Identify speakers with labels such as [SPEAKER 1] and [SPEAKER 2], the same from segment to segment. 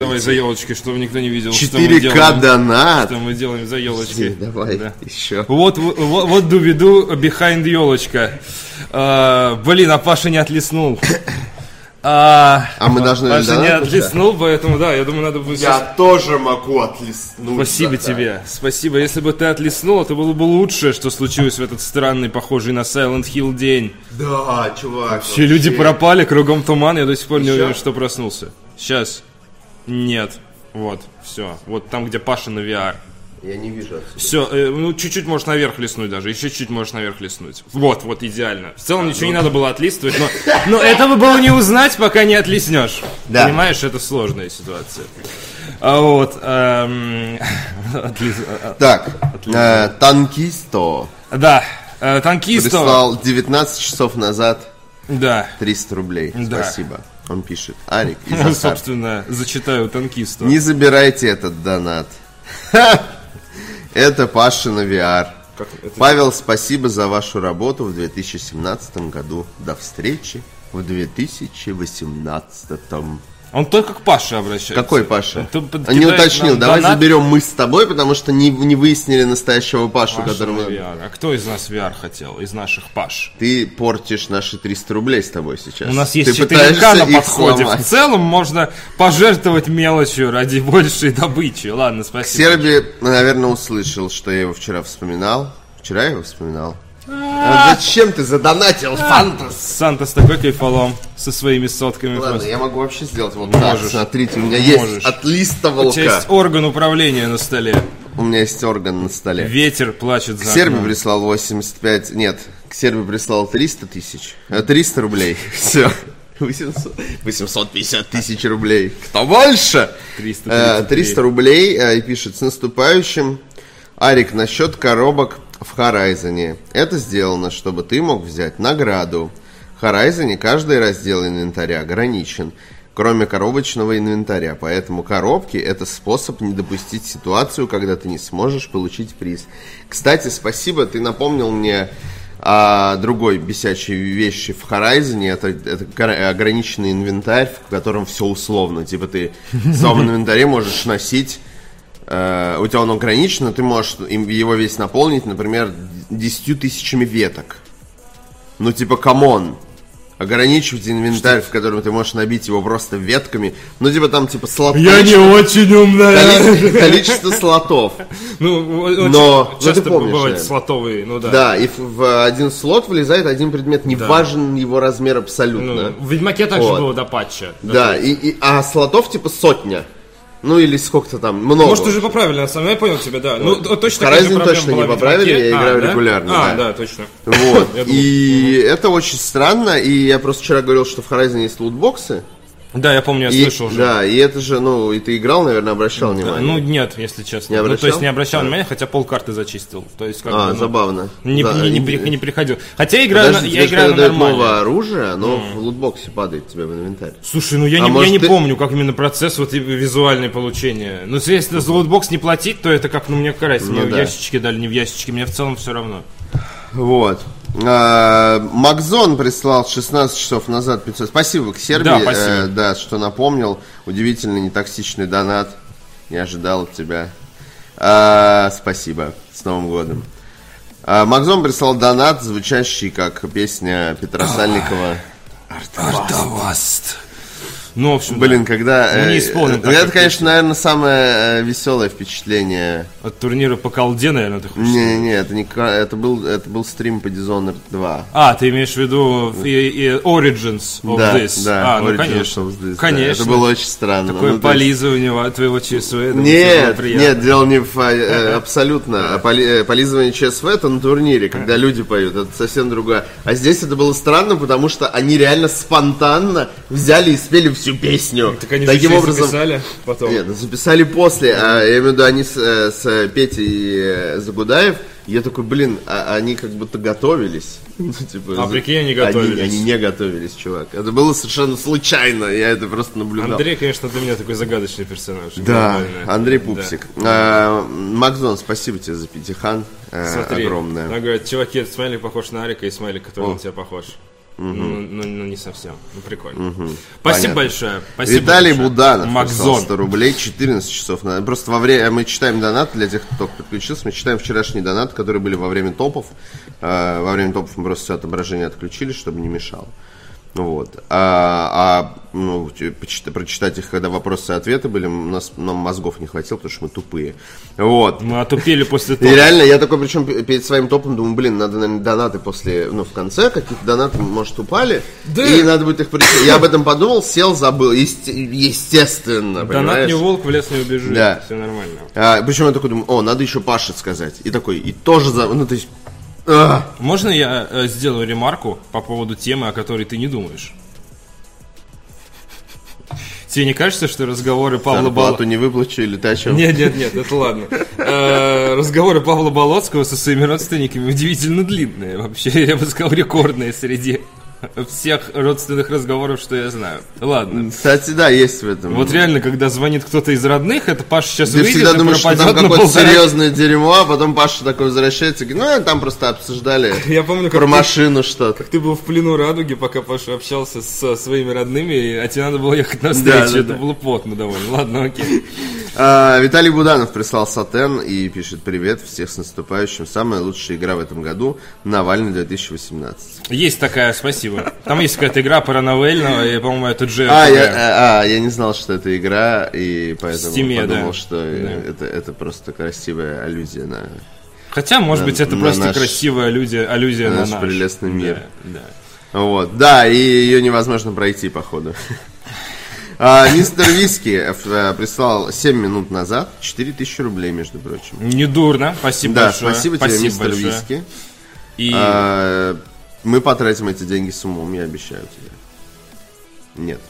[SPEAKER 1] Давай за елочки, чтобы никто не видел, что мы
[SPEAKER 2] 4К
[SPEAKER 1] делаем.
[SPEAKER 2] донат.
[SPEAKER 1] Что мы делаем за елочки.
[SPEAKER 2] Подожди, Давай,
[SPEAKER 1] Да.
[SPEAKER 2] еще.
[SPEAKER 1] Вот, вот, вот дубиду behind елочка. А, блин, а Паша не отлеснул. А,
[SPEAKER 2] А мы должны
[SPEAKER 1] Паша не
[SPEAKER 2] донат уже?
[SPEAKER 1] отлеснул, поэтому да, я думаю, надо будет...
[SPEAKER 3] Я тоже могу отлеснуть.
[SPEAKER 1] Спасибо
[SPEAKER 3] за
[SPEAKER 1] тебе, спасибо. Если бы ты отлеснул, это было бы лучшее, что случилось в этот странный, похожий на Silent Hill день.
[SPEAKER 3] так. Да, чувак.
[SPEAKER 1] Все люди
[SPEAKER 3] вообще.
[SPEAKER 1] пропали, кругом туман, я до сих пор не
[SPEAKER 3] Ещё?
[SPEAKER 1] уверен, что проснулся. Сейчас. Нет. Вот, все. Вот там, где Паша на VR.
[SPEAKER 2] Я не вижу отсюда.
[SPEAKER 1] Все, ну чуть-чуть можешь наверх листнуть даже, еще чуть-чуть можешь наверх листнуть. Вот, вот идеально. В целом ничего не надо было отлистывать, но, но этого было не узнать, пока не отлиснешь.
[SPEAKER 2] Да.
[SPEAKER 1] Понимаешь, это сложная ситуация. А вот, эм, отли- а-
[SPEAKER 2] Так, э,
[SPEAKER 1] а-
[SPEAKER 2] танкисто
[SPEAKER 1] да, э, танкистов.
[SPEAKER 2] прислал 19 часов назад
[SPEAKER 1] Да,
[SPEAKER 2] 300 рублей.
[SPEAKER 1] Да.
[SPEAKER 2] Спасибо. Он пишет. Арик и Захар.
[SPEAKER 1] собственно, зачитаю танкистов.
[SPEAKER 2] Не забирайте этот донат. Ха! Это Пашина VR. Павел, спасибо за вашу работу в 2017 году. До встречи в 2018.
[SPEAKER 1] Он только к Паше обращается.
[SPEAKER 2] Какой Паша?
[SPEAKER 1] Ты подкидаешь
[SPEAKER 2] Не уточнил.
[SPEAKER 1] нам
[SPEAKER 2] Давай
[SPEAKER 1] донат?
[SPEAKER 2] заберем мы с тобой, потому что не, не выяснили настоящего Пашу,
[SPEAKER 1] Паша
[SPEAKER 2] которого...
[SPEAKER 1] на VR. А кто из нас VR хотел? Из наших Паш.
[SPEAKER 2] Ты портишь наши 300 рублей с тобой сейчас.
[SPEAKER 1] У нас
[SPEAKER 2] Э, Ты
[SPEAKER 1] есть 4
[SPEAKER 2] пытаешься
[SPEAKER 1] к на
[SPEAKER 2] их
[SPEAKER 1] подходе. В
[SPEAKER 2] сломать.
[SPEAKER 1] целом можно пожертвовать мелочью ради большей добычи. Ладно, спасибо.
[SPEAKER 2] Серби, наверное, услышал, что я его вчера вспоминал. Вчера я его вспоминал. А Зачем ты задонатил, Фантас?
[SPEAKER 1] Санта с такой кайфолом, со своими сотками.
[SPEAKER 2] Ладно,
[SPEAKER 1] просто.
[SPEAKER 2] я могу вообще сделать вот так.
[SPEAKER 1] Можешь.
[SPEAKER 2] Смотрите, у меня есть
[SPEAKER 1] Можешь. У тебя
[SPEAKER 2] отлистовалка.
[SPEAKER 1] есть орган управления на столе.
[SPEAKER 2] У меня есть орган на столе.
[SPEAKER 1] Ветер плачет
[SPEAKER 2] К
[SPEAKER 1] за
[SPEAKER 2] Серби
[SPEAKER 1] окном.
[SPEAKER 2] прислал 85... Нет, к Серби прислал 300 тысяч. э, 300 рублей. Все. 850 тысяч рублей. Кто больше?
[SPEAKER 1] 330
[SPEAKER 2] Э, 300
[SPEAKER 1] рублей.
[SPEAKER 2] рублей э, и пишет с наступающим. Арик, насчет коробок в Харайзене. Это сделано, чтобы ты мог взять награду. В Харайзене каждый раздел инвентаря ограничен, кроме коробочного инвентаря. Поэтому коробки – это способ не допустить ситуацию, когда ты не сможешь получить приз. Кстати, спасибо, ты напомнил мне о А другой бесячей вещи в Харайзене это, это кор- ограниченный инвентарь, в котором все условно. Типа ты в самом инвентаре можешь носить Э, у тебя он ограничен, но ты можешь им- его весь наполнить, например, 10 тысячами веток. Ну, типа, камон. Ограничивать инвентарь, в котором ты можешь набить его просто ветками. Ну, типа, там, типа, слот...
[SPEAKER 1] Я не очень умная.
[SPEAKER 2] коли- Количество слотов.
[SPEAKER 1] Ну, очень
[SPEAKER 2] Но- ну,
[SPEAKER 1] часто
[SPEAKER 2] ты помнишь,
[SPEAKER 1] бывает
[SPEAKER 2] наверное.
[SPEAKER 1] слотовые, ну да.
[SPEAKER 2] Да, и в- в один слот влезает один предмет, не важен его размер
[SPEAKER 1] Ну,
[SPEAKER 2] абсолютно.
[SPEAKER 1] в Ведьмаке также
[SPEAKER 2] Вот.
[SPEAKER 1] было до патча.
[SPEAKER 2] Да, и, и- а слотов, типа, сотня. Ну, или сколько-то там, много.
[SPEAKER 1] Может, уже поправили, на самом деле, я понял тебя, да. Ну, т- точно такая
[SPEAKER 2] Horizon
[SPEAKER 1] же проблема
[SPEAKER 2] точно
[SPEAKER 1] была
[SPEAKER 2] не
[SPEAKER 1] в Ведьмаке.
[SPEAKER 2] поправили, я
[SPEAKER 1] А,
[SPEAKER 2] играю
[SPEAKER 1] да?
[SPEAKER 2] регулярно,
[SPEAKER 1] А,
[SPEAKER 2] да.
[SPEAKER 1] да, точно.
[SPEAKER 2] Вот.
[SPEAKER 1] Я думал,
[SPEAKER 2] И это очень странно. И я просто вчера говорил, что в Horizon есть лутбоксы.
[SPEAKER 1] Да, я помню, я
[SPEAKER 2] И-
[SPEAKER 1] слышал уже.
[SPEAKER 2] Да, и это же, ну, и ты играл, наверное, обращал
[SPEAKER 1] Ну,
[SPEAKER 2] внимание.
[SPEAKER 1] нет, если честно.
[SPEAKER 2] Не
[SPEAKER 1] ну, то есть
[SPEAKER 2] обращал?
[SPEAKER 1] не обращал внимания, хотя полкарты зачистил. То есть, как бы,
[SPEAKER 2] а,
[SPEAKER 1] ну,
[SPEAKER 2] забавно.
[SPEAKER 1] Не,
[SPEAKER 2] Да,
[SPEAKER 1] не, не
[SPEAKER 2] и-
[SPEAKER 1] при- не приходил. Хотя я играю,
[SPEAKER 2] Подожди,
[SPEAKER 1] на,
[SPEAKER 2] тебе
[SPEAKER 1] я
[SPEAKER 2] же
[SPEAKER 1] играю
[SPEAKER 2] когда
[SPEAKER 1] на
[SPEAKER 2] дают
[SPEAKER 1] нормальном.
[SPEAKER 2] новое оружие, оно в лутбоксе падает тебе в инвентарь.
[SPEAKER 1] Слушай, ну я,
[SPEAKER 2] А
[SPEAKER 1] не, я
[SPEAKER 2] может,
[SPEAKER 1] не
[SPEAKER 2] ты-
[SPEAKER 1] помню, как именно процесс вот и визуальное получение. Ну, если за лутбокс не платить, то это как, ну, мне карась, мне в
[SPEAKER 2] да.
[SPEAKER 1] ящичке дали, не в ящичке, мне в целом все равно.
[SPEAKER 2] Вот. А, Макзон прислал 16 часов назад 500. Спасибо, к Сербии. э,
[SPEAKER 1] Да, спасибо.
[SPEAKER 2] да, что напомнил. Удивительный нетоксичный донат. Не ожидал от тебя. А, спасибо. С Новым годом. А, Макзон прислал донат, звучащий как песня Петра Сальникова.
[SPEAKER 1] Артаваст. Ну, в общем,
[SPEAKER 2] Блин, когда...
[SPEAKER 1] Ну, не
[SPEAKER 2] э,
[SPEAKER 1] исполнил
[SPEAKER 2] э,
[SPEAKER 1] такой
[SPEAKER 2] Это,
[SPEAKER 1] песни.
[SPEAKER 2] конечно, наверное, самое э, веселое впечатление.
[SPEAKER 1] да, от турнира по колде, наверное, ты хочешь
[SPEAKER 2] Не-не-не, это, не, ка- это, был, это был стрим по Dishonored 2.
[SPEAKER 1] А, ты имеешь в виду и- и Origins of
[SPEAKER 2] да,
[SPEAKER 1] This?
[SPEAKER 2] да,
[SPEAKER 1] а, ну
[SPEAKER 2] Origins
[SPEAKER 1] конечно.
[SPEAKER 2] of This, да.
[SPEAKER 1] конечно.
[SPEAKER 2] Это было очень странно.
[SPEAKER 1] Такое
[SPEAKER 2] Ну, то есть-
[SPEAKER 1] полизывание ва- твоего ЧСВ. это было
[SPEAKER 2] Нет,
[SPEAKER 1] приятно.
[SPEAKER 2] нет, дело не в э, абсолютно. А поли- э, Полизывание ЧСВ это на турнире, когда люди поют, это совсем другое. А здесь это было странно, потому что они реально спонтанно взяли и спели всю песню.
[SPEAKER 1] Так они же
[SPEAKER 2] Таким
[SPEAKER 1] ещё и
[SPEAKER 2] образом,
[SPEAKER 1] записали потом.
[SPEAKER 2] нет, ну, записали после. а, я имею в виду, они с, э, с Петей э, Загудаев. Я такой, блин, а они как будто готовились. Ну, типа,
[SPEAKER 1] А
[SPEAKER 2] за-
[SPEAKER 1] прикинь, они
[SPEAKER 2] они-
[SPEAKER 1] готовились.
[SPEAKER 2] Они, не готовились, чувак. Это было совершенно случайно. Я это просто наблюдал.
[SPEAKER 1] Андрей, конечно, для меня такой загадочный персонаж.
[SPEAKER 2] Да,
[SPEAKER 1] глобально.
[SPEAKER 2] Андрей
[SPEAKER 1] Да.
[SPEAKER 2] Пупсик. А, Макдон, спасибо тебе за пятихан. э,
[SPEAKER 1] Смотри,
[SPEAKER 2] Огромное.
[SPEAKER 1] она говорит, чуваки, этот смайлик похож на Арика и смайлик, который на тебя похож. Ну, ну- ну, не совсем. Ну, прикольно. Спасибо
[SPEAKER 2] Понятно.
[SPEAKER 1] большое. Спасибо
[SPEAKER 2] Виталий
[SPEAKER 1] большое.
[SPEAKER 2] Буданов написал
[SPEAKER 1] Макзон.
[SPEAKER 2] 100 рублей, 14 часов. на- Просто во время... Мы читаем донат для тех, кто только подключился. Мы читаем вчерашние донаты, которые были во время топов. А, Во время топов мы просто все отображение отключили, чтобы не мешало. Вот. А, а, ну, те- почит- прочитать их, когда вопросы и ответы были, у нас, нам мозгов не хватило, потому что мы тупые. Вот.
[SPEAKER 1] Мы отупили после
[SPEAKER 2] И
[SPEAKER 1] того.
[SPEAKER 2] реально, я такой, причем перед своим топом думаю, блин, надо, наверное, донаты после, ну, в конце, какие-то донаты, может, упали, и надо будет их прочитать. Я об этом подумал, сел, забыл, есте- естественно,
[SPEAKER 1] Донат
[SPEAKER 2] понимаешь?
[SPEAKER 1] не волк, в лес не убежит.
[SPEAKER 2] Да.
[SPEAKER 1] Все нормально.
[SPEAKER 2] А, причем я такой думаю, о, надо еще Паше сказать. И такой, и тоже, за... ну, то есть, а.
[SPEAKER 1] Можно я э, сделаю ремарку по поводу темы, о которой ты не думаешь? Тебе не кажется, что разговоры Павла Бала...
[SPEAKER 2] зарплату не выплачу или ты о чем?
[SPEAKER 1] Нет, нет, нет, это ладно. Э, Разговоры Павла Болоцкого со своими родственниками удивительно длинные. Вообще, я бы сказал, рекордные среди всех родственных разговоров, что я знаю. Ладно.
[SPEAKER 2] Кстати, да, есть в этом.
[SPEAKER 1] Вот реально, когда звонит кто-то из родных, это Паша сейчас
[SPEAKER 2] ты
[SPEAKER 1] выйдет
[SPEAKER 2] всегда
[SPEAKER 1] и
[SPEAKER 2] думаешь, что
[SPEAKER 1] пропадет
[SPEAKER 2] там
[SPEAKER 1] на
[SPEAKER 2] какое-то
[SPEAKER 1] полтора
[SPEAKER 2] серьезное дерьмо, а потом Паша такой возвращается и говорит, ну, там просто обсуждали
[SPEAKER 1] Я помню, как
[SPEAKER 2] про
[SPEAKER 1] ты-
[SPEAKER 2] машину что-то.
[SPEAKER 1] Ты был в плену радуги, пока Паша общался со своими родными, а тебе надо было ехать на встречу.
[SPEAKER 2] да,
[SPEAKER 1] Это
[SPEAKER 2] да.
[SPEAKER 1] было плотно довольно. Ладно, окей.
[SPEAKER 2] А, Виталий Буданов прислал сатен и пишет «Привет, всех с наступающим. Самая лучшая игра в этом году – Навальный 2018».
[SPEAKER 1] Есть такая, спасибо. Там есть какая-то игра парановельного, и, по-моему, это Джей.
[SPEAKER 2] А я, а, а, я не знал, что это игра, и поэтому
[SPEAKER 1] Стиме,
[SPEAKER 2] подумал,
[SPEAKER 1] да.
[SPEAKER 2] что э,
[SPEAKER 1] Да.
[SPEAKER 2] это, это просто красивая аллюзия на...
[SPEAKER 1] Хотя, может быть, это
[SPEAKER 2] на
[SPEAKER 1] просто
[SPEAKER 2] наш-
[SPEAKER 1] красивая аллюзия, аллюзия
[SPEAKER 2] на
[SPEAKER 1] на
[SPEAKER 2] наш
[SPEAKER 1] наш.
[SPEAKER 2] прелестный мир.
[SPEAKER 1] Да, да.
[SPEAKER 2] Вот, да, и ее невозможно пройти, походу. А, мистер Виски э, прислал 7 минут назад 4000 рублей, между прочим.
[SPEAKER 1] Не дурно, спасибо
[SPEAKER 2] Да,
[SPEAKER 1] большое.
[SPEAKER 2] спасибо тебе, мистер
[SPEAKER 1] большое.
[SPEAKER 2] Виски.
[SPEAKER 1] И
[SPEAKER 2] А, мы потратим эти деньги с умом, я обещаю тебе. Нет.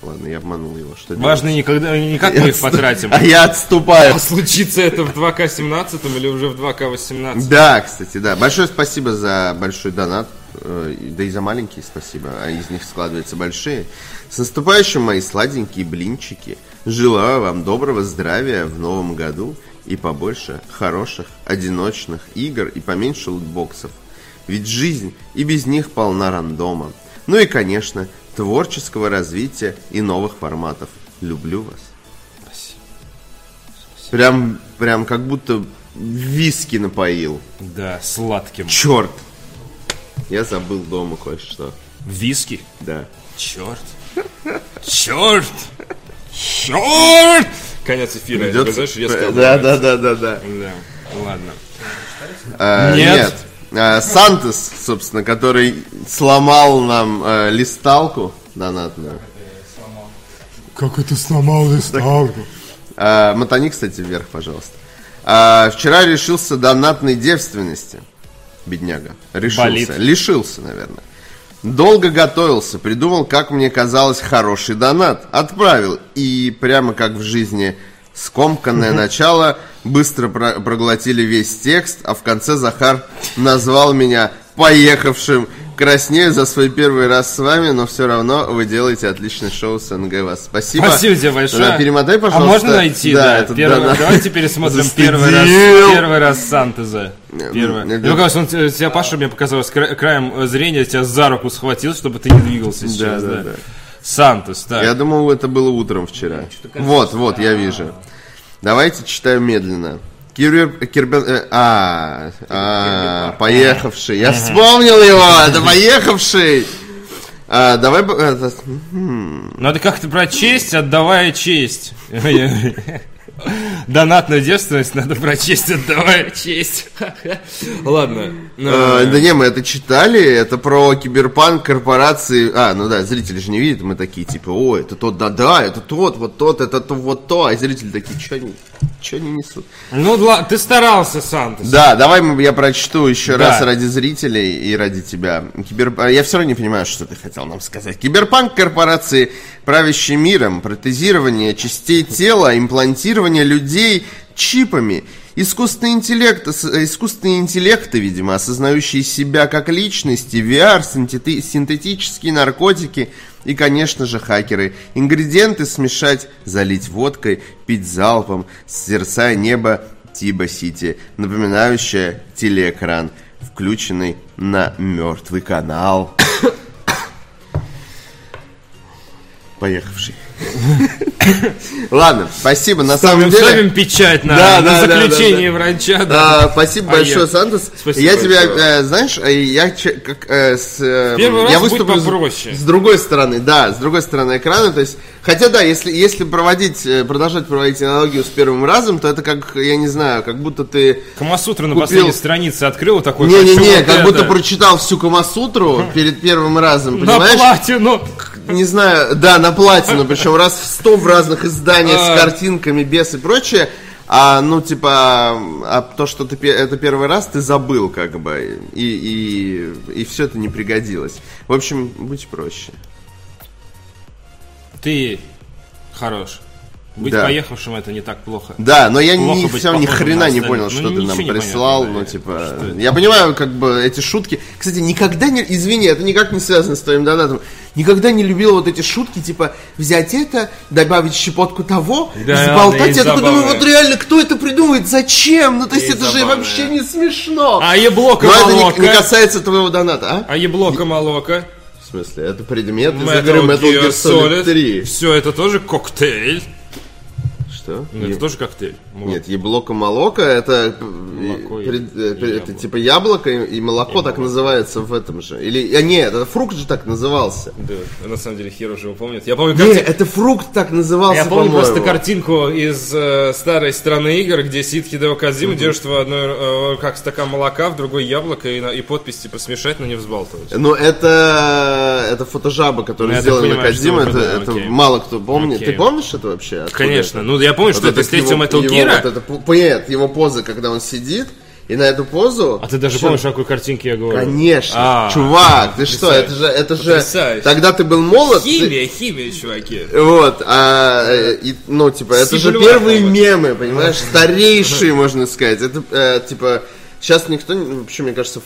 [SPEAKER 2] Ладно, я обманул его. Что делать?
[SPEAKER 1] важно никогда, никак мы их потратим.
[SPEAKER 2] А я отступаю.
[SPEAKER 1] А случится это в 2К17 или уже в 2К18?
[SPEAKER 2] Да, кстати, да. Большое спасибо за большой донат. э, и- Да и за маленькие спасибо. А из них складываются большие. С наступающим, мои сладенькие блинчики. Желаю вам доброго здравия в новом году. И побольше хороших, одиночных игр и поменьше лутбоксов. Ведь жизнь и без них полна рандома. Ну и, конечно, творческого развития и новых форматов. Люблю вас. Прям, прям как будто виски напоил.
[SPEAKER 1] Да, сладким.
[SPEAKER 2] Черт! Я забыл дома кое-что.
[SPEAKER 1] Виски?
[SPEAKER 2] Да.
[SPEAKER 1] Черт. Черт. Черт. Конец эфира.
[SPEAKER 2] Придётся-
[SPEAKER 1] это, знаешь, резко
[SPEAKER 2] да,
[SPEAKER 1] обрывается.
[SPEAKER 2] да, да, да, да.
[SPEAKER 1] Да, ладно.
[SPEAKER 2] А,
[SPEAKER 1] Нет.
[SPEAKER 2] нет. А, Сантос, собственно, который сломал нам э, листалку донатную.
[SPEAKER 4] Как это сломал листалку?
[SPEAKER 2] А, мотани, кстати, вверх, пожалуйста. А, вчера решился донатной девственности. Бедняга. Решился.
[SPEAKER 1] Болит.
[SPEAKER 2] Лишился, наверное. Долго готовился, придумал, как мне казалось, хороший донат. Отправил. И прямо как в жизни скомканное начало, быстро про- проглотили весь текст, а в конце Захар назвал меня поехавшим. Краснею за свой первый раз с вами, но все равно вы делаете отличное шоу с НГ вас. Спасибо.
[SPEAKER 1] Спасибо тебе большое.
[SPEAKER 2] Типа, Да, перемотай, пожалуйста.
[SPEAKER 1] А можно найти, да,
[SPEAKER 2] это
[SPEAKER 1] первый-
[SPEAKER 2] да, да.
[SPEAKER 1] Давайте пересмотрим
[SPEAKER 2] Застыдил.
[SPEAKER 1] первый раз, первый раз Сантеза. Первый.
[SPEAKER 2] м, это-
[SPEAKER 1] Ну, кажется, он т- тебя, Паша, мне показалось, кра- краем э, зрения тебя за руку схватил, чтобы ты не двигался сейчас,
[SPEAKER 2] да,
[SPEAKER 1] да.
[SPEAKER 2] да.
[SPEAKER 1] Сантос, так.
[SPEAKER 2] Я думал, это было утром вчера. Вот, вот, я вижу. Давайте читаем медленно. Кирбер- Кирбен- э, а, а, поехавший. Я вспомнил его, это поехавший. А, давай, б- э, это-
[SPEAKER 1] Надо как-то прочесть, отдавая честь. Донатную девственность надо прочесть, отдавая честь. Ладно.
[SPEAKER 2] э, да не, мы это читали, это про киберпанк корпорации. А, ну да, зрители же не видят, мы такие типа, о, это тот, да-да, это тот, вот тот, это то, вот то, а зрители такие, что они, чё они несут?
[SPEAKER 1] Ну, ладно, ты старался, Сантос.
[SPEAKER 2] Да, давай мы- я прочту еще
[SPEAKER 1] Да.
[SPEAKER 2] раз ради зрителей и ради тебя. Кибер... а, Я все равно не понимаю, что ты хотел нам сказать. Киберпанк корпорации, правящей миром, протезирование частей тела, имплантирование людей чипами, искусственный интеллект, ос- э, искусственные интеллекты, видимо, осознающие себя как личности, VR, синтети- синтетические наркотики и, конечно же, хакеры. Ингредиенты смешать, залить водкой, пить залпом, созерцая небо Тиба Сити, напоминающая телеэкран, включенный на мертвый канал. поехавший. Ладно, спасибо. На
[SPEAKER 1] Ставим,
[SPEAKER 2] самом деле...
[SPEAKER 1] ставим печать на,
[SPEAKER 2] Да,
[SPEAKER 1] на
[SPEAKER 2] да, да, да,
[SPEAKER 1] заключение
[SPEAKER 2] да.
[SPEAKER 1] врача.
[SPEAKER 2] А, спасибо
[SPEAKER 1] А
[SPEAKER 2] большое,
[SPEAKER 1] я-
[SPEAKER 2] Сантос.
[SPEAKER 1] Спасибо
[SPEAKER 2] я тебя,
[SPEAKER 1] большое.
[SPEAKER 2] э, знаешь, э, я че- как, э, с, э,
[SPEAKER 1] Первый раз
[SPEAKER 2] я
[SPEAKER 1] будет
[SPEAKER 2] выступлю с-
[SPEAKER 1] попроще.
[SPEAKER 2] С, другой стороны, да, с другой стороны экрана. То есть, хотя да, если если проводить, э, продолжать проводить аналогию с первым разом, то это как, я не знаю, как будто ты
[SPEAKER 1] Камасутру на
[SPEAKER 2] Купил.
[SPEAKER 1] последней странице открыл и такой.
[SPEAKER 2] не-не-не,
[SPEAKER 1] «Хочу вот
[SPEAKER 2] как будто
[SPEAKER 1] это».
[SPEAKER 2] прочитал всю Камасутру перед первым разом,
[SPEAKER 1] на
[SPEAKER 2] понимаешь?
[SPEAKER 1] платину.
[SPEAKER 2] Не знаю, да, на платину, причем раз в сто в разных изданиях
[SPEAKER 1] А.
[SPEAKER 2] с картинками, без и прочее. А, ну, типа, а то, что ты пе- это первый раз, ты забыл, как бы, и, и, и все это не пригодилось. В общем, будь проще.
[SPEAKER 1] Ты хорош. Быть
[SPEAKER 2] Да.
[SPEAKER 1] поехавшим это не так плохо.
[SPEAKER 2] Да, но я
[SPEAKER 1] Плохо
[SPEAKER 2] ни,
[SPEAKER 1] быть
[SPEAKER 2] все, ни
[SPEAKER 1] похожим на
[SPEAKER 2] хрена не
[SPEAKER 1] остальных.
[SPEAKER 2] понял,
[SPEAKER 1] Ну,
[SPEAKER 2] что ты
[SPEAKER 1] ничего
[SPEAKER 2] нам
[SPEAKER 1] не понятно,
[SPEAKER 2] прислал.
[SPEAKER 1] да,
[SPEAKER 2] ну,
[SPEAKER 1] это-
[SPEAKER 2] типа.
[SPEAKER 1] что это?
[SPEAKER 2] Я понимаю, как бы эти шутки. Кстати, никогда не. Извини, это никак не связано с твоим донатом. Никогда не любил вот эти шутки, типа, взять это, добавить щепотку того,
[SPEAKER 1] Да, да, и
[SPEAKER 2] заболтать. Я такой
[SPEAKER 1] забавно.
[SPEAKER 2] думаю, вот реально, кто это придумает? Зачем? Ну, то есть,
[SPEAKER 1] И
[SPEAKER 2] это же
[SPEAKER 1] забавно.
[SPEAKER 2] вообще не смешно.
[SPEAKER 1] А еблока
[SPEAKER 2] Но это не-
[SPEAKER 1] молока.
[SPEAKER 2] не, касается твоего доната, а?
[SPEAKER 1] А еблока молока.
[SPEAKER 2] В смысле, это предмет из игры
[SPEAKER 1] Metal
[SPEAKER 2] Metal
[SPEAKER 1] Gear
[SPEAKER 2] Gear Solid
[SPEAKER 1] Solid.
[SPEAKER 2] 3.
[SPEAKER 1] Все, это тоже коктейль.
[SPEAKER 2] Что?
[SPEAKER 1] Ну, Это тоже коктейль. Вот.
[SPEAKER 2] Нет, яблоко молоко это, п-
[SPEAKER 1] Молоко и-
[SPEAKER 2] пред- э,
[SPEAKER 1] и
[SPEAKER 2] пред- это
[SPEAKER 1] яблоко.
[SPEAKER 2] типа яблоко и, и молоко так называется в этом же. Или а, нет, это фрукт же так назывался.
[SPEAKER 1] Да, на самом деле Хиро же его помнит. Я помню,
[SPEAKER 2] Не,
[SPEAKER 1] карти-
[SPEAKER 2] это фрукт так назывался.
[SPEAKER 1] Я помню
[SPEAKER 2] по-моему.
[SPEAKER 1] просто картинку из э, старой страны игр, где сидит Хидео Кадзима, держит в одной э, как стакан молока, в другой яблоко и, на- и подпись типа смешать, но не взбалтывать.
[SPEAKER 2] Но это это фотожаба,
[SPEAKER 1] Ну,
[SPEAKER 2] которую
[SPEAKER 1] я так
[SPEAKER 2] сделали на
[SPEAKER 1] понимаю,
[SPEAKER 2] Кадзима,
[SPEAKER 1] что
[SPEAKER 2] это,
[SPEAKER 1] да,
[SPEAKER 2] это
[SPEAKER 1] окей.
[SPEAKER 2] мало кто помнит.
[SPEAKER 1] Окей.
[SPEAKER 2] Ты помнишь это вообще? Откуда
[SPEAKER 1] Конечно,
[SPEAKER 2] это?
[SPEAKER 1] ну я помню,
[SPEAKER 2] Вот
[SPEAKER 1] что это
[SPEAKER 2] этот
[SPEAKER 1] с третьего
[SPEAKER 2] его-
[SPEAKER 1] Metal
[SPEAKER 2] его
[SPEAKER 1] Gear.
[SPEAKER 2] вот это пу- Нет, его поза, когда он сидит, и на эту позу.
[SPEAKER 1] А ты даже
[SPEAKER 2] Чё-
[SPEAKER 1] помнишь, о какой картинке я говорю?
[SPEAKER 2] Конечно,
[SPEAKER 1] А,
[SPEAKER 2] чувак, ты что?
[SPEAKER 1] потрясающе.
[SPEAKER 2] Это же, это же.
[SPEAKER 1] Потрясающе.
[SPEAKER 2] Тогда ты был молод. ты-
[SPEAKER 1] Химия, химия, чуваки.
[SPEAKER 2] Вот, а, э, и, ну, типа, это же
[SPEAKER 1] Сибульвар,
[SPEAKER 2] первые
[SPEAKER 1] по-моему.
[SPEAKER 2] мемы, понимаешь, старейшие, можно сказать. Это, э, типа, сейчас никто, не- вообще, мне кажется,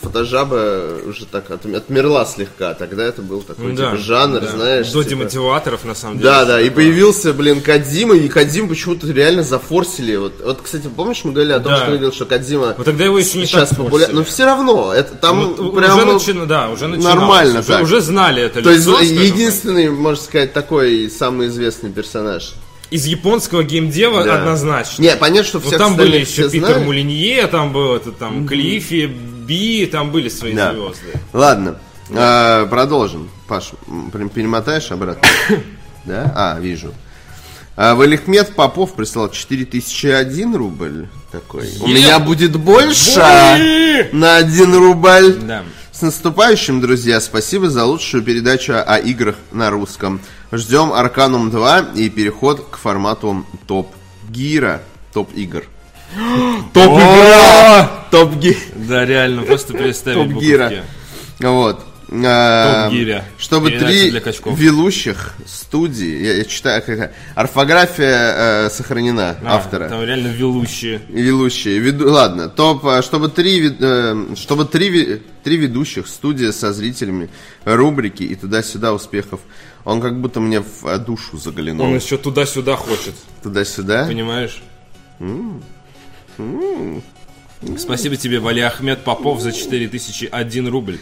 [SPEAKER 2] фотожаба уже так от- отмерла слегка. Тогда это был такой, типа, жанр,
[SPEAKER 1] да.
[SPEAKER 2] знаешь.
[SPEAKER 1] До
[SPEAKER 2] типа.
[SPEAKER 1] демотиваторов, на самом деле.
[SPEAKER 2] Да, да, и появился, блин, Кадзима, и Кадзим почему-то реально зафорсили. Вот, вот, кстати, помнишь, мы говорили о том,
[SPEAKER 1] Да.
[SPEAKER 2] что говорил, что Кадзима
[SPEAKER 1] Вот тогда его еще не
[SPEAKER 2] сейчас
[SPEAKER 1] так
[SPEAKER 2] популярен.
[SPEAKER 1] форсили.
[SPEAKER 2] Но все равно, это там
[SPEAKER 1] Вот у-
[SPEAKER 2] прям...
[SPEAKER 1] уже начина- да, уже начиналось.
[SPEAKER 2] нормально
[SPEAKER 1] уже,
[SPEAKER 2] так.
[SPEAKER 1] уже знали это
[SPEAKER 2] То есть,
[SPEAKER 1] лицо, скажем так.
[SPEAKER 2] единственный, можно сказать, такой самый известный персонаж.
[SPEAKER 1] Из японского геймдева
[SPEAKER 2] Да.
[SPEAKER 1] однозначно.
[SPEAKER 2] Не, понятно, что
[SPEAKER 1] Ну,
[SPEAKER 2] всех
[SPEAKER 1] там
[SPEAKER 2] остальных
[SPEAKER 1] были еще
[SPEAKER 2] все
[SPEAKER 1] Питер
[SPEAKER 2] знают.
[SPEAKER 1] Мулинье, там был это, там Клиффи, Би, там были свои
[SPEAKER 2] Да.
[SPEAKER 1] звезды.
[SPEAKER 2] Ладно, А, продолжим. Паш, м, прям перемотаешь обратно? Да? А, вижу. А, Валихмед Попов прислал 4001 рубль такой. У меня будет больше на 1 рубль.
[SPEAKER 1] Да.
[SPEAKER 2] С наступающим, друзья! Спасибо за лучшую передачу о играх на русском. Ждем Арканум 2 и переход к формату Топ Гира. Топ игр. Топ игра! Топ Гир.
[SPEAKER 1] Да, реально, просто представить
[SPEAKER 2] Топ Гира.
[SPEAKER 1] буковки.
[SPEAKER 2] Вот. А,
[SPEAKER 1] Топ Гиря.
[SPEAKER 2] Чтобы
[SPEAKER 1] Передача
[SPEAKER 2] три
[SPEAKER 1] для качков.
[SPEAKER 2] ведущих студии, я, я читаю, как это, орфография э, сохранена
[SPEAKER 1] А,
[SPEAKER 2] автора.
[SPEAKER 1] Там реально велущие.
[SPEAKER 2] Ведущие. Веду- Ладно, топ, а, чтобы три, вед- э, чтобы три, ве- три ведущих, студия со зрителями, рубрики и туда-сюда успехов. Он как будто мне в э, душу заглянул.
[SPEAKER 1] Он еще туда-сюда хочет,
[SPEAKER 2] Туда-сюда.
[SPEAKER 1] понимаешь? Спасибо тебе, Вали Ахмед Попов, за 4001 рубль.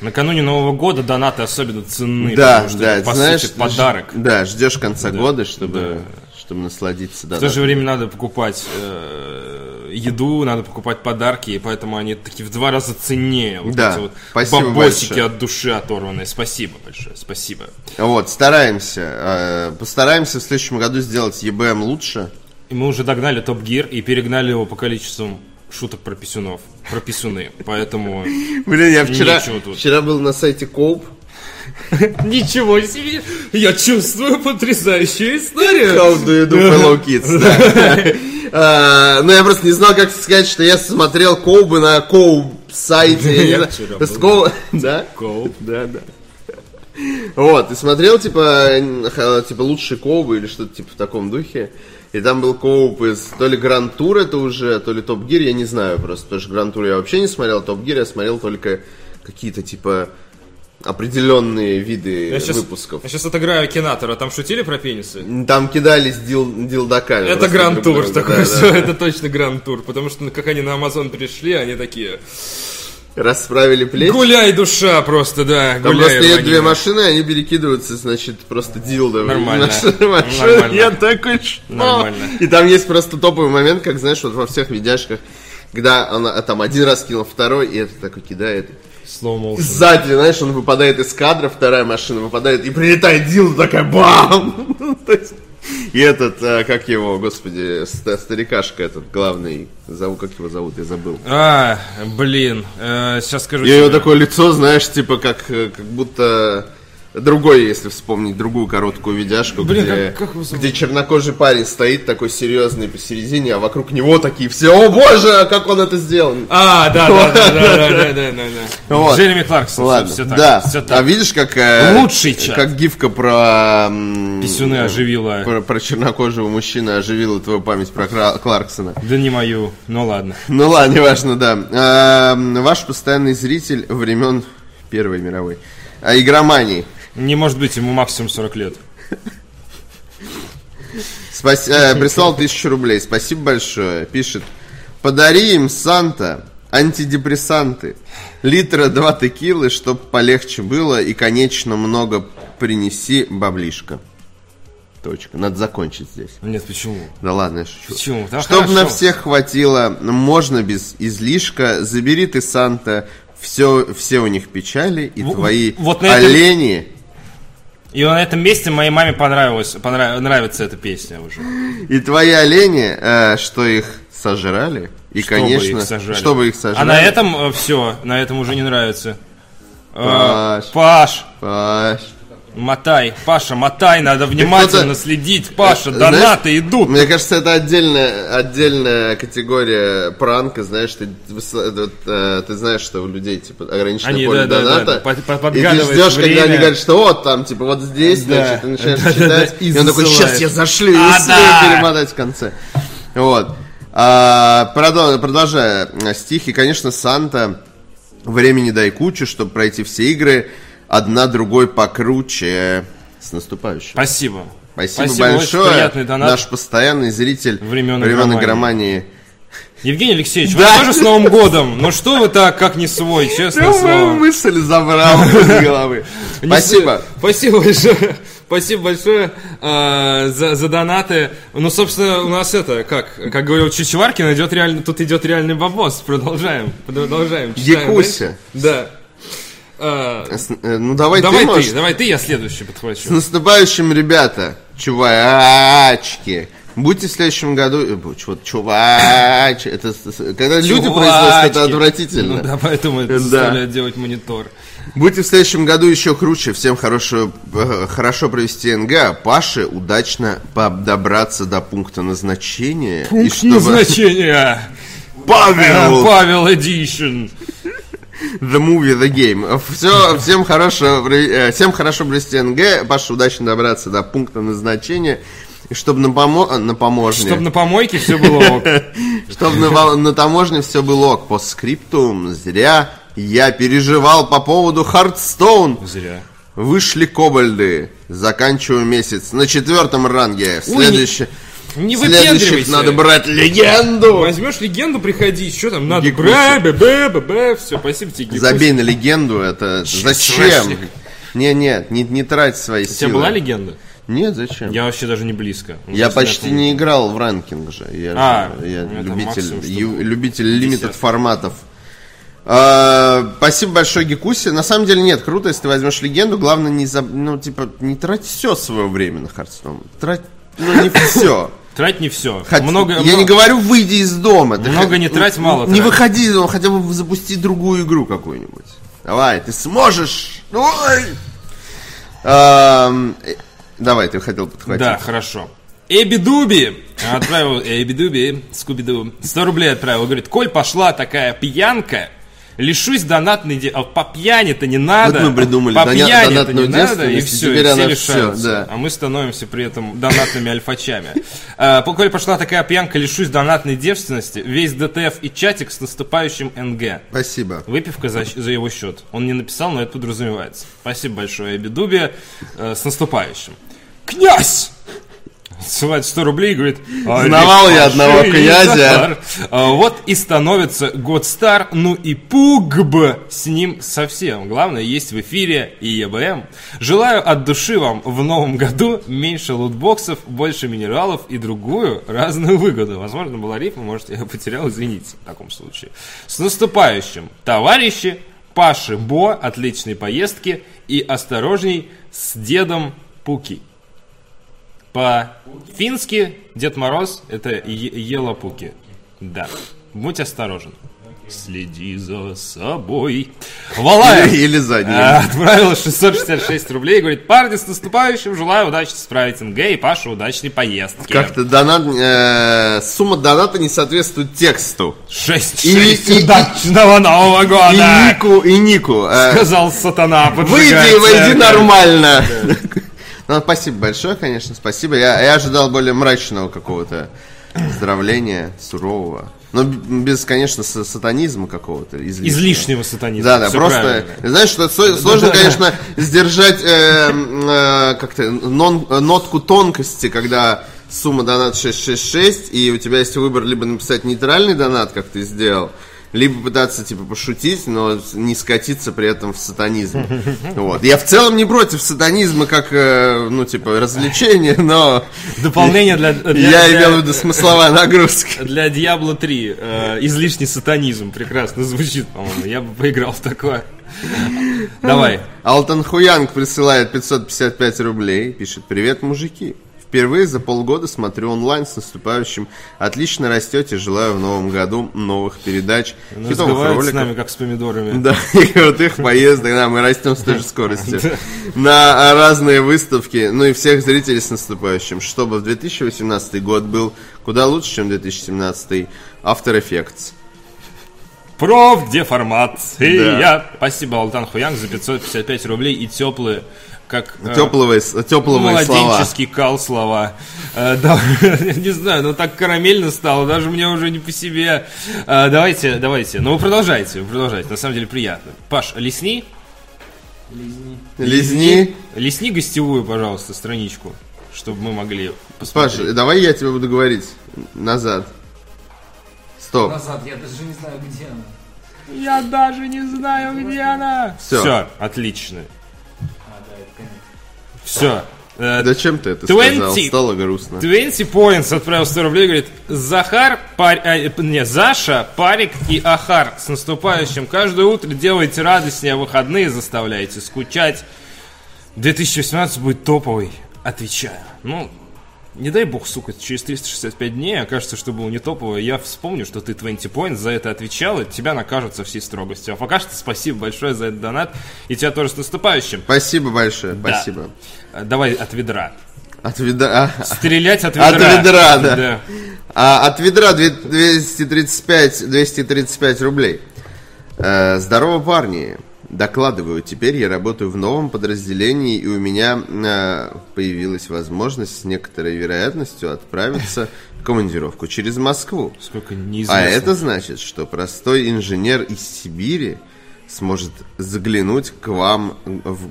[SPEAKER 1] Накануне Нового года донаты особенно ценны,
[SPEAKER 2] Да,
[SPEAKER 1] потому что
[SPEAKER 2] да,
[SPEAKER 1] это, по
[SPEAKER 2] знаешь,
[SPEAKER 1] сути, подарок.
[SPEAKER 2] ж- да, ждешь конца года, чтобы, чтобы насладиться. Да,
[SPEAKER 1] В то
[SPEAKER 2] да.
[SPEAKER 1] же время надо покупать э, еду, надо покупать подарки, и поэтому они такие в два раза ценнее. Вот
[SPEAKER 2] Да,
[SPEAKER 1] эти вот
[SPEAKER 2] спасибо
[SPEAKER 1] бабосики
[SPEAKER 2] большое.
[SPEAKER 1] от души оторванные. Спасибо большое, спасибо.
[SPEAKER 2] Вот, стараемся. э, Постараемся в следующем году сделать ЕБМ лучше.
[SPEAKER 1] И мы уже догнали Топ Гир и перегнали его по количеству шуток про писюнов, про писюны. Поэтому...
[SPEAKER 2] Блин, я вчера,
[SPEAKER 1] Нечего тут.
[SPEAKER 2] вчера был на сайте Коуп.
[SPEAKER 1] Ничего себе! Я чувствую потрясающую историю!
[SPEAKER 2] How do you do, fellow kids? Да. А, Ну, я просто не знал, как сказать, что я смотрел Коубы на Коуб сайте.
[SPEAKER 1] Я
[SPEAKER 2] Я не
[SPEAKER 1] вчера
[SPEAKER 2] знаю. С
[SPEAKER 1] был.
[SPEAKER 2] Коу- Да?
[SPEAKER 1] Коуп.
[SPEAKER 2] Да, да. Вот, и смотрел, типа, н- х- типа лучшие Коубы или что-то типа в таком духе. И там был Коуп из то ли Гранд Тур это уже, то ли Топ Гир, я не знаю просто, потому что Гранд Тур я вообще не смотрел, Топ Гир я смотрел только какие-то типа определенные виды
[SPEAKER 1] Я сейчас,
[SPEAKER 2] выпусков.
[SPEAKER 1] я сейчас отыграю Акинатора. Там шутили про пенисы?
[SPEAKER 2] Там кидались дил, дилдаками.
[SPEAKER 1] Это
[SPEAKER 2] просто
[SPEAKER 1] Гранд
[SPEAKER 2] друг другу,
[SPEAKER 1] Тур такой,
[SPEAKER 2] да, да.
[SPEAKER 1] все, это точно Гранд Тур, потому что ну, как они на Амазон пришли, они такие...
[SPEAKER 2] Расправили плечи.
[SPEAKER 1] Гуляй, душа, просто, да.
[SPEAKER 2] Там
[SPEAKER 1] гуляй,
[SPEAKER 2] просто едут
[SPEAKER 1] Ирванина.
[SPEAKER 2] две машины, они перекидываются, значит, просто дилдо.
[SPEAKER 1] Нормально. Нормально.
[SPEAKER 2] Нормально. Я такой, что?
[SPEAKER 1] Нормально.
[SPEAKER 2] И там есть просто топовый момент, как, знаешь, вот во всех видяшках, когда она а там один раз кинул второй, и это такой кидает.
[SPEAKER 1] Slow motion.
[SPEAKER 2] Сзади, знаешь, он выпадает из кадра, вторая машина выпадает, и прилетает дилдо, такая бам! Ну, то есть, И этот, а, как его, господи, ста- старикашка этот, главный, зову, как его зовут, я забыл.
[SPEAKER 1] А, блин, э, сейчас скажу.
[SPEAKER 2] И у
[SPEAKER 1] тебе.
[SPEAKER 2] него такое лицо, знаешь, типа как, э, как будто другой, если вспомнить другую короткую видяшку,
[SPEAKER 1] Блин,
[SPEAKER 2] где,
[SPEAKER 1] как- как его зовут?
[SPEAKER 2] где чернокожий парень стоит такой серьезный посередине, а вокруг него такие все, о боже, а как он это сделал?
[SPEAKER 1] А, да, да, да, да, да, да, да, да, да.
[SPEAKER 2] Вот.
[SPEAKER 1] Джереми Кларксон.
[SPEAKER 2] Ладно,
[SPEAKER 1] все так,
[SPEAKER 2] да.
[SPEAKER 1] всё
[SPEAKER 2] А
[SPEAKER 1] так.
[SPEAKER 2] видишь, как э,
[SPEAKER 1] Лучший чат.
[SPEAKER 2] как гифка про м,
[SPEAKER 1] Писюны оживила.
[SPEAKER 2] про, про чернокожего мужчину оживила твою память про Кра- Кларксона.
[SPEAKER 1] Да не мою, ну ладно.
[SPEAKER 2] Ну ладно, неважно, да. А, м, ваш постоянный зритель времен Первой мировой. А, игромании.
[SPEAKER 1] Не может быть, ему максимум 40 лет.
[SPEAKER 2] Спас- э, прислал тысячу рублей. Спасибо большое. Пишет. Подари им Санта антидепрессанты. Литра два текилы, чтоб полегче было. И, конечно, много принеси баблишка. Точка. Надо закончить здесь.
[SPEAKER 1] Нет, почему?
[SPEAKER 2] Да ладно, я шучу.
[SPEAKER 1] Почему? Да
[SPEAKER 2] Чтоб на
[SPEAKER 1] хорошо.
[SPEAKER 2] всех хватило, можно без излишка. Забери ты, Санта, все, все у них печали, и
[SPEAKER 1] В-
[SPEAKER 2] твои
[SPEAKER 1] вот на этом-
[SPEAKER 2] олени...
[SPEAKER 1] И на этом месте моей маме понравилось, понрав- нравится эта песня уже.
[SPEAKER 2] И твои олени, э, что их сожрали, и,
[SPEAKER 1] Чтобы
[SPEAKER 2] конечно,
[SPEAKER 1] их сажали.
[SPEAKER 2] чтобы их сожрали.
[SPEAKER 1] А на этом все, на этом уже не нравится. Э,
[SPEAKER 2] Паш.
[SPEAKER 1] Паш,
[SPEAKER 2] Паш.
[SPEAKER 1] мотай, Паша, мотай, надо внимательно
[SPEAKER 2] кто-то-
[SPEAKER 1] следить, Паша,
[SPEAKER 2] Э,
[SPEAKER 1] донаты
[SPEAKER 2] знаешь,
[SPEAKER 1] идут.
[SPEAKER 2] Мне кажется, это отдельная, отдельная категория пранка, знаешь, ты, выс- э, вот, э, ты знаешь, что у людей, типа, ограниченное
[SPEAKER 1] Они,
[SPEAKER 2] поле
[SPEAKER 1] да, да, да,
[SPEAKER 2] доната,
[SPEAKER 1] да, под- под-
[SPEAKER 2] и ты
[SPEAKER 1] подгадываешь
[SPEAKER 2] ждешь, когда они
[SPEAKER 1] время.
[SPEAKER 2] говорят, что вот там, типа, вот здесь,
[SPEAKER 1] Да.
[SPEAKER 2] значит, ты начинаешь
[SPEAKER 1] Да, да,
[SPEAKER 2] читать,
[SPEAKER 1] да, и
[SPEAKER 2] и он такой,
[SPEAKER 1] засылаешь.
[SPEAKER 2] сейчас я зашлю, и
[SPEAKER 1] А,
[SPEAKER 2] успею
[SPEAKER 1] да.
[SPEAKER 2] перемотать в конце. Вот. А, продо- продолжая э, стихи, конечно, Санта времени дай кучу, чтобы пройти все игры, одна другой покруче. С наступающим.
[SPEAKER 1] Спасибо.
[SPEAKER 2] Спасибо,
[SPEAKER 1] очень
[SPEAKER 2] большое.
[SPEAKER 1] приятный донат.
[SPEAKER 2] Наш постоянный зритель
[SPEAKER 1] Времен
[SPEAKER 2] времен
[SPEAKER 1] игромании.
[SPEAKER 2] игромании.
[SPEAKER 1] Евгений Алексеевич,
[SPEAKER 2] Да.
[SPEAKER 1] вы тоже с Новым годом. Ну что вы так, как не свой, честное
[SPEAKER 2] Мою
[SPEAKER 1] слово.
[SPEAKER 2] мысль забрал из головы.
[SPEAKER 1] Не
[SPEAKER 2] Спасибо.
[SPEAKER 1] с- Спасибо большое. Спасибо большое э, за, за донаты. Ну, собственно, у нас это, как, как говорил Чичеваркин, идет реально, тут идет реальный бабос. Продолжаем, продолжаем. читаем
[SPEAKER 2] Якуся.
[SPEAKER 1] дальше. Да. Э,
[SPEAKER 2] С- э, Ну давай,
[SPEAKER 1] давай ты,
[SPEAKER 2] ты можешь.
[SPEAKER 1] давай ты, я следующий
[SPEAKER 2] С
[SPEAKER 1] подхвачу.
[SPEAKER 2] наступающим, ребята, чувачки. Будьте в следующем году... э, бу- чё- Чувач... Это, с- с- когда люди произносят, это
[SPEAKER 1] Чувачки.
[SPEAKER 2] отвратительно.
[SPEAKER 1] Ну да, поэтому это
[SPEAKER 2] Да.
[SPEAKER 1] заставляет делать монитор.
[SPEAKER 2] Будьте в следующем году еще круче. Всем хорошего, э, хорошо провести НГ. а Паше удачно по- добраться до пункта назначения. и
[SPEAKER 1] Пункт
[SPEAKER 2] чтобы- А
[SPEAKER 1] назначения.
[SPEAKER 2] Павел!
[SPEAKER 1] Павел Эдишн.
[SPEAKER 2] The movie, the game. Все, всем хорошо, при- э, всем хорошо провести НГ. Паша, удачно добраться до пункта назначения. И чтобы на, помо... э, на поможне.
[SPEAKER 1] Чтобы на помойке все было ок.
[SPEAKER 2] Чтобы на, во- на таможне все было ок. По скрипту зря я переживал по поводу Хардстоун.
[SPEAKER 1] Зря.
[SPEAKER 2] Вышли кобальды. Заканчиваю месяц. На четвертом ранге. В
[SPEAKER 1] Ой, не-
[SPEAKER 2] следующем...
[SPEAKER 1] не
[SPEAKER 2] в следующих
[SPEAKER 1] выпендривайся.
[SPEAKER 2] надо брать легенду.
[SPEAKER 1] Возьмешь легенду, приходи, что там надо?
[SPEAKER 2] Гекуси.
[SPEAKER 1] Бра, бе, бе, бе, бе, все, спасибо тебе, Гекуси.
[SPEAKER 2] Забей на легенду. Это зачем?
[SPEAKER 1] страшно.
[SPEAKER 2] Не, не, не, не трать свои
[SPEAKER 1] У тебя
[SPEAKER 2] силы.
[SPEAKER 1] была легенда?
[SPEAKER 2] Нет, зачем?
[SPEAKER 1] Я вообще даже не близко.
[SPEAKER 2] Я
[SPEAKER 1] Честно,
[SPEAKER 2] почти
[SPEAKER 1] я помню.
[SPEAKER 2] не играл в ранкинг же. Я,
[SPEAKER 1] А,
[SPEAKER 2] же- я
[SPEAKER 1] ну, это
[SPEAKER 2] любитель,
[SPEAKER 1] максимум, что
[SPEAKER 2] ю-
[SPEAKER 1] было.
[SPEAKER 2] любитель лимитед
[SPEAKER 1] Десятка.
[SPEAKER 2] форматов. А, спасибо большое, Гекуси. На самом деле нет, круто, если ты возьмешь легенду. Главное, не заб- ну, типа, не трать все свое время на Хардстоун. Трать, ну, не все.
[SPEAKER 1] Трать не все.
[SPEAKER 2] Хоть-
[SPEAKER 1] много,
[SPEAKER 2] я
[SPEAKER 1] много-
[SPEAKER 2] не говорю, выйди из дома. Ты
[SPEAKER 1] Много
[SPEAKER 2] хо-
[SPEAKER 1] не трать, мало
[SPEAKER 2] Не
[SPEAKER 1] трать.
[SPEAKER 2] выходи из дома, хотя бы запусти другую игру какую-нибудь. Давай, ты сможешь. Ой! Ам, э, давай, ты хотел подхватить.
[SPEAKER 1] Да, хорошо. Эби Дуби отправил Эби Дуби, Скуби Ду, 100 рублей отправил. Говорит, Коль, пошла такая пьянка, лишусь донатной де... а по пьяни-то не надо.
[SPEAKER 2] Вот мы придумали
[SPEAKER 1] по
[SPEAKER 2] доня-
[SPEAKER 1] пьяни-то не
[SPEAKER 2] донатную
[SPEAKER 1] надо, и
[SPEAKER 2] девственность, и
[SPEAKER 1] все, и
[SPEAKER 2] теперь
[SPEAKER 1] все
[SPEAKER 2] она
[SPEAKER 1] лишаются.
[SPEAKER 2] всё, да.
[SPEAKER 1] А мы становимся при этом донатными альфачами. А, по- Коль, пошла такая пьянка, лишусь донатной девственности, весь ДТФ и чатик с наступающим НГ.
[SPEAKER 2] Спасибо.
[SPEAKER 1] Выпивка за, за его счет. Он не написал, но это подразумевается. Спасибо большое, Эбидубе. С наступающим. э, Князь! отсылает 100 рублей и говорит... «А, «Арик,
[SPEAKER 2] Знавал я одного
[SPEAKER 1] пошли за
[SPEAKER 2] князя».
[SPEAKER 1] тар». А Вот и становится Годстар, ну и пугб с ним совсем. Главное, есть в эфире и ЕБМ. Желаю от души вам в новом году меньше лутбоксов, больше минералов и другую разную выгоду. Возможно, была рифма, может, я её потерял, извините в таком случае. С наступающим, товарищи! Паши Бо, отличной поездки и осторожней с дедом Пуки. По-фински Дед Мороз это е- елапуки. Да. Будь осторожен. Следи за собой. Валаев
[SPEAKER 2] Или за ним.
[SPEAKER 1] э, отправил 666 рублей и говорит, парни, с наступающим, желаю удачи справить НГ и Паша удачной поездки.
[SPEAKER 2] Как-то донат, э, сумма доната не соответствует тексту.
[SPEAKER 1] 6
[SPEAKER 2] И- и-
[SPEAKER 1] удачного Нового
[SPEAKER 2] И
[SPEAKER 1] года!
[SPEAKER 2] Нику, и Нику. э,
[SPEAKER 1] Сказал сатана,
[SPEAKER 2] Выйди и
[SPEAKER 1] поджигая
[SPEAKER 2] войди
[SPEAKER 1] церковь.
[SPEAKER 2] нормально. Ну, спасибо большое, конечно, спасибо. Я, я ожидал более мрачного какого-то поздравления, сурового. Но б- без, конечно, с- сатанизма какого-то. Излишнего.
[SPEAKER 1] Излишнего сатанизма.
[SPEAKER 2] Да, да,
[SPEAKER 1] Всё
[SPEAKER 2] просто,
[SPEAKER 1] правильно.
[SPEAKER 2] знаешь, что со- сложно, конечно, сдержать э, м, э, как-то нон- э, нотку тонкости, когда сумма донат 666, и у тебя есть выбор либо написать нейтральный донат, как ты сделал, либо пытаться, типа, пошутить, но не скатиться при этом в сатанизм. Вот. Я в целом не против сатанизма как, э, ну, типа, развлечения, но
[SPEAKER 1] Дополнение для... для-
[SPEAKER 2] я
[SPEAKER 1] для-
[SPEAKER 2] имел в виду смысловая нагрузка.
[SPEAKER 1] Для Diablo 3 э, излишний сатанизм прекрасно звучит, по-моему. Я бы поиграл в такое. Давай.
[SPEAKER 2] Алтан Хуянг присылает 555 рублей, пишет «Привет, мужики». Впервые за полгода смотрю онлайн с наступающим. Отлично растете. Желаю в новом году новых передач, хитовых
[SPEAKER 1] Разговаривать с
[SPEAKER 2] роликов.
[SPEAKER 1] нами, как с помидорами.
[SPEAKER 2] Да, и крутых поездок. Да, мы растем с той же скоростью. На разные выставки. Ну и всех зрителей с наступающим. Чтобы в 2018 год был куда лучше, чем 2017. After Effects.
[SPEAKER 1] Профдеформация. А, Спасибо, Алтан Хуянг, за 555 рублей и теплые, как... э,
[SPEAKER 2] Теплые, с- теплые слова.
[SPEAKER 1] Младенческий кал слова. Э, да, не знаю, но так карамельно стало, даже мне уже не по себе. Э, давайте, давайте. Ну, вы продолжайте, вы продолжайте. На самом деле приятно. Паш, лесни.
[SPEAKER 2] Лизни.
[SPEAKER 1] Лесни гостевую, пожалуйста, страничку, чтобы мы могли
[SPEAKER 2] Паш,
[SPEAKER 1] посмотреть.
[SPEAKER 2] давай я тебе буду говорить. Назад. Стоп.
[SPEAKER 5] Назад, я даже не знаю, где она.
[SPEAKER 1] Я даже не знаю, где она.
[SPEAKER 2] Всё.
[SPEAKER 1] Все, отлично. Все. Э,
[SPEAKER 2] Зачем ты это
[SPEAKER 1] 20.
[SPEAKER 2] сказал? Стало грустно.
[SPEAKER 1] 20 points отправил 100 рублей, говорит, Захар, пар... а, э, не, Заша, Парик и Ахар с наступающим. Каждое утро делайте радостнее а выходные, заставляете скучать. 2018 будет топовый, отвечаю. Ну, не дай бог, сука, через 365 дней окажется, что был не топовый. Я вспомню, что ты 20 points за это отвечал, и тебя накажут со всей строгостью. А пока что спасибо большое за этот донат, и тебя тоже с наступающим.
[SPEAKER 2] Спасибо большое,
[SPEAKER 1] Да.
[SPEAKER 2] спасибо.
[SPEAKER 1] А, Давай от ведра.
[SPEAKER 2] От ведра... а,
[SPEAKER 1] Стрелять от ведра.
[SPEAKER 2] От ведра, да.
[SPEAKER 1] да.
[SPEAKER 2] а, от ведра две- 235, 235 рублей. Э, Здорово, парни. Докладываю, теперь я работаю в новом подразделении, и у меня э, появилась возможность с некоторой вероятностью отправиться в командировку через Москву.
[SPEAKER 1] Сколько
[SPEAKER 2] А
[SPEAKER 1] неизвестно.
[SPEAKER 2] это значит, что простой инженер из Сибири сможет заглянуть к вам в,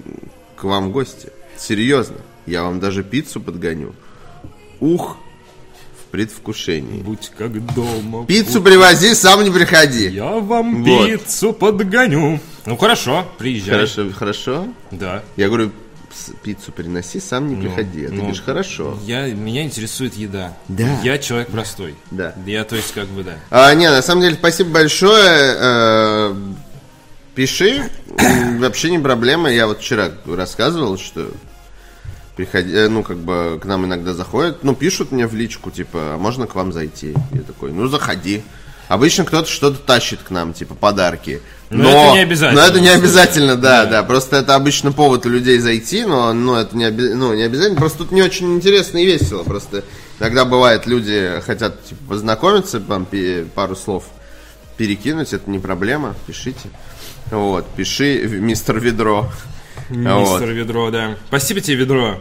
[SPEAKER 2] к вам в гости. Серьезно, я вам даже пиццу подгоню. Ух, в предвкушении.
[SPEAKER 1] Будь как дома.
[SPEAKER 2] Пиццу привози, сам не приходи.
[SPEAKER 1] Я вам
[SPEAKER 2] Вот.
[SPEAKER 1] пиццу подгоню. Ну хорошо, приезжай.
[SPEAKER 2] Хорошо, хорошо.
[SPEAKER 1] Да.
[SPEAKER 2] Я говорю, «С- пиццу приноси, сам не приходи. А ты
[SPEAKER 1] ну.
[SPEAKER 2] говоришь, хорошо.
[SPEAKER 1] Я, меня интересует еда.
[SPEAKER 2] Да.
[SPEAKER 1] Я человек простой.
[SPEAKER 2] Да.
[SPEAKER 1] Я, то есть, как бы, да.
[SPEAKER 2] А, не, на самом деле, спасибо большое. Э, пиши. М, Вообще не проблема. Я вот вчера рассказывал, что приходи, э, ну, как бы к нам иногда заходят. Ну, пишут мне в личку, типа, «А можно к вам зайти? Я такой, ну, заходи. Обычно кто-то что-то тащит к нам, типа подарки.
[SPEAKER 1] Но это не обязательно.
[SPEAKER 2] Но это не обязательно, да, да, Просто это обычно повод у людей зайти, но ну, это не, оби- ну, не обязательно. Просто тут не очень интересно и весело. Просто иногда бывает, люди хотят типа, познакомиться, там, пе- пару слов перекинуть, это не проблема, пишите. Вот, пиши, в- мистер Ведро.
[SPEAKER 1] Мистер
[SPEAKER 2] А Вот, А,
[SPEAKER 1] Ведро, да. Спасибо тебе, Ведро.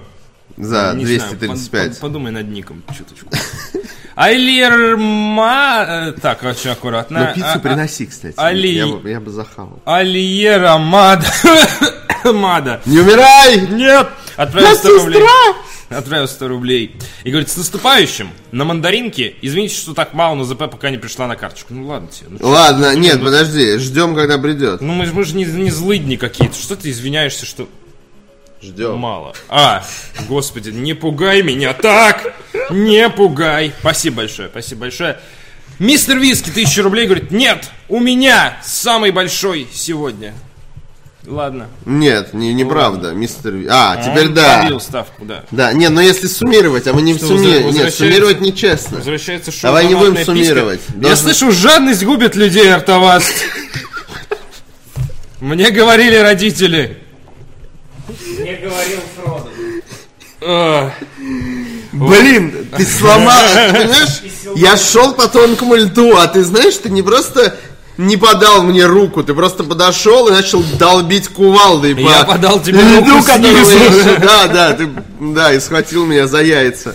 [SPEAKER 2] за
[SPEAKER 1] Не знаю, пон-
[SPEAKER 2] 235.
[SPEAKER 1] пон- подумай над ником чуточку. Айлерма... э, Так, очень аккуратно.
[SPEAKER 2] Но пиццу
[SPEAKER 1] А- а-
[SPEAKER 2] приноси, кстати.
[SPEAKER 1] Али.
[SPEAKER 2] Я бы, я бы захавал.
[SPEAKER 1] Альера Мада. Мада.
[SPEAKER 2] Не умирай!
[SPEAKER 1] Нет! Отправил 100 рублей. Отправил 100 рублей. И говорит, с наступающим, на мандаринке. Извините, что так мало, но ЗП пока не пришла на карточку. Ну ладно тебе. Ну, чё?
[SPEAKER 2] Ладно, нет, подожди, ждем, когда придет.
[SPEAKER 1] Ну мы, же- мы же не, не злыдни какие-то. Что ты извиняешься, что
[SPEAKER 2] Ждем.
[SPEAKER 1] мало? А, господи, не пугай меня так! Не пугай! Спасибо большое, спасибо большое. Мистер Виски, тысяча рублей, говорит, нет, у меня самый большой сегодня. Ладно.
[SPEAKER 2] Нет, не, неправда, мистер... Ви- А, теперь
[SPEAKER 1] Он
[SPEAKER 2] да.
[SPEAKER 1] пробил ставку, да.
[SPEAKER 2] Да, не, но если суммировать, а мы не
[SPEAKER 1] Что,
[SPEAKER 2] суммируем. Нет,
[SPEAKER 1] возвращается?
[SPEAKER 2] суммировать нечестно.
[SPEAKER 1] Возвращается шоу
[SPEAKER 2] Давай не будем
[SPEAKER 1] «Томатная
[SPEAKER 2] суммировать.
[SPEAKER 1] писька». Я
[SPEAKER 2] Должен-
[SPEAKER 1] слышу, жадность губит людей, Артоваст. Мне говорили родители.
[SPEAKER 5] Мне говорил Фродо.
[SPEAKER 1] А,
[SPEAKER 2] Блин, ты сломал, понимаешь? Я шел по тонкому льду, а ты знаешь, ты не просто не подал мне руку, ты просто подошел и начал долбить кувалдой по
[SPEAKER 1] Я подал тебе
[SPEAKER 2] льду,
[SPEAKER 1] руку
[SPEAKER 2] который
[SPEAKER 1] снизу.
[SPEAKER 2] еще- Да, да, ты, да, и схватил меня за яйца.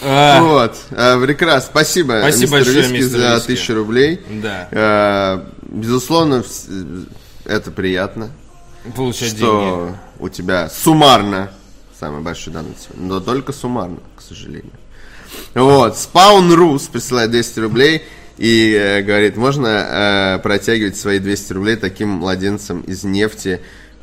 [SPEAKER 1] а,
[SPEAKER 2] Вот, а, прекрасно, спасибо,
[SPEAKER 1] Спасибо
[SPEAKER 2] мистер
[SPEAKER 1] большое,
[SPEAKER 2] Виски,
[SPEAKER 1] мистер
[SPEAKER 2] за
[SPEAKER 1] Виски.
[SPEAKER 2] тысячу рублей.
[SPEAKER 1] Да,
[SPEAKER 2] А, Безусловно, вс- это приятно,
[SPEAKER 1] получать деньги.
[SPEAKER 2] что у тебя суммарно самый большой донат, сегодня, но только суммарно, к сожалению. Вот, Spawn Rus присылает 200 рублей и э, говорит, можно э, протягивать свои 200 рублей таким младенцем из нефти,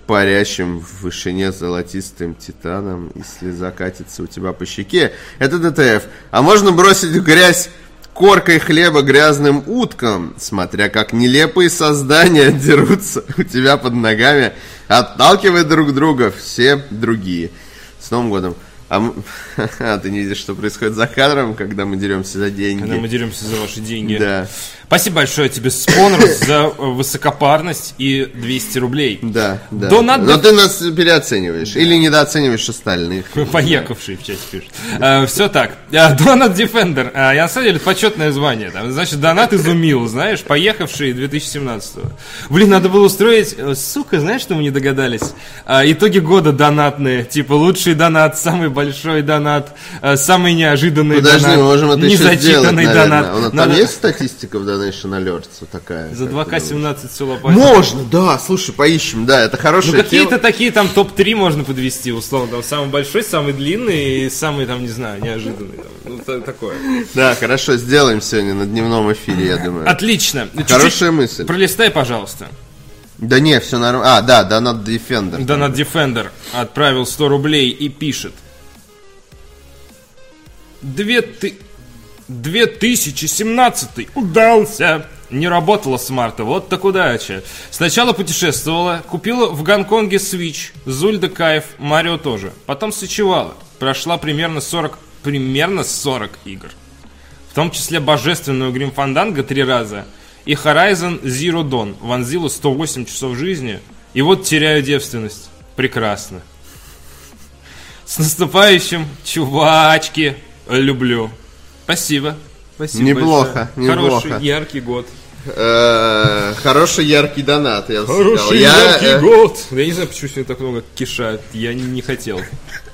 [SPEAKER 2] парящим в вышине золотистым титаном, и слеза катится у тебя по щеке. Это ДТФ. А можно бросить в грязь коркой хлеба грязным уткам, смотря как нелепые создания дерутся у тебя под ногами, отталкивая друг друга все другие. С Новым годом. А м- а ты не видишь, что происходит за кадром, когда мы деремся за деньги.
[SPEAKER 1] Когда мы деремся за ваши деньги.
[SPEAKER 2] Да.
[SPEAKER 1] Спасибо большое тебе, спонсор, за э, высокопарность и 200 рублей.
[SPEAKER 2] Да, да.
[SPEAKER 1] Донат-
[SPEAKER 2] Но ты нас переоцениваешь или недооцениваешь остальных.
[SPEAKER 1] Хм, Поехавший в чате пишет. все так. А, Донат Дефендер. А, я на самом деле это почетное звание. Там, значит, донат изумил, знаешь, поехавший 2017 Блин, надо было устроить... э, Сука, знаешь, что мы не догадались? А, итоги года донатные. Типа, лучший донат, самый большой донат, э, самый неожиданный
[SPEAKER 2] Подожди,
[SPEAKER 1] донат,
[SPEAKER 2] мы можем это еще сделать,
[SPEAKER 1] незачитанный
[SPEAKER 2] наверное.
[SPEAKER 1] донат.
[SPEAKER 2] У нас Там
[SPEAKER 1] Надо-
[SPEAKER 2] есть статистика в Donation Alerts такая?
[SPEAKER 1] За
[SPEAKER 2] как ты думаешь?
[SPEAKER 1] 2К17 все лопать.
[SPEAKER 2] Можно, да, слушай, поищем, да, это
[SPEAKER 1] Ну,
[SPEAKER 2] хорошая
[SPEAKER 1] какие-то
[SPEAKER 2] тема.
[SPEAKER 1] такие там топ-3 можно подвести, условно. Там самый большой, самый длинный и самый, там, не знаю, неожиданный. там. Ну, та- такое.
[SPEAKER 2] Да, хорошо, сделаем сегодня на дневном эфире, я думаю.
[SPEAKER 1] Отлично. а Ну, Чуть-чуть
[SPEAKER 2] Хорошая мысль.
[SPEAKER 1] Пролистай, пожалуйста.
[SPEAKER 2] Да не, все нормально. А, да, Donut Defender.
[SPEAKER 1] Донат Defender отправил 100 рублей и пишет. Две ты... 2017 удался. Не работала с марта, вот так удача. Сначала путешествовала, купила в Гонконге Switch, Зульда кайф, Марио тоже. Потом сочевала. Прошла примерно 40, примерно 40 игр. В том числе божественную Грим Фанданго три раза и Horizon Zero Dawn вонзила 108 часов жизни, и вот теряю девственность. Прекрасно. С наступающим, чувачки, люблю. Спасибо. Спасибо
[SPEAKER 2] Неплохо,
[SPEAKER 1] большое.
[SPEAKER 2] неплохо.
[SPEAKER 1] Хороший, яркий год.
[SPEAKER 2] Э, Хороший яркий донат, я бы сказал.
[SPEAKER 1] Хороший,
[SPEAKER 2] Я,
[SPEAKER 1] яркий
[SPEAKER 2] э,
[SPEAKER 1] год. Я не знаю, почему сегодня так много киша. Я не, не хотел.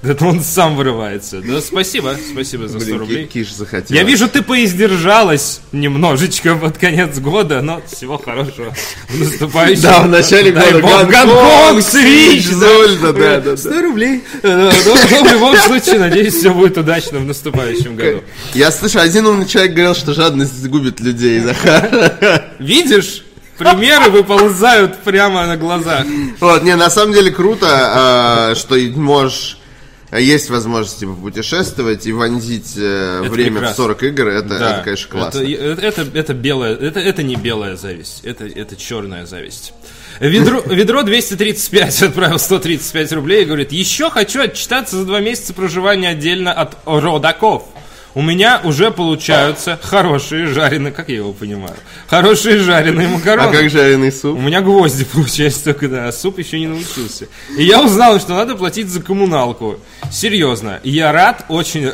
[SPEAKER 1] Это он сам вырывается. Да, спасибо, спасибо за 100
[SPEAKER 2] блин,
[SPEAKER 1] рублей.
[SPEAKER 2] Ки- Киш захотел.
[SPEAKER 1] Я вижу, ты поиздержалась немножечко под конец года, но всего хорошего. В наступающем.
[SPEAKER 2] Да, в начале
[SPEAKER 1] Дай
[SPEAKER 2] года.
[SPEAKER 1] бог, Гонконг, Свич,
[SPEAKER 2] Зольда, да, да, да.
[SPEAKER 1] 100 рублей. Э, Ну, ну, в любом случае, надеюсь, все будет удачно в наступающем году.
[SPEAKER 2] Я слышу, один умный человек говорил, что жадность губит людей, Захар.
[SPEAKER 1] Видишь? Примеры выползают прямо на глазах.
[SPEAKER 2] Вот, не, на самом деле круто, э, что и можешь э, есть возможность типа, путешествовать и вонзить э, время
[SPEAKER 1] прекрасно.
[SPEAKER 2] в 40 игр, это,
[SPEAKER 1] Да.
[SPEAKER 2] это, конечно, классно.
[SPEAKER 1] Это, э, это- это белая, это, это не белая зависть, это, это черная зависть. Ведро, ведро 235 отправил 135 рублей и говорит, еще хочу отчитаться за два месяца проживания отдельно от родаков. У меня уже получаются хорошие жареные, как я его понимаю, хорошие жареные макароны.
[SPEAKER 2] А как жареный
[SPEAKER 1] У
[SPEAKER 2] суп?
[SPEAKER 1] меня гвозди получается только, да, а суп еще не научился. И я узнал, что надо платить за коммуналку. Серьезно, я рад, очень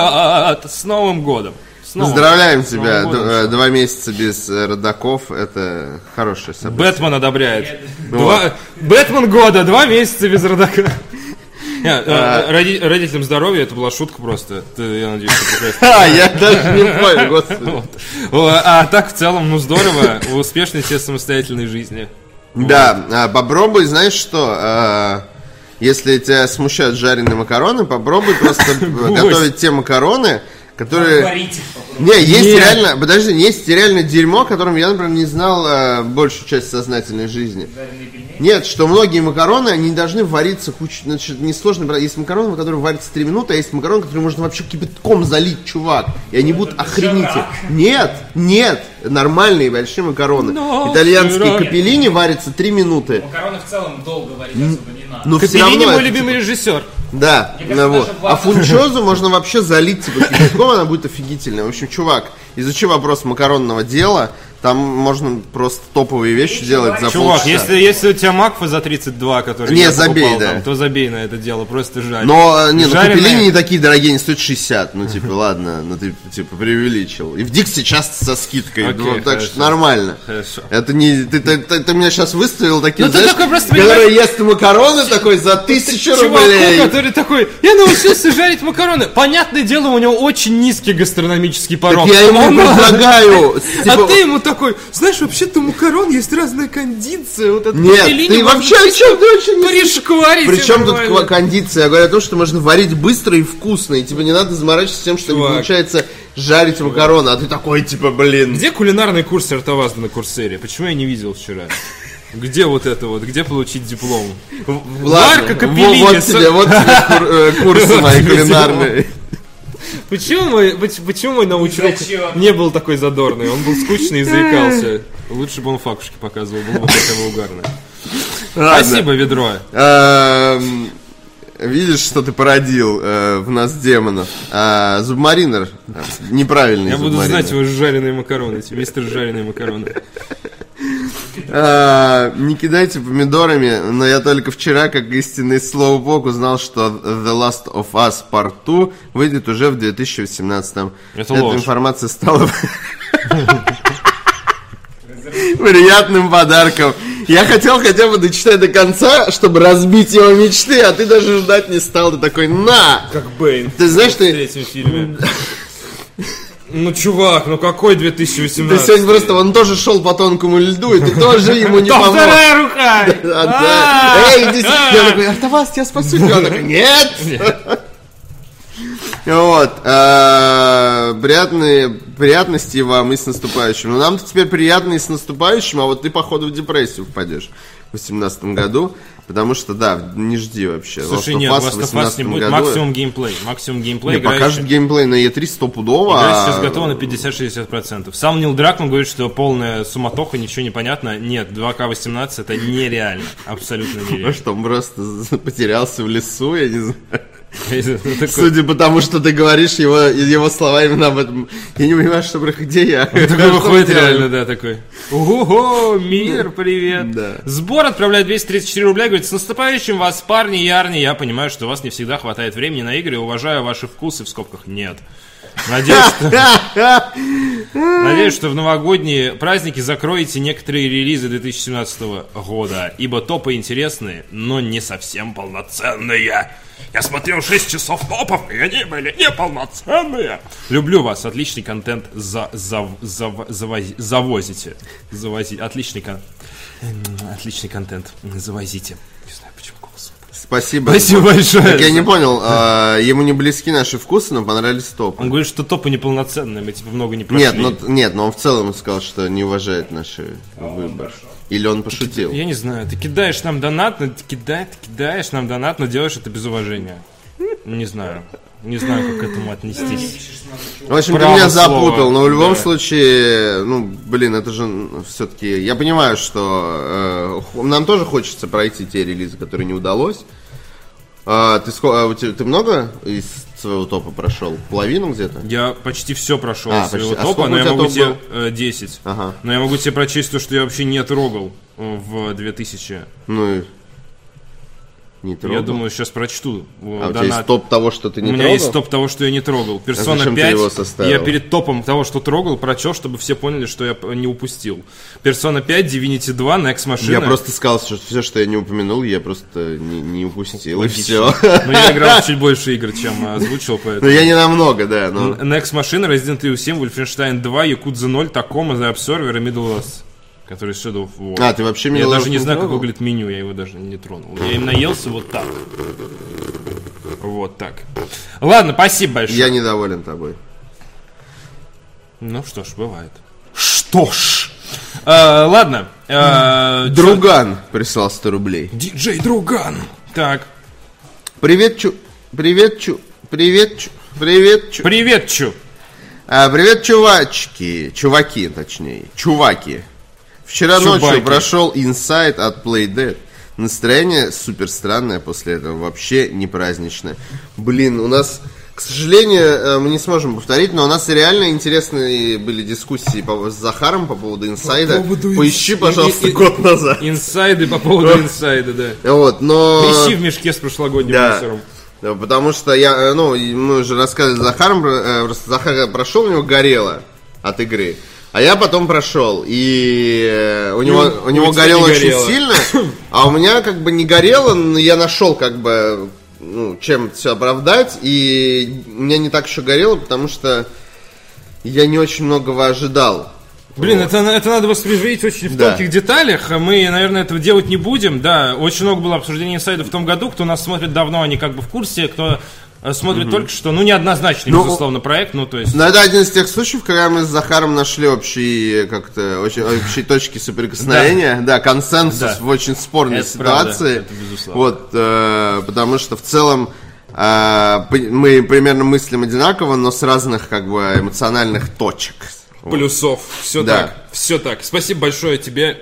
[SPEAKER 1] рад. С Новым годом. С Новым-
[SPEAKER 2] Поздравляем
[SPEAKER 1] Ну, с
[SPEAKER 2] тебя,
[SPEAKER 1] Новым годом.
[SPEAKER 2] Д- э, два месяца без э, родаков, это хорошее событие.
[SPEAKER 1] Бэтмен одобряет. Два- Бэтмен года, два месяца без родака. Не, э,
[SPEAKER 2] А.
[SPEAKER 1] роди- Родителям здоровья, это была шутка просто. Ты, я надеюсь, ты прекрасно.
[SPEAKER 2] Ха, А, я даже не понял, господи.
[SPEAKER 1] Вот. О, А так в целом, ну здорово, успешной тебе самостоятельной жизни.
[SPEAKER 2] Да, а, попробуй, знаешь что, а, Если тебя смущают жареные макароны, попробуй просто готовить те макароны,
[SPEAKER 1] Э.
[SPEAKER 2] которые...
[SPEAKER 5] Варить их попробуй.
[SPEAKER 2] Не, есть
[SPEAKER 1] Нет.
[SPEAKER 2] реально, подожди, есть реально дерьмо, о котором я, например, не знал э, большую часть сознательной жизни.
[SPEAKER 5] Жареные пельмени.
[SPEAKER 2] Нет, что многие макароны, они должны вариться кучу, ну, значит, несложно брать. Есть макароны, которые варятся 3 минуты, а есть макароны, которые можно вообще кипятком залить, чувак. И они будут охренительные.
[SPEAKER 5] жирак.
[SPEAKER 2] Нет, нет, нормальные большие макароны.
[SPEAKER 1] Но
[SPEAKER 2] Итальянские
[SPEAKER 1] жирак.
[SPEAKER 2] капеллини варятся 3 минуты.
[SPEAKER 5] Макароны Ну, в целом долго варить особо не надо.
[SPEAKER 1] ну,
[SPEAKER 2] Но все
[SPEAKER 1] Капеллини
[SPEAKER 2] равно
[SPEAKER 1] мой
[SPEAKER 2] это, типа
[SPEAKER 1] любимый режиссер.
[SPEAKER 2] Да,
[SPEAKER 5] Мне кажется,
[SPEAKER 2] ну вот.
[SPEAKER 5] даже
[SPEAKER 2] А
[SPEAKER 5] вату-
[SPEAKER 2] фунчозу можно вообще залить, типа, кипятком, она будет офигительная. В общем, чувак, изучи вопрос макаронного дела, там можно просто топовые вещи делать за
[SPEAKER 1] Чувак,
[SPEAKER 2] полчаса.
[SPEAKER 1] если, если у тебя макфа за 32, который
[SPEAKER 2] А Не,
[SPEAKER 1] я
[SPEAKER 2] забей,
[SPEAKER 1] покупал
[SPEAKER 2] да.
[SPEAKER 1] там, то забей на это дело, просто жаль.
[SPEAKER 2] Но, э, не, ну
[SPEAKER 1] Жареные.
[SPEAKER 2] капеллини не такие дорогие, не стоят 60. Ну, типа, ладно, ну ты, типа, преувеличил. И в Диксе часто со скидкой,
[SPEAKER 1] Окей,
[SPEAKER 2] ну, так
[SPEAKER 1] хорошо.
[SPEAKER 2] что нормально.
[SPEAKER 1] Хорошо.
[SPEAKER 2] Это не... Ты, ты- ты- ты меня сейчас выставил такие,
[SPEAKER 1] Ну, ты
[SPEAKER 2] знаешь,
[SPEAKER 1] такой просто,
[SPEAKER 2] который
[SPEAKER 1] понимаешь,
[SPEAKER 2] ест макароны такой за тысячу
[SPEAKER 1] Чуваку,
[SPEAKER 2] рублей.
[SPEAKER 1] который такой, я научился жарить макароны. Понятное дело, у него очень низкий гастрономический порог.
[SPEAKER 2] Так я ему
[SPEAKER 1] Он-
[SPEAKER 2] предлагаю.
[SPEAKER 1] А
[SPEAKER 2] типа,
[SPEAKER 1] ты ему такой, знаешь, вообще-то у макарон есть разная кондиция. Вот это
[SPEAKER 2] Нет,
[SPEAKER 1] капеллини
[SPEAKER 2] ты
[SPEAKER 1] можно
[SPEAKER 2] вообще о
[SPEAKER 1] чисто
[SPEAKER 2] чем ты очень не
[SPEAKER 1] пришкварить.
[SPEAKER 2] Причем тут
[SPEAKER 1] нормально.
[SPEAKER 2] ква- кондиция? Я говорю о том, что можно варить быстро и вкусно, и типа не надо заморачиваться тем, что не
[SPEAKER 1] Чувак.
[SPEAKER 2] получается жарить макароны, а ты такой типа, блин.
[SPEAKER 1] Где кулинарный курс Артовазда на Курсере? Почему я не видел вчера? Где вот это вот? Где получить диплом?
[SPEAKER 2] Ладно,
[SPEAKER 1] Марко
[SPEAKER 2] во-
[SPEAKER 1] Капеллини.
[SPEAKER 2] Вот тебе, вот тебе кур- э, курсы мои кулинарные.
[SPEAKER 1] Почему мой, поч- почему мой научрук
[SPEAKER 5] Зачем?
[SPEAKER 1] не был такой задорный? Он был скучный и заикался. Лучше бы он факушки показывал, было бы хотя бы угарно.
[SPEAKER 2] Ладно.
[SPEAKER 1] Спасибо, ведро.
[SPEAKER 2] Эм, Видишь, что ты породил э, в нас демонов. А, Зубмаринер. э, Неправильный
[SPEAKER 1] Я буду
[SPEAKER 2] зубмаринер.
[SPEAKER 1] знать его жареные макароны, эти мистер жареные макароны.
[SPEAKER 2] А, Не кидайте помидорами, но я только вчера, как истинный слоубок, узнал, что The Last of Us Part 2 выйдет уже в 2018.
[SPEAKER 1] Это
[SPEAKER 2] Эта
[SPEAKER 1] ложь.
[SPEAKER 2] информация стала приятным подарком. Я хотел хотя бы дочитать до конца, чтобы разбить его мечты, а ты даже ждать не стал. Ты такой, на!
[SPEAKER 1] Как Бэйн
[SPEAKER 2] Ты знаешь,
[SPEAKER 1] в
[SPEAKER 2] ты,
[SPEAKER 1] третьем фильме. Ну, чувак, ну какой
[SPEAKER 2] ты
[SPEAKER 1] 2018?
[SPEAKER 2] сегодня просто, он тоже шел по тонкому льду, и ты тоже ему не
[SPEAKER 1] Там
[SPEAKER 2] помог.
[SPEAKER 1] вторая рука!
[SPEAKER 2] А, да. Эй, иди сюда. Я такой, Артавас, я спасу тебя. Он такой, нет. Вот. а, Приятные приятности вам и с наступающим. Но нам-то теперь приятно и с наступающим, а вот ты, походу, в депрессию впадешь в 2018 году. Потому что, да, не жди вообще.
[SPEAKER 1] Слушай,
[SPEAKER 2] Last of
[SPEAKER 1] нет,
[SPEAKER 2] Us
[SPEAKER 1] Last of Us не
[SPEAKER 2] 18
[SPEAKER 1] будет.
[SPEAKER 2] году.
[SPEAKER 1] Максимум геймплей. Максимум геймплей.
[SPEAKER 2] Не, покажут
[SPEAKER 1] Играешь
[SPEAKER 2] геймплей на E3 стопудово. а-
[SPEAKER 1] сейчас готова на 50-60%. Сам Нил Дракман говорит, что полная суматоха, ничего не понятно. Нет, 2К18 это нереально. Абсолютно
[SPEAKER 2] Ну
[SPEAKER 1] нереально.
[SPEAKER 2] что, он просто потерялся в лесу, я не знаю.
[SPEAKER 1] Ну, такой,
[SPEAKER 2] Судя по тому, что ты говоришь его, его слова именно об этом, я не понимаю, что про- где я.
[SPEAKER 1] Такой
[SPEAKER 2] Что
[SPEAKER 1] выходит
[SPEAKER 2] мы делаем?
[SPEAKER 1] реально, да, такой. Ого, мир, привет.
[SPEAKER 2] Да.
[SPEAKER 1] Сбор отправляет 234 рубля, говорит, с наступающим вас, парни и арни, я понимаю, что у вас не всегда хватает времени на игры, уважаю ваши вкусы, в скобках, нет. Надеюсь, что, надеюсь, что в новогодние праздники закроете некоторые релизы 2017 года, ибо топы интересные, но не совсем полноценные. Я смотрел 6 часов топов, и они были неполноценные. Люблю вас, отличный контент за, зав- зав- завози- завозите. Завозите, отличный контент. Отличный контент. Завозите. Не знаю, почему голос.
[SPEAKER 2] Спасибо.
[SPEAKER 1] Спасибо большое.
[SPEAKER 2] Так я не понял, а, ему не близки наши вкусы, но понравились топы.
[SPEAKER 1] Он говорит, что топы неполноценные, мы типа много не прошли.
[SPEAKER 2] Нет, ну но, нет, но он в целом сказал, что не уважает наши
[SPEAKER 1] А
[SPEAKER 2] выборы. Или он пошутил.
[SPEAKER 1] Я не знаю, ты кидаешь нам донат, но ты кида- ты кидаешь нам донат, но делаешь это без уважения. Не знаю. Не знаю, как к этому отнестись.
[SPEAKER 2] В общем, ты
[SPEAKER 1] Право
[SPEAKER 2] меня
[SPEAKER 1] слова.
[SPEAKER 2] запутал, но в любом
[SPEAKER 1] Да.
[SPEAKER 2] случае, ну, блин, это же все-таки... Я понимаю, что э, х- нам тоже хочется пройти те релизы, которые не удалось. А, ты, ско- а у тебя- ты много из своего топа прошел? Половину где-то?
[SPEAKER 1] Я почти все прошел
[SPEAKER 2] А,
[SPEAKER 1] своего
[SPEAKER 2] почти. А
[SPEAKER 1] топа,
[SPEAKER 2] сколько
[SPEAKER 1] но
[SPEAKER 2] у
[SPEAKER 1] я
[SPEAKER 2] тебя
[SPEAKER 1] могу
[SPEAKER 2] топ
[SPEAKER 1] тебе э, 10.
[SPEAKER 2] Ага.
[SPEAKER 1] Но я могу тебе прочесть то, что я вообще не трогал э, в 2000.
[SPEAKER 2] Ну, и не трогал.
[SPEAKER 1] Я думаю, сейчас прочту э,
[SPEAKER 2] а у тебя есть
[SPEAKER 1] донат.
[SPEAKER 2] топ того, что ты не
[SPEAKER 1] у меня
[SPEAKER 2] трогал? А
[SPEAKER 1] есть топ того, что я не трогал. Персона
[SPEAKER 2] зачем ты
[SPEAKER 1] 5.
[SPEAKER 2] его составил?
[SPEAKER 1] Я перед топом того, что трогал, прочел, чтобы все поняли, что я э, не упустил. Персона 5, Divinity 2, Next Machine.
[SPEAKER 2] Я просто сказал, что все, что я не упомянул, я просто не, не упустил, и
[SPEAKER 1] Логично.
[SPEAKER 2] все.
[SPEAKER 1] Но Ну, я играл в чуть больше игр, чем э, озвучил,
[SPEAKER 2] Но
[SPEAKER 1] поэтому.
[SPEAKER 2] Ну, я не намного, да,
[SPEAKER 1] Ну,
[SPEAKER 2] но...
[SPEAKER 1] Next Machine, Resident Evil 7, Wolfenstein 2, Якудза 0, Такома, The Observer и Middle Earth. который из Shadow of War.
[SPEAKER 2] А, ты вообще
[SPEAKER 1] я
[SPEAKER 2] меня
[SPEAKER 1] даже не знаю, как выглядит меню, я его даже не тронул. Я им наелся вот так. Вот так. Ладно, спасибо большое.
[SPEAKER 2] Я недоволен тобой.
[SPEAKER 1] Ну что ж, бывает. Что ж. Э, ладно. э,
[SPEAKER 2] Друган прислал 100 рублей.
[SPEAKER 1] Диджей Друган. Так.
[SPEAKER 2] Привет, чу... Привет, чу... Привет, чу... Привет, чу...
[SPEAKER 1] Привет, Чу.
[SPEAKER 2] А, привет, чувачки. Чуваки, точнее. Чуваки. Вчера
[SPEAKER 1] Чубаки.
[SPEAKER 2] ночью прошел инсайт от Playdead. Настроение супер странное после этого. Вообще не праздничное. Блин, у нас... К сожалению, э, мы не сможем повторить, но у нас реально интересные были дискуссии по- с Захаром по поводу инсайда.
[SPEAKER 4] поводу
[SPEAKER 2] Поищи, пожалуйста,
[SPEAKER 1] и- и-
[SPEAKER 2] год назад.
[SPEAKER 1] Инсайды по поводу инсайда, да.
[SPEAKER 2] Вот, но...
[SPEAKER 1] Ищи в мешке с прошлогодним
[SPEAKER 2] Да.
[SPEAKER 1] мусором.
[SPEAKER 2] Да, потому что я, э, ну, и мы уже рассказывали с Захаром, э, просто Захар прошел, у него горело от игры. А я потом прошел, и э, у него, у него
[SPEAKER 1] тебя
[SPEAKER 2] горело
[SPEAKER 1] не
[SPEAKER 2] очень
[SPEAKER 1] горело.
[SPEAKER 2] сильно, а у меня как бы не горело, но я нашел как бы, ну, чем все оправдать, и у меня не так еще горело, потому что я не очень многого ожидал.
[SPEAKER 1] Блин, это, это надо воспроизводить очень в
[SPEAKER 2] Да.
[SPEAKER 1] тонких деталях. Мы, наверное, этого делать не будем. Да, очень много было обсуждений инсайдов в том году. Кто нас смотрит давно, они как бы в курсе. Кто э, смотрит только что, ну, неоднозначный,
[SPEAKER 2] Ну,
[SPEAKER 1] безусловно, проект. Ну, то есть...
[SPEAKER 2] Но это один из тех случаев, когда мы с Захаром нашли общие, как-то, очень- общие точки соприкосновения, да, консенсус
[SPEAKER 1] Да.
[SPEAKER 2] в очень спорной
[SPEAKER 1] Это правда,
[SPEAKER 2] ситуации.
[SPEAKER 1] это безусловно.
[SPEAKER 2] Вот, э, потому что в целом э, пон- мы примерно мыслим одинаково, но с разных как бы эмоциональных точек. Вот.
[SPEAKER 1] Плюсов. Все
[SPEAKER 2] Да.
[SPEAKER 1] так. Все так. Спасибо большое тебе.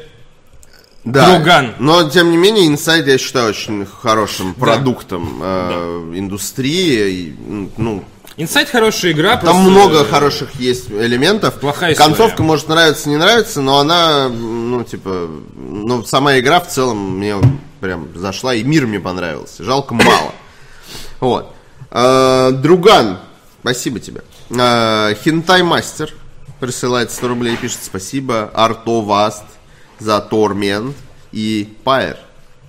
[SPEAKER 2] Да.
[SPEAKER 1] Друган.
[SPEAKER 2] Но, тем не менее, инсайд я считаю очень хорошим продуктом э, индустрии. и, ну,
[SPEAKER 1] Инсайд хорошая игра.
[SPEAKER 2] Там
[SPEAKER 1] просто,
[SPEAKER 2] много
[SPEAKER 1] э,
[SPEAKER 2] хороших есть элементов.
[SPEAKER 1] Плохая история.
[SPEAKER 2] Концовка может нравиться, не нравится, но она, ну, типа, ну, сама игра в целом мне прям зашла, и мир мне понравился. Жалко, мало. Вот. Э, Друган, спасибо тебе. Э, Хентай Мастер присылает 100 рублей и пишет спасибо. Арто Васт за Тормент и Пайер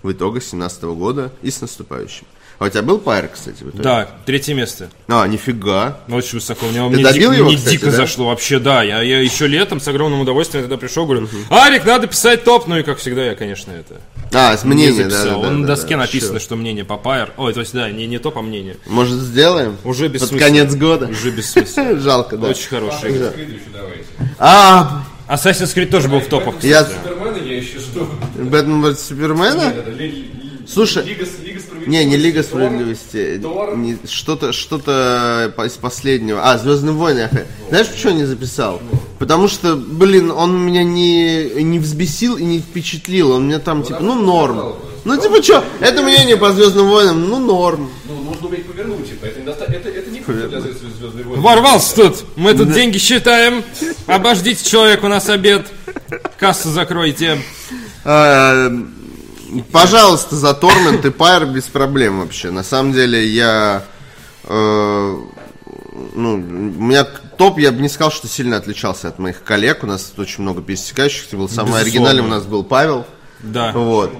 [SPEAKER 2] в итоге 17 года и с наступающим. А у тебя был Пайер, кстати, в итоге?
[SPEAKER 1] Да, третье место.
[SPEAKER 2] А, нифига.
[SPEAKER 1] Очень высоко. У него
[SPEAKER 2] Ты
[SPEAKER 1] мне,
[SPEAKER 2] добил
[SPEAKER 1] ди-
[SPEAKER 2] его,
[SPEAKER 1] мне
[SPEAKER 2] кстати,
[SPEAKER 1] дико
[SPEAKER 2] да?
[SPEAKER 1] зашло вообще, да. Я, я еще летом с огромным удовольствием тогда пришел, говорю, Арик, надо писать топ. Ну и как всегда, я, конечно, это
[SPEAKER 2] А, с
[SPEAKER 1] не
[SPEAKER 2] мнением, да, да,
[SPEAKER 1] записал.
[SPEAKER 2] да,
[SPEAKER 1] Он на
[SPEAKER 2] да,
[SPEAKER 1] доске
[SPEAKER 2] да,
[SPEAKER 1] написано,
[SPEAKER 2] всё.
[SPEAKER 1] что мнение по Пайер. Ой, то есть, да, не, не топ, а мнение.
[SPEAKER 2] Может, сделаем?
[SPEAKER 1] Уже
[SPEAKER 2] Под
[SPEAKER 1] бессмысленно.
[SPEAKER 2] конец года?
[SPEAKER 1] Уже бессмысленно.
[SPEAKER 2] Жалко, да.
[SPEAKER 1] Очень хорошая игра.
[SPEAKER 2] А,
[SPEAKER 1] Assassin's Creed тоже был в топах, кстати.
[SPEAKER 2] я...
[SPEAKER 6] Супермена я еще жду.
[SPEAKER 2] Бэтмен против Супермена?
[SPEAKER 6] Это ли- ли-
[SPEAKER 2] Слушай,
[SPEAKER 6] Лига, с- Лига справедливости.
[SPEAKER 2] Не, не Лига Справедливости.
[SPEAKER 6] Тор.
[SPEAKER 2] не- Что-то что-то по- из последнего. А, Звездные войны. ах, Знаешь, почему я не записал? Потому что, блин, он меня не, не взбесил и не впечатлил. Он меня там, типа, ну норм. Ну, типа, что, это мнение по Звездным войнам, ну норм.
[SPEAKER 6] Ну, нужно уметь повернуть, типа. Это, недоста- это, это не круто для зрителей «Звездных войн».
[SPEAKER 1] Ворвался тут. Мы тут деньги считаем. Обождите, человек, у нас обед. Кассу закройте.
[SPEAKER 2] Э, Пожалуйста, за Тормент и Пайр без проблем вообще. На самом деле я... э, ну, у меня топ, я бы не сказал, что сильно отличался от моих коллег. У нас тут очень много пересекающихся был.
[SPEAKER 1] Безусловно.
[SPEAKER 2] Самый оригинальный у нас был Павел.
[SPEAKER 1] Да.
[SPEAKER 2] Вот.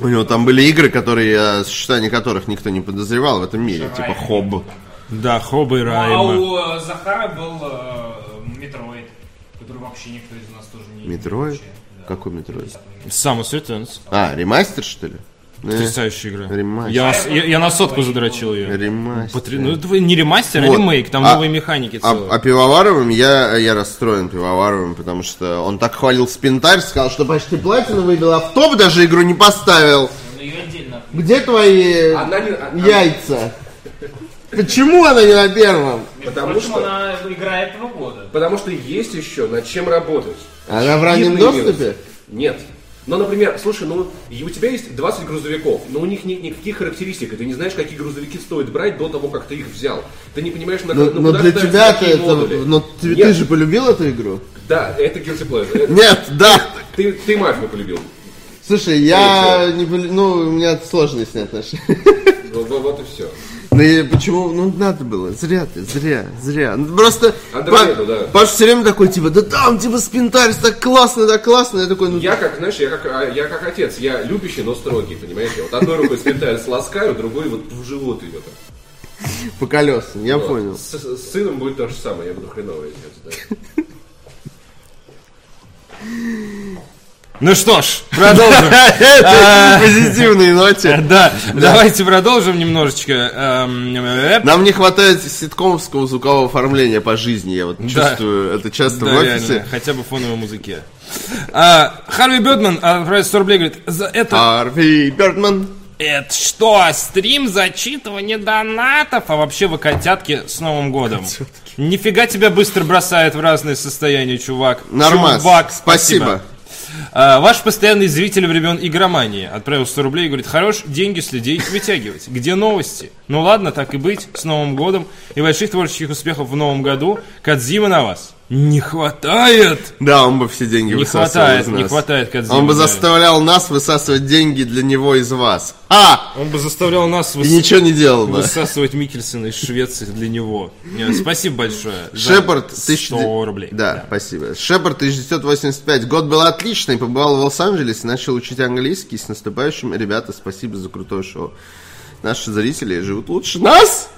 [SPEAKER 2] У него там были игры, которые, о существовании которых никто не подозревал в этом мире. Типа Хоб.
[SPEAKER 1] Да, Хоба и
[SPEAKER 5] А
[SPEAKER 1] Райма.
[SPEAKER 5] у э, Захара был э, Метроид, который вообще никто из нас тоже не...
[SPEAKER 2] Метроид?
[SPEAKER 5] Да.
[SPEAKER 2] Какой Метроид?
[SPEAKER 1] Samus Returns.
[SPEAKER 2] А, ремастер, что ли? Э,
[SPEAKER 1] Потрясающая игра.
[SPEAKER 2] Ремастер.
[SPEAKER 1] Я, на- я- я на сотку задрочил ее.
[SPEAKER 2] Э, Ремастер.
[SPEAKER 1] Ну, это не ремастер, а
[SPEAKER 2] Вот.
[SPEAKER 1] ремейк. Там
[SPEAKER 2] А-
[SPEAKER 1] новые механики
[SPEAKER 2] А,
[SPEAKER 1] целые.
[SPEAKER 2] а Пивоваровым я, я расстроен Пивоваровым, потому что он так хвалил Спинтарь, сказал, что почти платину выбил, а в топ даже игру не поставил.
[SPEAKER 5] Но ее Ну, отдельно.
[SPEAKER 2] Где твои
[SPEAKER 6] Она не- а-
[SPEAKER 2] яйца? Почему она не на первом?
[SPEAKER 6] а, Потому
[SPEAKER 5] Впрочем,
[SPEAKER 6] что-
[SPEAKER 5] она игра этого года.
[SPEAKER 6] Потому что есть еще над чем работать.
[SPEAKER 2] Она в раннем
[SPEAKER 6] Видно ее.
[SPEAKER 2] доступе?
[SPEAKER 6] Нет. Ну, например, слушай, ну, и у тебя есть 20 грузовиков, но у них нет никаких характеристик, и ты не знаешь, какие грузовики стоит брать до того, как ты их взял. Ты не понимаешь, на
[SPEAKER 2] Но,
[SPEAKER 6] на
[SPEAKER 2] но
[SPEAKER 6] куда
[SPEAKER 2] Ну, для
[SPEAKER 6] ставятся
[SPEAKER 2] тебя-то
[SPEAKER 6] Ну, какие
[SPEAKER 2] это...
[SPEAKER 6] модули.
[SPEAKER 2] Но ты,
[SPEAKER 6] Нет,
[SPEAKER 2] ты же полюбил эту игру?
[SPEAKER 6] Да, это guilty pleasure. Это-
[SPEAKER 2] Нет, да.
[SPEAKER 6] Ты, ты мафию полюбил.
[SPEAKER 2] Слушай, я не... полю- Ну, у меня сложные с ней отношения.
[SPEAKER 6] Вот, вот- вот и все.
[SPEAKER 2] Ну и почему? Ну надо было. Зря ты, зря, зря. Ну, просто
[SPEAKER 6] Андромеду, А да.
[SPEAKER 2] Паш все время такой, типа, да там, типа, спинтарь, так классно, так классно. Я такой, ну...
[SPEAKER 6] Я как, знаешь, я как, а, я как отец, я любящий, но строгий, понимаешь? Я вот одной рукой спинтарь ласкаю, другой вот в живот ее так.
[SPEAKER 2] типа, По колесам, я
[SPEAKER 6] Вот.
[SPEAKER 2] понял.
[SPEAKER 6] С, с сыном будет то же самое, я буду хреновый отец, да.
[SPEAKER 1] Ну что ж, продолжим.
[SPEAKER 2] Это на позитивной ноте.
[SPEAKER 1] Да, давайте продолжим немножечко. Эм, э,
[SPEAKER 2] Нам не хватает ситкомовского звукового оформления по жизни, я вот чувствую это часто в
[SPEAKER 1] Да, реально,
[SPEAKER 2] офисе.
[SPEAKER 1] хотя бы фоновой музыке. А, Харви Бёдман отправляет 100 рублей, говорит, за
[SPEAKER 2] А.
[SPEAKER 1] это,
[SPEAKER 2] Арви Бёрдман.
[SPEAKER 1] это что, стрим зачитывание донатов? А вообще вы котятки с Новым годом. Нифига тебя быстро бросает в разные состояния, чувак.
[SPEAKER 2] Нормас.
[SPEAKER 1] Чувак,
[SPEAKER 2] Спасибо.
[SPEAKER 1] А, Ваш постоянный зритель времен игромании отправил 100 рублей и говорит, хорош, деньги с людей вытягивать. Где новости? Ну ладно, так и быть, с Новым годом и больших творческих успехов в Новом году. Кадзима на вас. Не хватает!
[SPEAKER 2] Да, он бы все деньги
[SPEAKER 1] Не
[SPEAKER 2] высасывал
[SPEAKER 1] хватает,
[SPEAKER 2] из нас.
[SPEAKER 1] не хватает Кадзима.
[SPEAKER 2] Он бы
[SPEAKER 1] да.
[SPEAKER 2] заставлял нас высасывать деньги для него из вас. А!
[SPEAKER 1] Он бы заставлял нас
[SPEAKER 2] И
[SPEAKER 1] выс-
[SPEAKER 2] ничего не делал бы.
[SPEAKER 1] высасывать Микельсона из Швеции для него. Не, Спасибо большое. за
[SPEAKER 2] Шепард,
[SPEAKER 1] 100
[SPEAKER 2] 1900
[SPEAKER 1] рублей.
[SPEAKER 2] Да, спасибо. Шепард, 1985. Год был отличный. Побывал в Лос-Анджелесе, начал учить английский. С наступающим, ребята, спасибо за крутое шоу. Наши зрители живут лучше нас.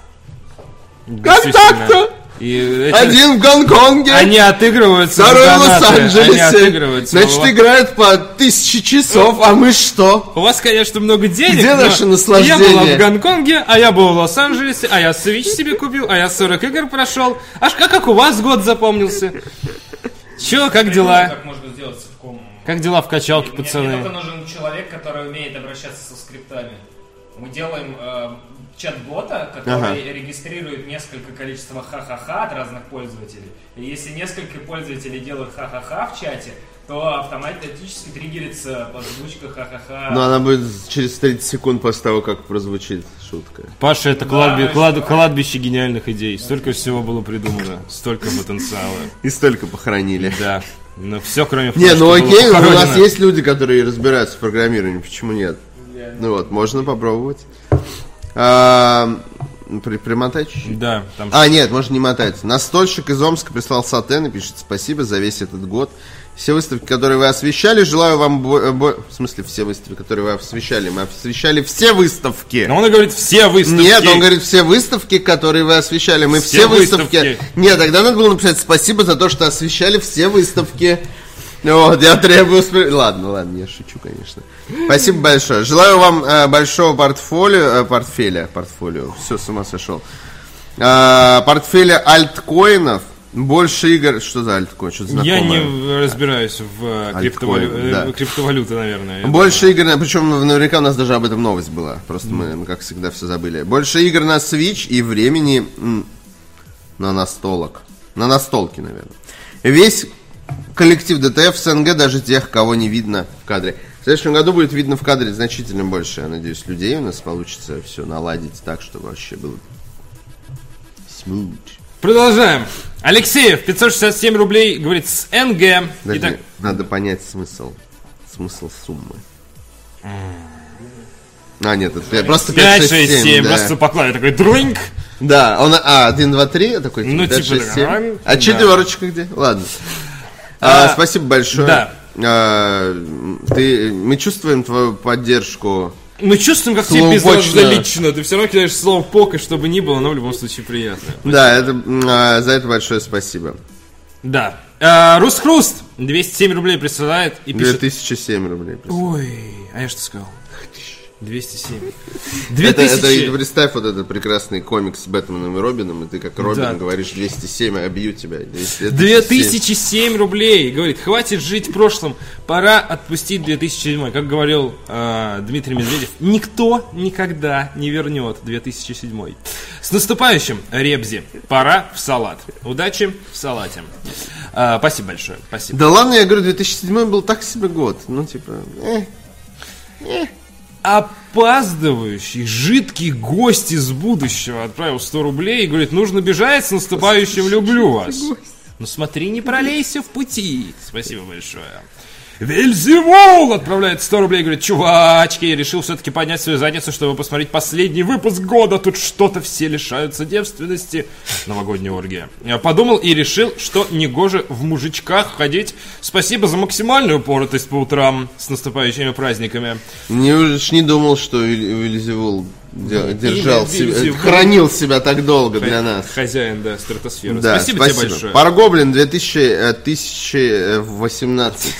[SPEAKER 1] Действительно.
[SPEAKER 2] Контакта!
[SPEAKER 1] И эти-
[SPEAKER 2] Один в Гонконге,
[SPEAKER 1] Они отыгрываются.
[SPEAKER 2] второй в
[SPEAKER 1] донаты, Они
[SPEAKER 2] Лос-Анджелесе.
[SPEAKER 1] отыгрываются.
[SPEAKER 2] Значит,
[SPEAKER 1] Вот.
[SPEAKER 2] играют по тысяче часов, а мы что?
[SPEAKER 1] У вас, конечно, много денег.
[SPEAKER 2] Где
[SPEAKER 1] но
[SPEAKER 2] наше наслаждение?
[SPEAKER 1] Я была в Гонконге, а я был в Лос-Анджелесе, а я Switch себе купил, а я 40 игр прошел. Аж как, как у вас год запомнился? Че, как дела?
[SPEAKER 5] Так можно сделать ситком.
[SPEAKER 1] Как дела в качалке,
[SPEAKER 5] Мне- Мне только
[SPEAKER 1] пацаны?
[SPEAKER 5] нужен человек, который умеет обращаться со скриптами. Мы делаем э, чат-бота, который регистрирует несколько количества ха-ха-ха от разных пользователей. И если несколько пользователей делают ха-ха-ха в чате, то автоматически триггерится озвучка ха-ха-ха.
[SPEAKER 1] А. Ну,
[SPEAKER 2] Но Ну, она будет через 30 секунд после того, как прозвучит шутка.
[SPEAKER 1] Паша, это кладби-
[SPEAKER 5] Да,
[SPEAKER 1] клад- кладбище гениальных идей. Столько всего было придумано, столько потенциала.
[SPEAKER 2] И столько похоронили.
[SPEAKER 1] Да. Но все, кроме
[SPEAKER 2] Не,
[SPEAKER 1] того,
[SPEAKER 2] ну
[SPEAKER 1] что было
[SPEAKER 2] окей, у нас
[SPEAKER 1] похоронено.
[SPEAKER 2] есть люди, которые разбираются в программировании, почему нет? Ну вот, можно попробовать. А, при- Примотать чуть-чуть.
[SPEAKER 1] Да, там
[SPEAKER 2] А, нет, можно не мотать. Настольщик из Омска прислал сатен и пишет спасибо за весь этот год. Все выставки, которые вы освещали, желаю вам... бо- э, бо- В смысле, все выставки, которые вы освещали. Мы освещали все выставки.
[SPEAKER 1] Но он и говорит, все выставки.
[SPEAKER 2] Нет, он говорит, все выставки, которые вы освещали, мы все,
[SPEAKER 1] Все
[SPEAKER 2] выставки.
[SPEAKER 1] выставки.
[SPEAKER 2] Нет, тогда надо было написать спасибо за то, что освещали все выставки. Вот, я требую... спр- Ладно, ладно, я шучу, конечно. Спасибо большое. Желаю вам э, большого портфолио... э, портфеля, портфолио, все, с ума сошел. Э, портфеля альткоинов, больше игр... Что за альткоин? Что-то знакомое.
[SPEAKER 1] Я не разбираюсь в э, криптовалю-
[SPEAKER 2] Альткоин,
[SPEAKER 1] э,
[SPEAKER 2] да.
[SPEAKER 1] криптовалюты, наверное.
[SPEAKER 2] Больше игр, на- причем наверняка у нас даже об этом новость была. Просто мы, мы, как всегда, все забыли. Больше игр на Switch и времени м, на настолок. На настолке, наверное. Весь коллектив ДТФ СНГ, даже тех, кого не видно в кадре. В следующем году будет видно в кадре значительно больше, я надеюсь, людей. У нас получится все наладить так, чтобы вообще было... Smooth.
[SPEAKER 1] Продолжаем. Алексеев, 567 рублей, говорит, с НГ.
[SPEAKER 2] Подожди,
[SPEAKER 1] Итак,
[SPEAKER 2] надо понять смысл. Смысл суммы. А, нет, это я- просто
[SPEAKER 1] 5,
[SPEAKER 2] 5,
[SPEAKER 1] 6, 7, просто по клаве такой дрыньк.
[SPEAKER 2] Да, он, а, 1, 2, 3, такой,
[SPEAKER 1] Ну,
[SPEAKER 2] ну, 5,
[SPEAKER 1] типа,
[SPEAKER 2] 6, 7.
[SPEAKER 1] да.
[SPEAKER 2] А четверочка где? Ладно. А,
[SPEAKER 1] А,
[SPEAKER 2] спасибо большое.
[SPEAKER 1] да.
[SPEAKER 2] А, ты, мы чувствуем твою поддержку.
[SPEAKER 1] Мы чувствуем, как тебе
[SPEAKER 2] Слово
[SPEAKER 1] безразлично. Ты все равно кидаешь слово пока, чтобы ни было, но в любом случае приятно.
[SPEAKER 2] Да, это, м, а, за это большое спасибо.
[SPEAKER 1] Да. А, Русхруст 207 рублей присылает и пишет.
[SPEAKER 2] 2007 рублей.
[SPEAKER 1] Ой, а я что сказал? 207.
[SPEAKER 2] Это, это,
[SPEAKER 1] 2000.
[SPEAKER 2] представь вот этот прекрасный комикс с Бэтменом и Робином, и ты как Робин
[SPEAKER 1] Да.
[SPEAKER 2] говоришь 207, а бью тебя. 200,
[SPEAKER 1] 2007 рублей. Говорит, хватит жить прошлым, пора отпустить 2007. Как говорил э, Дмитрий Медведев, никто никогда не вернет 2007. С наступающим, Ребзи, пора в салат. Удачи в салате. Э, спасибо большое, спасибо.
[SPEAKER 2] Да ладно, я говорю, 2007 был так себе год. Ну, типа, э.
[SPEAKER 1] Опаздывающий, жидкий гость из будущего отправил 100 рублей и говорит, нужно бежать, с наступающим люблю вас. Ну смотри, не пролейся в пути. Спасибо большое. Вельзевул отправляет 100 рублей и говорит, чувачки, я решил все-таки поднять свою задницу, чтобы посмотреть последний выпуск года. Тут что-то все лишаются девственности. Новогодняя оргия. Я подумал и решил, что негоже в мужичках ходить. Спасибо за максимальную упоротость по утрам с наступающими праздниками.
[SPEAKER 2] Не, уж не думал, что Виль- Вильзевул
[SPEAKER 1] Ну,
[SPEAKER 2] де- держал
[SPEAKER 1] Имя,
[SPEAKER 2] себя,
[SPEAKER 1] бивзи,
[SPEAKER 2] хранил себя так долго для нас.
[SPEAKER 1] Хозяин, да, стратосферы.
[SPEAKER 2] Да,
[SPEAKER 1] спасибо, тебе большое.
[SPEAKER 2] Паргоблин 2000, э, 1018.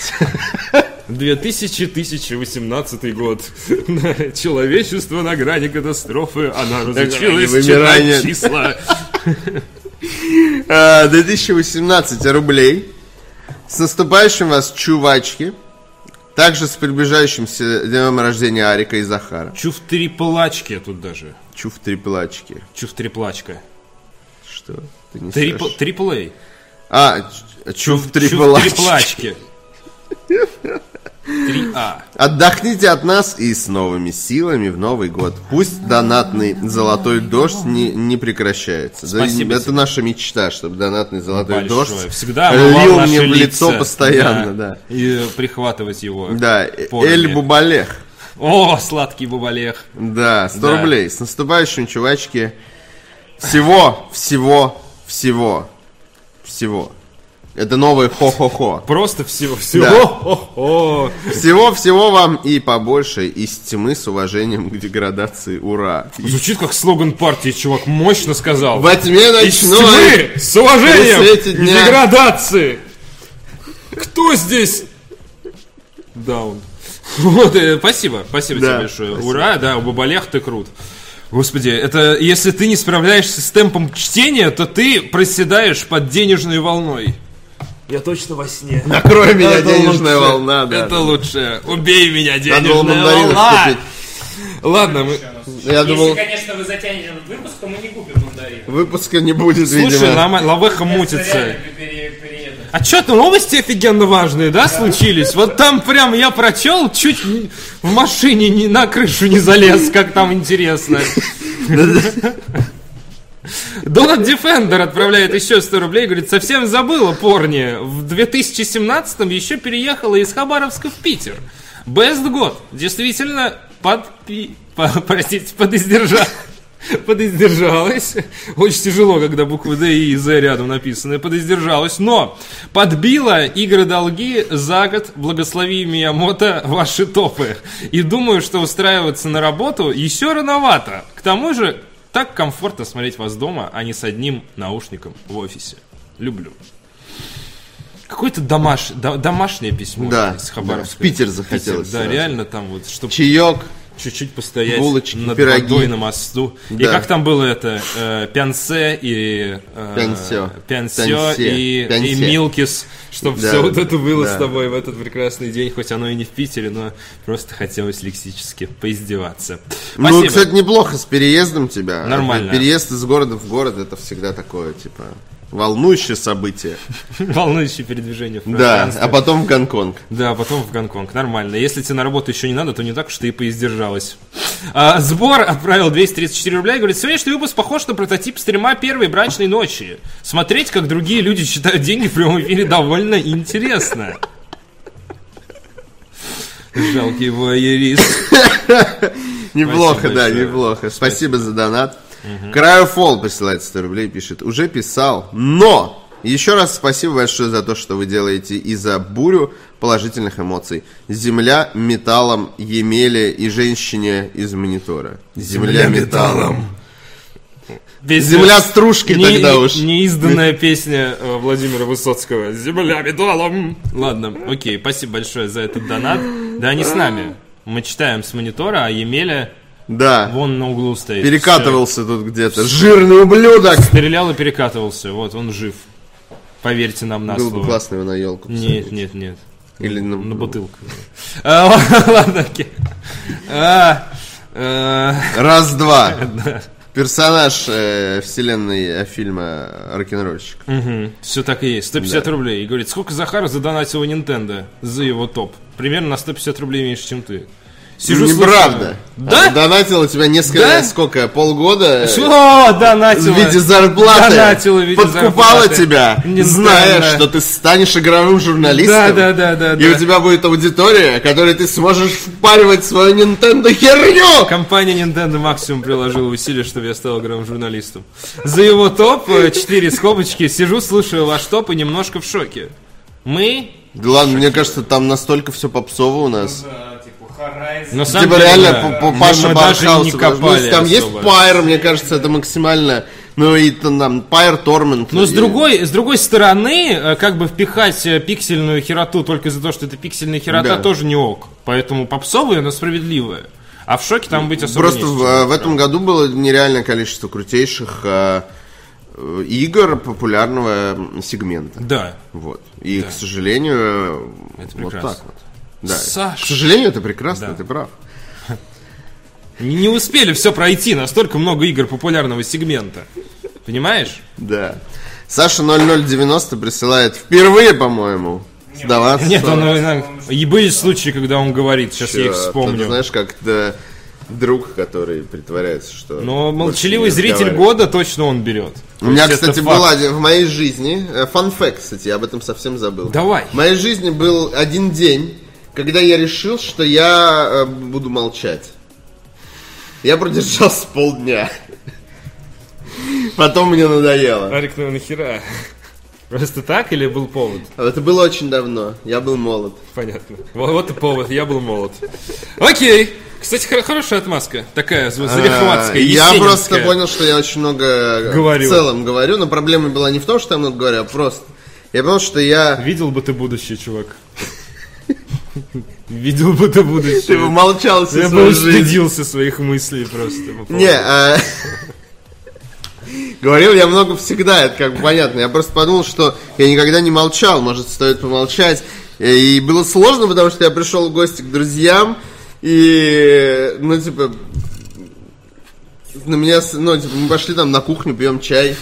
[SPEAKER 1] 2000-2018 год. Человечество на грани катастрофы. Она разучилась
[SPEAKER 2] вымирания.
[SPEAKER 1] читать числа.
[SPEAKER 2] Э, 2018 рублей. С наступающим вас, чувачки. Также с приближающимся днем рождения Арика и Захара.
[SPEAKER 1] Чу в три плачки тут даже.
[SPEAKER 2] Чу в три плачки.
[SPEAKER 1] Чу в три плачка.
[SPEAKER 2] Что? Ты несешь?
[SPEAKER 1] Трипл, триплей.
[SPEAKER 2] А, ч- чу в три
[SPEAKER 1] Чу в три
[SPEAKER 2] плачки.
[SPEAKER 1] плачки. А 3А.
[SPEAKER 2] Отдохните от нас и с новыми силами в Новый год. Пусть донатный золотой дождь не, не прекращается. Да,
[SPEAKER 1] Спасибо
[SPEAKER 2] это
[SPEAKER 1] тебе. Ну,
[SPEAKER 2] наша мечта, чтобы донатный золотой
[SPEAKER 1] Большое.
[SPEAKER 2] дождь
[SPEAKER 1] Всегда
[SPEAKER 2] лил
[SPEAKER 1] омывал наши
[SPEAKER 2] мне в лицо
[SPEAKER 1] лица.
[SPEAKER 2] постоянно, да.
[SPEAKER 1] И э, прихватывать его.
[SPEAKER 2] Да,
[SPEAKER 1] порами.
[SPEAKER 2] Эль Бубалех.
[SPEAKER 1] О, сладкий бубалех.
[SPEAKER 2] Да, 100
[SPEAKER 1] Да.
[SPEAKER 2] рублей. С наступающим, чувачки. Всего, всего, всего, всего. Это новое хо-хо-хо.
[SPEAKER 1] Просто всего-всего.
[SPEAKER 2] Да.
[SPEAKER 1] О-о-о.
[SPEAKER 2] Всего-всего вам и побольше, из тьмы с уважением к деградации. Ура!
[SPEAKER 1] Ну, Звучит как слоган партии, чувак. Мощно сказал.
[SPEAKER 2] Во тьме
[SPEAKER 1] Из
[SPEAKER 2] ночной...
[SPEAKER 1] тьмы, с уважением
[SPEAKER 2] При свете
[SPEAKER 1] и
[SPEAKER 2] дня.
[SPEAKER 1] деградации. Кто здесь? Даун. Вот, э, спасибо, спасибо тебе
[SPEAKER 2] Да,
[SPEAKER 1] большое. Ура, да, Бабалех, ты крут. Господи, это если ты не справляешься с темпом чтения, то ты проседаешь под денежной волной.
[SPEAKER 7] Я точно во сне.
[SPEAKER 2] Накрой меня, денежная волна, да.
[SPEAKER 1] это лучше. Убей меня,
[SPEAKER 2] Надо
[SPEAKER 1] денежная
[SPEAKER 2] было мандаринов
[SPEAKER 1] волна.
[SPEAKER 2] купить.
[SPEAKER 1] Ладно, мы...
[SPEAKER 2] Я
[SPEAKER 5] Если,
[SPEAKER 2] думал,
[SPEAKER 5] конечно, вы затянете этот выпуск, то мы не купим мандарин.
[SPEAKER 2] выпуска не будет,
[SPEAKER 1] Слушай,
[SPEAKER 2] видимо.
[SPEAKER 1] нормально, лавеха мутится.
[SPEAKER 5] Реально пере- перееду.
[SPEAKER 1] А что то новости офигенно важные, да, случились? Вот там прям я прочел, чуть не- в машине не на крышу не залез, как там интересно. Донат Дефендер отправляет еще 100 рублей, говорит, совсем забыла порни. В 2017-м еще переехала из Хабаровска в Питер. Best год. Действительно, подпи... по- простите, подиздержа... подиздержалась. Очень тяжело, когда буквы Д и З рядом написаны. Подиздержалась, но подбила игры долги за год. Благослови Миямото ваши топы. И думаю, что устраиваться на работу еще рановато. К тому же, так комфортно смотреть вас дома, а не с одним наушником в офисе. Люблю. Какое-то домаш... да- домашнее письмо
[SPEAKER 2] Да,
[SPEAKER 1] из
[SPEAKER 2] да.
[SPEAKER 1] Хабаровска.
[SPEAKER 2] В Питер захотелось
[SPEAKER 1] да,
[SPEAKER 2] сразу.
[SPEAKER 1] реально там вот, чтобы
[SPEAKER 2] Чаек.
[SPEAKER 1] чуть-чуть постоять
[SPEAKER 2] булочки,
[SPEAKER 1] над
[SPEAKER 2] пироги.
[SPEAKER 1] водой на мосту. И
[SPEAKER 2] Да.
[SPEAKER 1] как там было это? э, пянсе и... э,
[SPEAKER 2] Пянсё.
[SPEAKER 1] пянсё
[SPEAKER 2] Пянсе.
[SPEAKER 1] и,
[SPEAKER 2] Пянсе.
[SPEAKER 1] и Милкис. Чтобы
[SPEAKER 2] Да,
[SPEAKER 1] все вот это было
[SPEAKER 2] да.
[SPEAKER 1] с тобой в этот прекрасный день. Хоть оно и не в Питере, но просто хотелось лексически поиздеваться.
[SPEAKER 2] Ну,
[SPEAKER 1] Спасибо.
[SPEAKER 2] кстати, неплохо с переездом тебя.
[SPEAKER 1] Нормально.
[SPEAKER 2] Переезд из города в город это всегда такое, типа, волнующее событие.
[SPEAKER 1] Волнующее передвижение в
[SPEAKER 2] Да,
[SPEAKER 1] пространстве.
[SPEAKER 2] а потом в Гонконг.
[SPEAKER 1] Да, потом в Гонконг. Нормально. Если тебе на работу еще не надо, то не так уж ты и поиздержалась. А, сбор отправил 234 рубля и говорит, сегодняшний выпуск похож на прототип стрима первой брачной ночи. Смотреть, как другие люди считают деньги в прямом эфире, довольно интересно. Жалкий воерист.
[SPEAKER 2] Неплохо, да,
[SPEAKER 1] большое.
[SPEAKER 2] неплохо. Спасибо за донат. Краю Фол присылает 100 рублей, пишет. Уже писал, но... Еще раз спасибо большое за то, что вы делаете и за бурю положительных эмоций. Земля металлом Емеле и женщине из монитора. Земля металлом.
[SPEAKER 1] Песня-
[SPEAKER 2] Земля стружки
[SPEAKER 1] Не-
[SPEAKER 2] тогда уж.
[SPEAKER 1] Неизданная песня э, Владимира Высоцкого. Земля металлом. Ладно, окей, спасибо большое за этот донат. Да они с нами. Мы читаем с монитора, а Емеля
[SPEAKER 2] Да,
[SPEAKER 1] Вон на углу стоит.
[SPEAKER 2] перекатывался тут где-то. Жирный ублюдок!
[SPEAKER 1] Всё. Стрелял и перекатывался. Вот, он жив. Поверьте нам на
[SPEAKER 2] Было
[SPEAKER 1] слово.
[SPEAKER 2] бы классно его на елку.
[SPEAKER 1] Нет, нет, нет.
[SPEAKER 2] Или на-
[SPEAKER 1] На бутылку. А, л- Ладно, окей. А, э,
[SPEAKER 2] Раз-два.
[SPEAKER 1] Да.
[SPEAKER 2] Персонаж э, вселенной э, фильма «Рок-н-ролльщик».
[SPEAKER 1] Все так и есть. 150 рублей. И говорит, сколько Захару задонатила Nintendo за его топ? Примерно на 150 рублей меньше, чем ты. Сижу слушаю.
[SPEAKER 2] Неправда.
[SPEAKER 1] Да?
[SPEAKER 2] Она Донатила тебя несколько,
[SPEAKER 1] Да?
[SPEAKER 2] сколько, полгода? э,
[SPEAKER 1] Что
[SPEAKER 2] В
[SPEAKER 1] донатила?
[SPEAKER 2] виде зарплаты.
[SPEAKER 1] Донатила в виде
[SPEAKER 2] подкупала
[SPEAKER 1] зарплаты.
[SPEAKER 2] тебя,
[SPEAKER 1] Не
[SPEAKER 2] зная,
[SPEAKER 1] знаю.
[SPEAKER 2] что ты станешь игровым журналистом.
[SPEAKER 1] Да, да, да, да.
[SPEAKER 2] И
[SPEAKER 1] да.
[SPEAKER 2] у тебя будет аудитория, которой ты сможешь впаривать свою Nintendo херню.
[SPEAKER 1] Компания Nintendo максимум приложила усилия, чтобы я стал игровым журналистом. За его топ, 4 скобочки, сижу, слушаю ваш топ и немножко в шоке. Мы...
[SPEAKER 2] Да ладно, мне кажется, там настолько все попсово у нас.
[SPEAKER 5] Да, типа, Харай Horizon.
[SPEAKER 1] Но сам
[SPEAKER 2] Типа реально по- по Паша
[SPEAKER 1] мы даже и не
[SPEAKER 2] Бархаусу. даже. Ну,
[SPEAKER 1] копали
[SPEAKER 2] если Там есть
[SPEAKER 1] особо.
[SPEAKER 2] Пайр, мне кажется, это максимально... Ну и там Пайр Тормент.
[SPEAKER 1] Но Ну, с
[SPEAKER 2] и-
[SPEAKER 1] другой, с другой стороны, э, как бы впихать э, пиксельную хероту только из-за того, что это пиксельная херота,
[SPEAKER 2] Да.
[SPEAKER 1] тоже не ок. Поэтому попсовые, но справедливые. А в шоке там быть особо
[SPEAKER 2] Просто
[SPEAKER 1] не с
[SPEAKER 2] в,
[SPEAKER 1] чем.
[SPEAKER 2] в этом году было нереальное количество крутейших э, э, игр популярного сегмента.
[SPEAKER 1] Да.
[SPEAKER 2] Вот. И, к сожалению, э,
[SPEAKER 1] Это
[SPEAKER 2] вот
[SPEAKER 1] прекрасно.
[SPEAKER 2] так вот. Да.
[SPEAKER 1] Саша.
[SPEAKER 2] К сожалению, это прекрасно,
[SPEAKER 1] Да.
[SPEAKER 2] ты прав.
[SPEAKER 1] Не не успели все пройти, настолько много игр популярного сегмента. Понимаешь?
[SPEAKER 2] Да. Саша 0090 присылает впервые, по-моему, сдаваться.
[SPEAKER 1] Нет, он, э, и были случаи, когда он говорит, сейчас я их
[SPEAKER 2] Ты
[SPEAKER 1] вспомню.
[SPEAKER 2] знаешь, как то друг, который притворяется, что...
[SPEAKER 1] Но
[SPEAKER 2] больше
[SPEAKER 1] молчаливый
[SPEAKER 2] не
[SPEAKER 1] зритель
[SPEAKER 2] разговаривает.
[SPEAKER 1] года точно он берет.
[SPEAKER 2] У меня,
[SPEAKER 1] То есть это
[SPEAKER 2] кстати,
[SPEAKER 1] факт.
[SPEAKER 2] была в моей жизни... Фан-факт, кстати, я об этом совсем забыл.
[SPEAKER 1] Давай.
[SPEAKER 2] В моей жизни был один день, когда я решил, что я э, буду молчать. Я продержался полдня. Потом мне надоело.
[SPEAKER 1] Арик, ну нахера? Просто так или был повод?
[SPEAKER 2] Это было очень давно. Я был молод.
[SPEAKER 1] Понятно. Во- Вот и повод, я был молод. Окей. Кстати, хор- хорошая отмазка. Такая зв-
[SPEAKER 2] А,
[SPEAKER 1] залихватская,
[SPEAKER 2] Я
[SPEAKER 1] есенинская.
[SPEAKER 2] просто понял, что я очень много
[SPEAKER 1] Говорю.
[SPEAKER 2] в целом говорю, но проблема была не в том, что я много говорю, а просто. Я понял, что я.
[SPEAKER 1] Видел бы ты будущее, чувак. Видел бы ты
[SPEAKER 2] Ты
[SPEAKER 1] будущее.
[SPEAKER 2] умолчал всю
[SPEAKER 1] Я бы
[SPEAKER 2] свою жизнь.
[SPEAKER 1] устыдился своих мыслей просто. по поводу-
[SPEAKER 2] Не, а, говорил я много всегда, это как бы понятно. Я просто подумал, что я никогда не молчал, может, стоит помолчать. И было сложно, потому что я пришел в гости к друзьям, и, ну, типа, на меня, с- ну, типа, мы пошли там на кухню, пьем чай.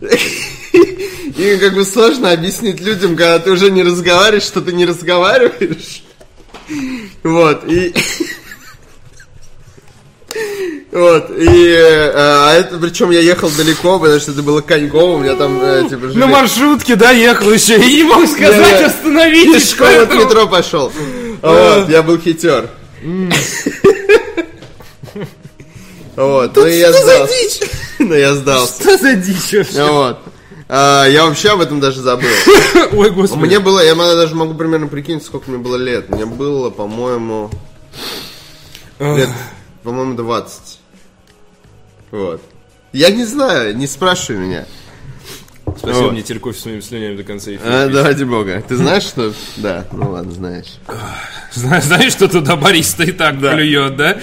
[SPEAKER 2] И как бы сложно объяснить людям, когда ты уже не разговариваешь, что ты не разговариваешь. Вот, и... Вот, и... э, а это, причем я ехал далеко, потому что это было Коньково, у меня там, э, типа, жили...
[SPEAKER 1] На маршрутке доехал еще и не мог сказать
[SPEAKER 2] Да.
[SPEAKER 1] остановитесь.
[SPEAKER 2] Пешком от метро пошел. Вот, я был хитер. Вот, ну и я сдался. Ну я сдался.
[SPEAKER 1] Что за дичь? вообще?
[SPEAKER 2] Ну Вот. А, Я вообще об этом даже забыл.
[SPEAKER 1] Ой, господи.
[SPEAKER 2] Мне было, я м- даже могу примерно прикинуть, сколько мне было лет. Мне было, по-моему, лет, по-моему, 20. Вот. Я не знаю, не спрашивай меня.
[SPEAKER 1] Спасибо
[SPEAKER 2] Вот.
[SPEAKER 1] мне Терков своими слюнями до конца эфира.
[SPEAKER 2] А, да, ради бога. Ты знаешь, что... Да, ну ладно, знаешь.
[SPEAKER 1] Зна- Знаешь, что туда Борис-то и так плюет, да?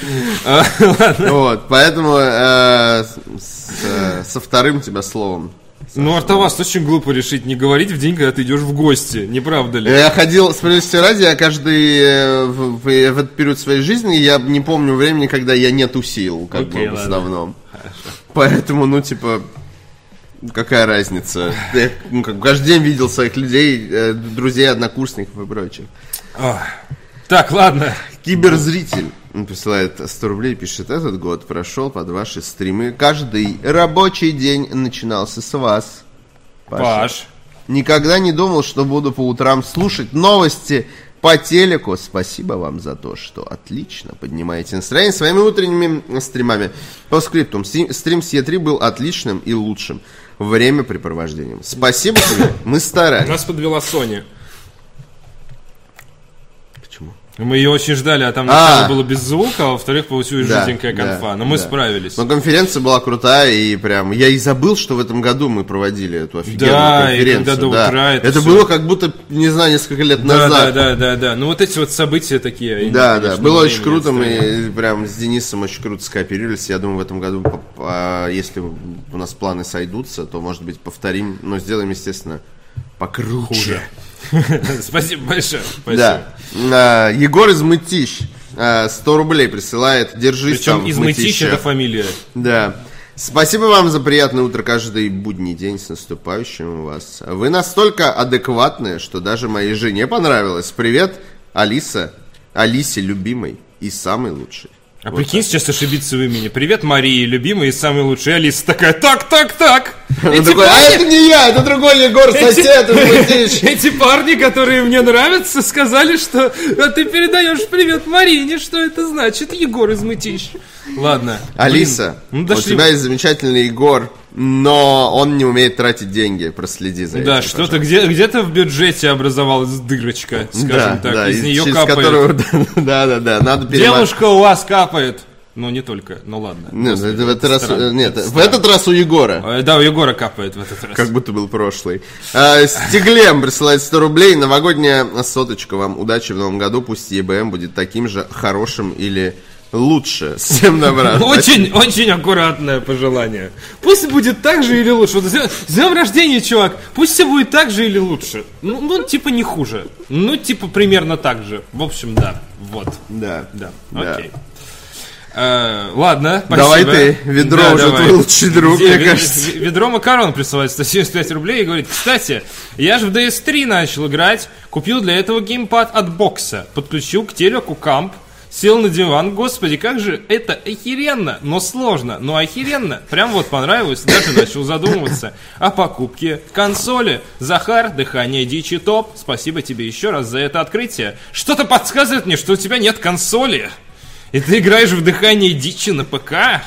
[SPEAKER 1] А, ладно.
[SPEAKER 2] Вот, поэтому э, с- с, э, со вторым тебя словом.
[SPEAKER 1] Ну, Артаваст, очень глупо решить не говорить в день, когда ты идешь в гости, не правда ли?
[SPEAKER 2] Я ходил, справедливости ради, я каждый э, в, в- в этот период своей жизни, я не помню времени, когда я не тусил, как
[SPEAKER 1] Окей,
[SPEAKER 2] бы в
[SPEAKER 1] ладно.
[SPEAKER 2] основном. Поэтому, ну, типа, какая разница? Я, ну, как бы каждый день видел своих людей, э, друзей, однокурсников и прочих.
[SPEAKER 1] А, Так, ладно.
[SPEAKER 2] Киберзритель Он присылает 100 рублей, пишет, этот год прошел под ваши стримы. Каждый рабочий день начинался с вас. Паша.
[SPEAKER 1] Паш.
[SPEAKER 2] Никогда не думал, что буду по утрам слушать новости по телеку. Спасибо вам за то, что отлично поднимаете настроение своими утренними стримами. По скриптум, Стрим стрим с Е3 был отличным и лучшим времяпрепровождением. Спасибо тебе, мы старались.
[SPEAKER 1] Нас подвела Соня.
[SPEAKER 2] Почему?
[SPEAKER 1] Мы ее очень ждали, а там
[SPEAKER 2] А.
[SPEAKER 1] сначала было без звука, а во-вторых, получилась
[SPEAKER 2] Да,
[SPEAKER 1] жиденькая
[SPEAKER 2] да, Ну,
[SPEAKER 1] конфа. Но мы
[SPEAKER 2] да.
[SPEAKER 1] справились.
[SPEAKER 2] Но конференция была крутая, и прям... Я и забыл, что в этом году мы проводили эту офигенную
[SPEAKER 1] Да, и
[SPEAKER 2] конференцию.
[SPEAKER 1] когда до
[SPEAKER 2] да.
[SPEAKER 1] утра это
[SPEAKER 2] это
[SPEAKER 1] всё.
[SPEAKER 2] было как будто, не знаю, несколько лет
[SPEAKER 1] Да, да,
[SPEAKER 2] назад.
[SPEAKER 1] да, да, да. Ну вот эти вот события такие. они,
[SPEAKER 2] Да, да,
[SPEAKER 1] конечно,
[SPEAKER 2] было
[SPEAKER 1] времени
[SPEAKER 2] очень круто,
[SPEAKER 1] отстранили.
[SPEAKER 2] мы прям с Денисом очень круто скооперировались. Я думаю, в этом году, по- по- если у нас планы сойдутся, то, может быть, повторим, но сделаем, естественно, покруче.
[SPEAKER 1] Спасибо большое. Спасибо.
[SPEAKER 2] Да. А, Егор из Мытищ а, 100 рублей присылает. Держись
[SPEAKER 1] Причем
[SPEAKER 2] там,
[SPEAKER 1] из
[SPEAKER 2] в
[SPEAKER 1] Мытищ
[SPEAKER 2] Мытищах.
[SPEAKER 1] это фамилия.
[SPEAKER 2] Да. Спасибо вам за приятное утро каждый будний день с наступающим вас. Вы настолько адекватные, что даже моей жене понравилось. Привет, Алиса. Алисе любимой и самой лучшей.
[SPEAKER 1] А прикинь, сейчас ошибиться в имени. Привет, Мария, любимая и самая лучшая. Алиса такая, так, так, так.
[SPEAKER 2] Он
[SPEAKER 1] Эти
[SPEAKER 2] такой, а
[SPEAKER 1] парни-
[SPEAKER 2] это не я, это другой Егор,
[SPEAKER 1] Типа,
[SPEAKER 2] сосед, он мытищ».
[SPEAKER 1] Эти парни, которые мне нравятся, сказали, что «А ты передаешь привет Марине, что это значит, Егор из Мытищ. Ладно.
[SPEAKER 2] Алиса,
[SPEAKER 1] Блин, ну
[SPEAKER 2] у
[SPEAKER 1] дошли.
[SPEAKER 2] тебя есть замечательный Егор но он не умеет тратить деньги. Проследи за этим.
[SPEAKER 1] Да, что-то где, где-то в бюджете образовалась дырочка, скажем
[SPEAKER 2] пожалуйста.
[SPEAKER 1] так.
[SPEAKER 2] да,
[SPEAKER 1] из, нее
[SPEAKER 2] через
[SPEAKER 1] капает.
[SPEAKER 2] которую- Да, да, да, надо перева-
[SPEAKER 1] Девушка у вас капает. Ну, не только, ну ладно.
[SPEAKER 2] Нет,
[SPEAKER 1] Господи,
[SPEAKER 2] это в этот раз,
[SPEAKER 1] странно,
[SPEAKER 2] э, нет,
[SPEAKER 1] это
[SPEAKER 2] в
[SPEAKER 1] странно. А.
[SPEAKER 2] этот раз у Егора.
[SPEAKER 1] Э, Да, у Егора капает в этот раз.
[SPEAKER 2] Как будто был прошлый. А, Стеглем присылает 100 рублей. Новогодняя соточка вам. Удачи в новом году. Пусть ЕБМ будет таким же хорошим или лучше. Всем добра.
[SPEAKER 1] Очень, очень аккуратное пожелание. Пусть будет так же или лучше. Вот с днем- с днем рождения, чувак. Пусть все будет так же или лучше. Ну, ну, типа не хуже. Ну, типа примерно так же. В общем, да. Вот.
[SPEAKER 2] Да.
[SPEAKER 1] Да.
[SPEAKER 2] Да.
[SPEAKER 1] Окей. Э, ладно, спасибо.
[SPEAKER 2] Давай ты, ведро уже
[SPEAKER 1] давай.
[SPEAKER 2] твой лучший друг,
[SPEAKER 1] Где-
[SPEAKER 2] мне
[SPEAKER 1] ве-
[SPEAKER 2] кажется.
[SPEAKER 1] ве- Ведро макарон присылает 175 рублей и говорит, кстати, я же в DS3 начал играть, купил для этого геймпад от бокса, подключил к телеку камп, сел на диван, господи, как же это охеренно, но сложно, но охеренно. Прям вот понравилось, даже начал задумываться о покупке консоли. Захар, дыхание дичи топ, спасибо тебе еще раз за это открытие. Что-то подсказывает мне, что у тебя нет консоли. И ты играешь в дыхание дичи на ПК?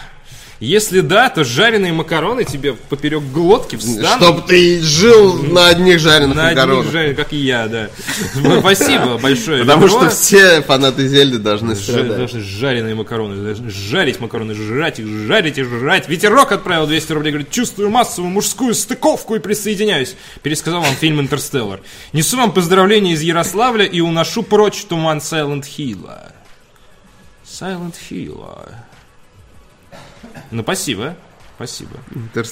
[SPEAKER 1] Если да, то жареные макароны тебе поперек глотки встанут.
[SPEAKER 2] Чтоб ты жил на одних жареных
[SPEAKER 1] На одних
[SPEAKER 2] макаронах.
[SPEAKER 1] жареные, как и я, да. Спасибо большое.
[SPEAKER 2] Потому
[SPEAKER 1] Ведро.
[SPEAKER 2] что все фанаты Зельды должны
[SPEAKER 1] Жа-
[SPEAKER 2] страдать.
[SPEAKER 1] должны жареные макароны, должны жарить макароны, жрать их, жарить и жрать. Ветерок отправил 200 рублей, говорит, чувствую массовую мужскую стыковку и присоединяюсь. Пересказал вам фильм «Интерстеллар». Несу вам поздравления из Ярославля и уношу прочь туман Сайлент Хилла. Сайлент Хилла. Ну, спасибо. Спасибо.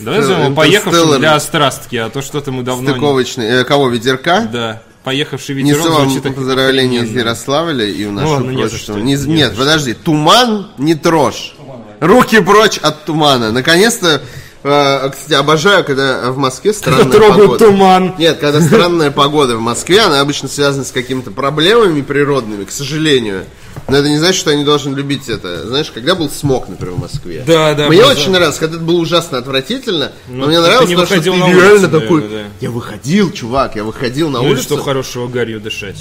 [SPEAKER 1] Давай назовем его поехавшим
[SPEAKER 2] Интерстеллар
[SPEAKER 1] для острастки, а то что-то мы давно... не-
[SPEAKER 2] Стыковочный. э, Кого, ветерка?
[SPEAKER 1] Да. Поехавший ветерок
[SPEAKER 2] Несу вам
[SPEAKER 1] звучит
[SPEAKER 2] поздравления из
[SPEAKER 1] охрененно.
[SPEAKER 2] Ярославля и
[SPEAKER 1] Ну
[SPEAKER 2] уношу
[SPEAKER 1] ладно, не
[SPEAKER 2] прочь.
[SPEAKER 1] за что, не
[SPEAKER 2] туман. Не-
[SPEAKER 1] за
[SPEAKER 2] нет,
[SPEAKER 1] что.
[SPEAKER 2] подожди, туман не трожь. Руки прочь от тумана. Наконец-то, э, кстати, обожаю, когда в Москве странная
[SPEAKER 1] трогают
[SPEAKER 2] погода.
[SPEAKER 1] туман.
[SPEAKER 2] Нет, когда странная погода в Москве, она обычно связана с какими-то проблемами природными, к сожалению. Но это не значит, что они должны любить это. Знаешь, когда был смог, например, в Москве.
[SPEAKER 1] Да, да,
[SPEAKER 2] Мне
[SPEAKER 1] был
[SPEAKER 2] очень нравилось, когда это было ужасно отвратительно, но мне
[SPEAKER 1] ты
[SPEAKER 2] нравилось,
[SPEAKER 1] не
[SPEAKER 2] потому что ты
[SPEAKER 1] выходил на
[SPEAKER 2] реально
[SPEAKER 1] улицу, наверное,
[SPEAKER 2] такой.
[SPEAKER 1] да.
[SPEAKER 2] Я выходил, чувак, я выходил на
[SPEAKER 1] Ну и
[SPEAKER 2] улицу.
[SPEAKER 1] что хорошего гарью дышать?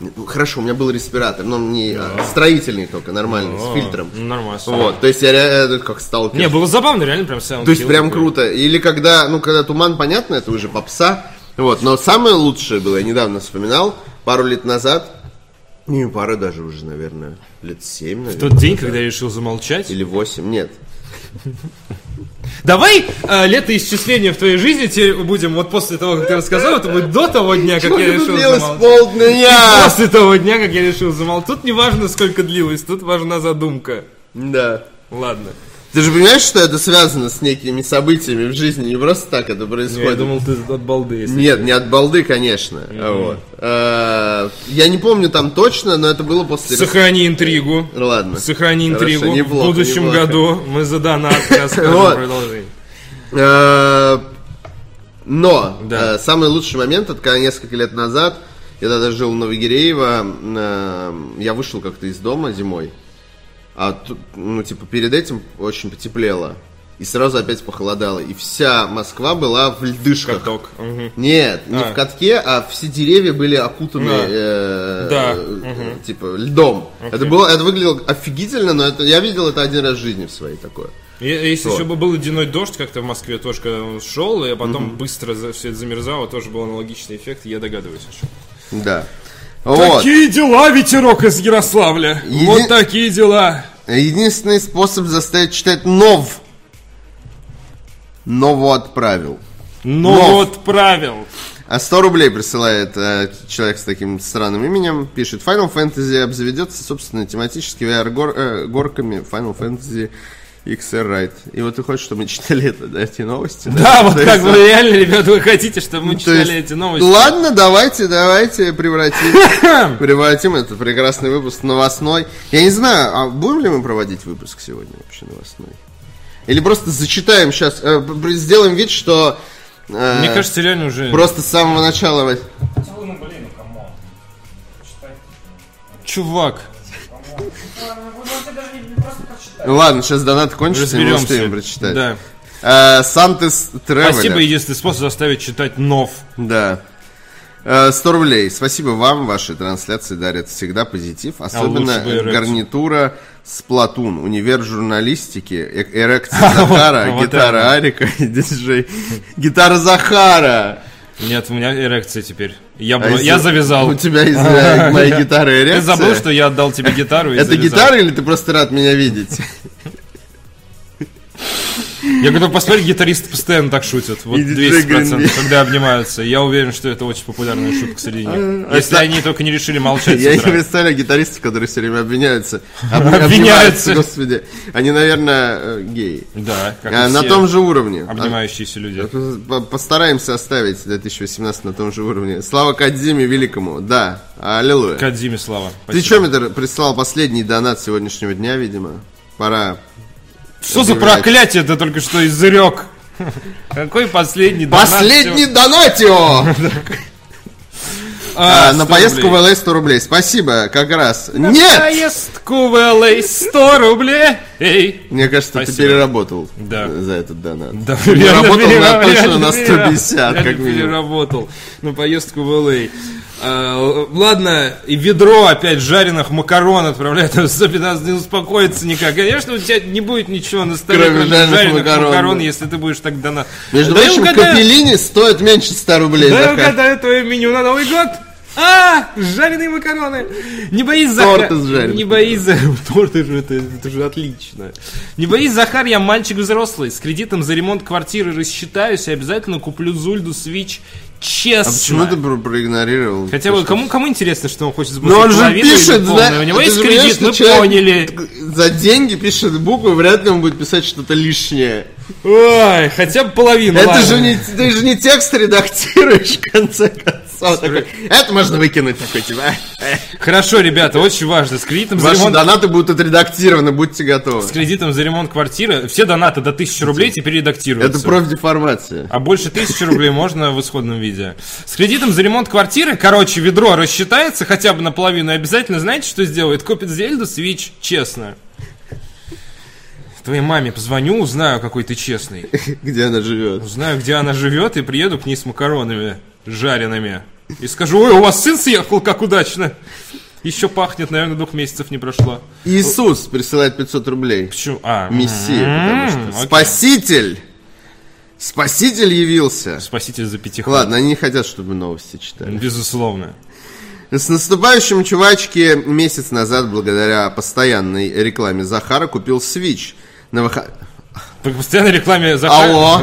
[SPEAKER 2] Ну, Хорошо, у меня был респиратор, но он не а, строительный только, нормальный, с фильтром.
[SPEAKER 1] Ну, Нормально.
[SPEAKER 2] Вот, то есть я ре- э, как сталкер.
[SPEAKER 1] Не, было забавно, реально прям сам.
[SPEAKER 2] то есть прям круто. Или когда, ну, когда туман, понятно, это уже попса. Вот, но самое лучшее было, я недавно вспоминал, пару лет назад, не, пару даже уже, наверное, лет семь, наверное,
[SPEAKER 1] Тот день, когда я решил замолчать.
[SPEAKER 2] или восемь, нет.
[SPEAKER 1] Давай э, летоисчисление в твоей жизни тебе будем вот после того, как ты рассказал, это будет до того дня, как
[SPEAKER 2] Что
[SPEAKER 1] я
[SPEAKER 2] ты тут
[SPEAKER 1] решил
[SPEAKER 2] делаешь
[SPEAKER 1] замолчать.
[SPEAKER 2] полдня?
[SPEAKER 1] После того дня, как я решил замолчать. Тут не важно, сколько длилось, тут важна задумка.
[SPEAKER 2] Да.
[SPEAKER 1] Ладно.
[SPEAKER 2] Ты же понимаешь, что это связано с некими событиями в жизни, не просто так это происходит.
[SPEAKER 1] Я думал, ты от балды. если-
[SPEAKER 2] Нет, не от балды, конечно. а Вот. Э, Я не помню там точно, но это было после...
[SPEAKER 1] Сохрани интригу.
[SPEAKER 2] Ладно.
[SPEAKER 1] Сохрани
[SPEAKER 2] Хорошо,
[SPEAKER 1] интригу.
[SPEAKER 2] неплохо,
[SPEAKER 1] в будущем
[SPEAKER 2] неплохо.
[SPEAKER 1] году мы за донат расскажем
[SPEAKER 2] Вот.
[SPEAKER 1] продолжение.
[SPEAKER 2] Э, Но
[SPEAKER 1] Да.
[SPEAKER 2] э, самый лучший момент, это когда несколько лет назад, я тогда жил в Новогиреево, э, я вышел как-то из дома зимой, а тут, ну, типа, перед этим очень потеплело. И сразу опять похолодало. И вся Москва была в льдышках.
[SPEAKER 1] Каток. Мгм.
[SPEAKER 2] Нет, не
[SPEAKER 1] А.
[SPEAKER 2] в катке, а все деревья были окутаны,
[SPEAKER 1] Да.
[SPEAKER 2] э,
[SPEAKER 1] Да.
[SPEAKER 2] э, типа, льдом. Это, было, это выглядело офигительно, но это, я видел это один раз в жизни в своей такое.
[SPEAKER 1] Е- Если
[SPEAKER 2] Вот.
[SPEAKER 1] еще бы был ледяной дождь как-то в Москве тоже, когда он шел, и потом быстро за- все это замерзало, тоже был аналогичный эффект, я догадываюсь. о чём.
[SPEAKER 2] Да. Вот.
[SPEAKER 1] Такие дела, ветерок из Ярославля.
[SPEAKER 2] Еди-
[SPEAKER 1] Вот такие дела.
[SPEAKER 2] Единственный способ заставить читать нов. Нову отправил.
[SPEAKER 1] Но,
[SPEAKER 2] Но.
[SPEAKER 1] вот правил.
[SPEAKER 2] А 100 рублей присылает э, человек с таким странным именем. Пишет, Final Fantasy обзаведется, собственно, тематически VR-горками э, Final Fantasy XR Ride. И вот ты хочешь, чтобы мы читали это, да, эти новости?
[SPEAKER 1] Да, а вот
[SPEAKER 2] То
[SPEAKER 1] как
[SPEAKER 2] есть,
[SPEAKER 1] вы реально, ребята, вы хотите, чтобы мы
[SPEAKER 2] ну, то есть,
[SPEAKER 1] читали эти новости?
[SPEAKER 2] Ладно, давайте, давайте превратим, превратим этот прекрасный выпуск в новостной. Я не знаю, а будем ли мы проводить выпуск сегодня вообще новостной? Или просто зачитаем сейчас, сделаем вид, что э,
[SPEAKER 1] Мне кажется, реально уже...
[SPEAKER 2] просто с самого начала...
[SPEAKER 5] Ну блин, ну камон. Читай.
[SPEAKER 1] Чувак,
[SPEAKER 5] Ладно, вы можете даже не- не просто прочитать.
[SPEAKER 2] Ну Ладно, сейчас донат кончится, и мы
[SPEAKER 1] разберемся.
[SPEAKER 2] успеем прочитать.
[SPEAKER 1] Да.
[SPEAKER 2] Э, Сантес Тревеля.
[SPEAKER 1] Спасибо, единственный способ заставить читать нов.
[SPEAKER 2] Да. Э, Э, 100 рублей. Спасибо вам. Ваши трансляции дарят всегда позитив. Особенно
[SPEAKER 1] А лучше бы эрекцию.
[SPEAKER 2] гарнитура Сплатун, универ журналистики, э- эрекция Захара,
[SPEAKER 1] вот
[SPEAKER 2] гитара
[SPEAKER 1] это.
[SPEAKER 2] Арика и диджей. Гитара Захара!
[SPEAKER 1] Нет, у меня эрекция теперь. Я,
[SPEAKER 2] А
[SPEAKER 1] бро-
[SPEAKER 2] если
[SPEAKER 1] Ну, я завязал.
[SPEAKER 2] У тебя из-за моей гитары эрекция?
[SPEAKER 1] Ты забыл, что я отдал тебе гитару и
[SPEAKER 2] Это
[SPEAKER 1] завязал.
[SPEAKER 2] гитара или ты просто рад меня видеть?
[SPEAKER 1] Я готов посмотреть, гитаристы постоянно так шутят. Вот
[SPEAKER 2] И диджей
[SPEAKER 1] 200%,
[SPEAKER 2] Green Day.
[SPEAKER 1] когда обнимаются. Я уверен, что это очень популярная шутка среди них. Если
[SPEAKER 2] А это-
[SPEAKER 1] они только не решили молчать с
[SPEAKER 2] Я не
[SPEAKER 1] утра.
[SPEAKER 2] представляю гитаристов, которые все время обвиняются. Об-
[SPEAKER 1] Обвиняются.
[SPEAKER 2] господи. Они, наверное, э, геи.
[SPEAKER 1] Да, как и
[SPEAKER 2] А, На
[SPEAKER 1] все
[SPEAKER 2] том же уровне. А,
[SPEAKER 1] обнимающиеся люди.
[SPEAKER 2] По- Постараемся оставить 2018 на том же уровне. Слава Кадзиме Великому. Да, аллилуйя.
[SPEAKER 1] Кадзиме слава.
[SPEAKER 2] Ты
[SPEAKER 1] Спасибо.
[SPEAKER 2] чё, Митр, прислал последний донат сегодняшнего дня, видимо. Пора.
[SPEAKER 1] Что за
[SPEAKER 2] Удивляет.
[SPEAKER 1] проклятие ты только что изрек? Какой последний донат?
[SPEAKER 2] Последний донатио!
[SPEAKER 1] А,
[SPEAKER 2] А, На
[SPEAKER 1] 100
[SPEAKER 2] поездку в
[SPEAKER 1] рублей.
[SPEAKER 2] LA 100 рублей. Спасибо, как раз. Нет!
[SPEAKER 1] Поездку в LA 100 рублей. Эй.
[SPEAKER 2] Мне кажется, ты
[SPEAKER 1] Спасибо.
[SPEAKER 2] переработал
[SPEAKER 1] Да.
[SPEAKER 2] за этот донат.
[SPEAKER 1] Да,
[SPEAKER 2] Ты
[SPEAKER 1] реально
[SPEAKER 2] работал на
[SPEAKER 1] перера-
[SPEAKER 2] точно
[SPEAKER 1] реально
[SPEAKER 2] на
[SPEAKER 1] перера-
[SPEAKER 2] 150,
[SPEAKER 1] реально
[SPEAKER 2] как минимум.
[SPEAKER 1] переработал на поездку в Л.А. А, ладно, и ведро опять жареных макарон отправляют, особенно нас не успокоится никак. Конечно, у тебя не будет ничего на столе,
[SPEAKER 2] Кроме
[SPEAKER 1] кроме,
[SPEAKER 2] жареных
[SPEAKER 1] жареных,
[SPEAKER 2] макарон,
[SPEAKER 1] макарон,
[SPEAKER 2] да.
[SPEAKER 1] если ты будешь так дана.
[SPEAKER 2] Между
[SPEAKER 1] Да я
[SPEAKER 2] прочим,
[SPEAKER 1] угадаю.
[SPEAKER 2] капеллини стоят меньше 100 рублей.
[SPEAKER 1] Да я
[SPEAKER 2] Захар.
[SPEAKER 1] угадаю твое меню на Новый год. А, жареные макароны. Не боись, Захар.
[SPEAKER 2] Торт из жареных
[SPEAKER 1] Не боись, Захар. Торт это, же- это- это же отлично. Не боись, Захар, я мальчик взрослый. С кредитом за ремонт квартиры рассчитаюсь и обязательно куплю Зульду Switch
[SPEAKER 2] А
[SPEAKER 1] честно.
[SPEAKER 2] почему ты про- проигнорировал?
[SPEAKER 1] Хотя бы, кому, кому интересно, что он хочет сбросить
[SPEAKER 2] Ну он же
[SPEAKER 1] половину или
[SPEAKER 2] пишет,
[SPEAKER 1] полную?
[SPEAKER 2] зна-
[SPEAKER 1] У него
[SPEAKER 2] ты
[SPEAKER 1] есть
[SPEAKER 2] же понимаешь,
[SPEAKER 1] кредит,
[SPEAKER 2] что
[SPEAKER 1] мы
[SPEAKER 2] человек
[SPEAKER 1] поняли.
[SPEAKER 2] За деньги пишет буквы, вряд ли он будет писать что-то лишнее.
[SPEAKER 1] Ой, хотя бы половину,
[SPEAKER 2] Это
[SPEAKER 1] Ну ладно.
[SPEAKER 2] же не, ты же не текст редактируешь, в конце концов. Такой, это можно выкинуть такой, типа. э, э.
[SPEAKER 1] Хорошо, ребята, очень важно. С кредитом за
[SPEAKER 2] Ваши
[SPEAKER 1] ремонт
[SPEAKER 2] донаты будут отредактированы, будьте готовы.
[SPEAKER 1] с кредитом за ремонт квартиры все донаты до 1000 рублей теперь редактируются.
[SPEAKER 2] Это профдеформация.
[SPEAKER 1] А больше тысячи рублей можно в исходном виде. С кредитом за ремонт квартиры, короче, ведро рассчитается хотя бы наполовину. И обязательно знаете, что сделает? Купит Зельду Switch честно. Твоей маме позвоню, узнаю, какой ты честный.
[SPEAKER 2] Где она живет?
[SPEAKER 1] Узнаю, где она живет, и приеду к ней с макаронами жареными. И скажу, ой, у вас сын съехал, как удачно. Еще пахнет, наверное, двух месяцев не прошло.
[SPEAKER 2] Иисус присылает 500 рублей.
[SPEAKER 1] Почему? А,
[SPEAKER 2] Мессия, потому
[SPEAKER 1] м,
[SPEAKER 2] что
[SPEAKER 1] окей.
[SPEAKER 2] спаситель! Спаситель явился.
[SPEAKER 1] спаситель за пятиху.
[SPEAKER 2] Ладно, они не хотят, чтобы новости читали.
[SPEAKER 1] Безусловно.
[SPEAKER 2] С наступающим, чувачки, месяц назад, благодаря постоянной рекламе Захара, купил Switch. На выход-
[SPEAKER 1] По постоянной рекламе Захара,
[SPEAKER 2] Алло,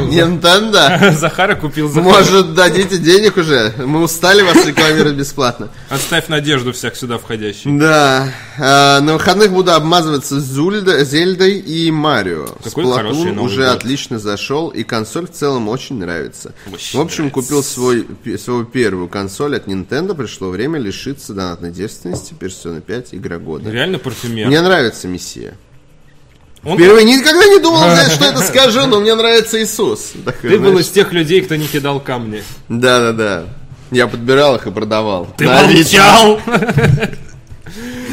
[SPEAKER 2] Nintendo!
[SPEAKER 1] Захара купил Захара.
[SPEAKER 2] Может, дадите денег уже? Мы устали вас рекламировать бесплатно.
[SPEAKER 1] Отставь надежду всех сюда входящих.
[SPEAKER 2] Да. Э, на выходных буду обмазываться Зульда, Зельдой и Марио.
[SPEAKER 1] Какой хороший
[SPEAKER 2] Сплатун
[SPEAKER 1] Новый
[SPEAKER 2] уже
[SPEAKER 1] год.
[SPEAKER 2] отлично зашел, и консоль в целом очень нравится. в общем, купил свой, пе- свою первую консоль от Nintendo. Пришло время лишиться донатной девственности Persona 5 Игра года.
[SPEAKER 1] Реально парфюмер.
[SPEAKER 2] Мне нравится Мессия.
[SPEAKER 1] Он-
[SPEAKER 2] Впервые никогда не думал, знаешь, что это скажу, но мне нравится Иисус. Такой,
[SPEAKER 1] Ты был
[SPEAKER 2] знаешь,
[SPEAKER 1] из тех людей, кто не кидал камни.
[SPEAKER 2] Да-да-да. Я подбирал их и продавал. Ты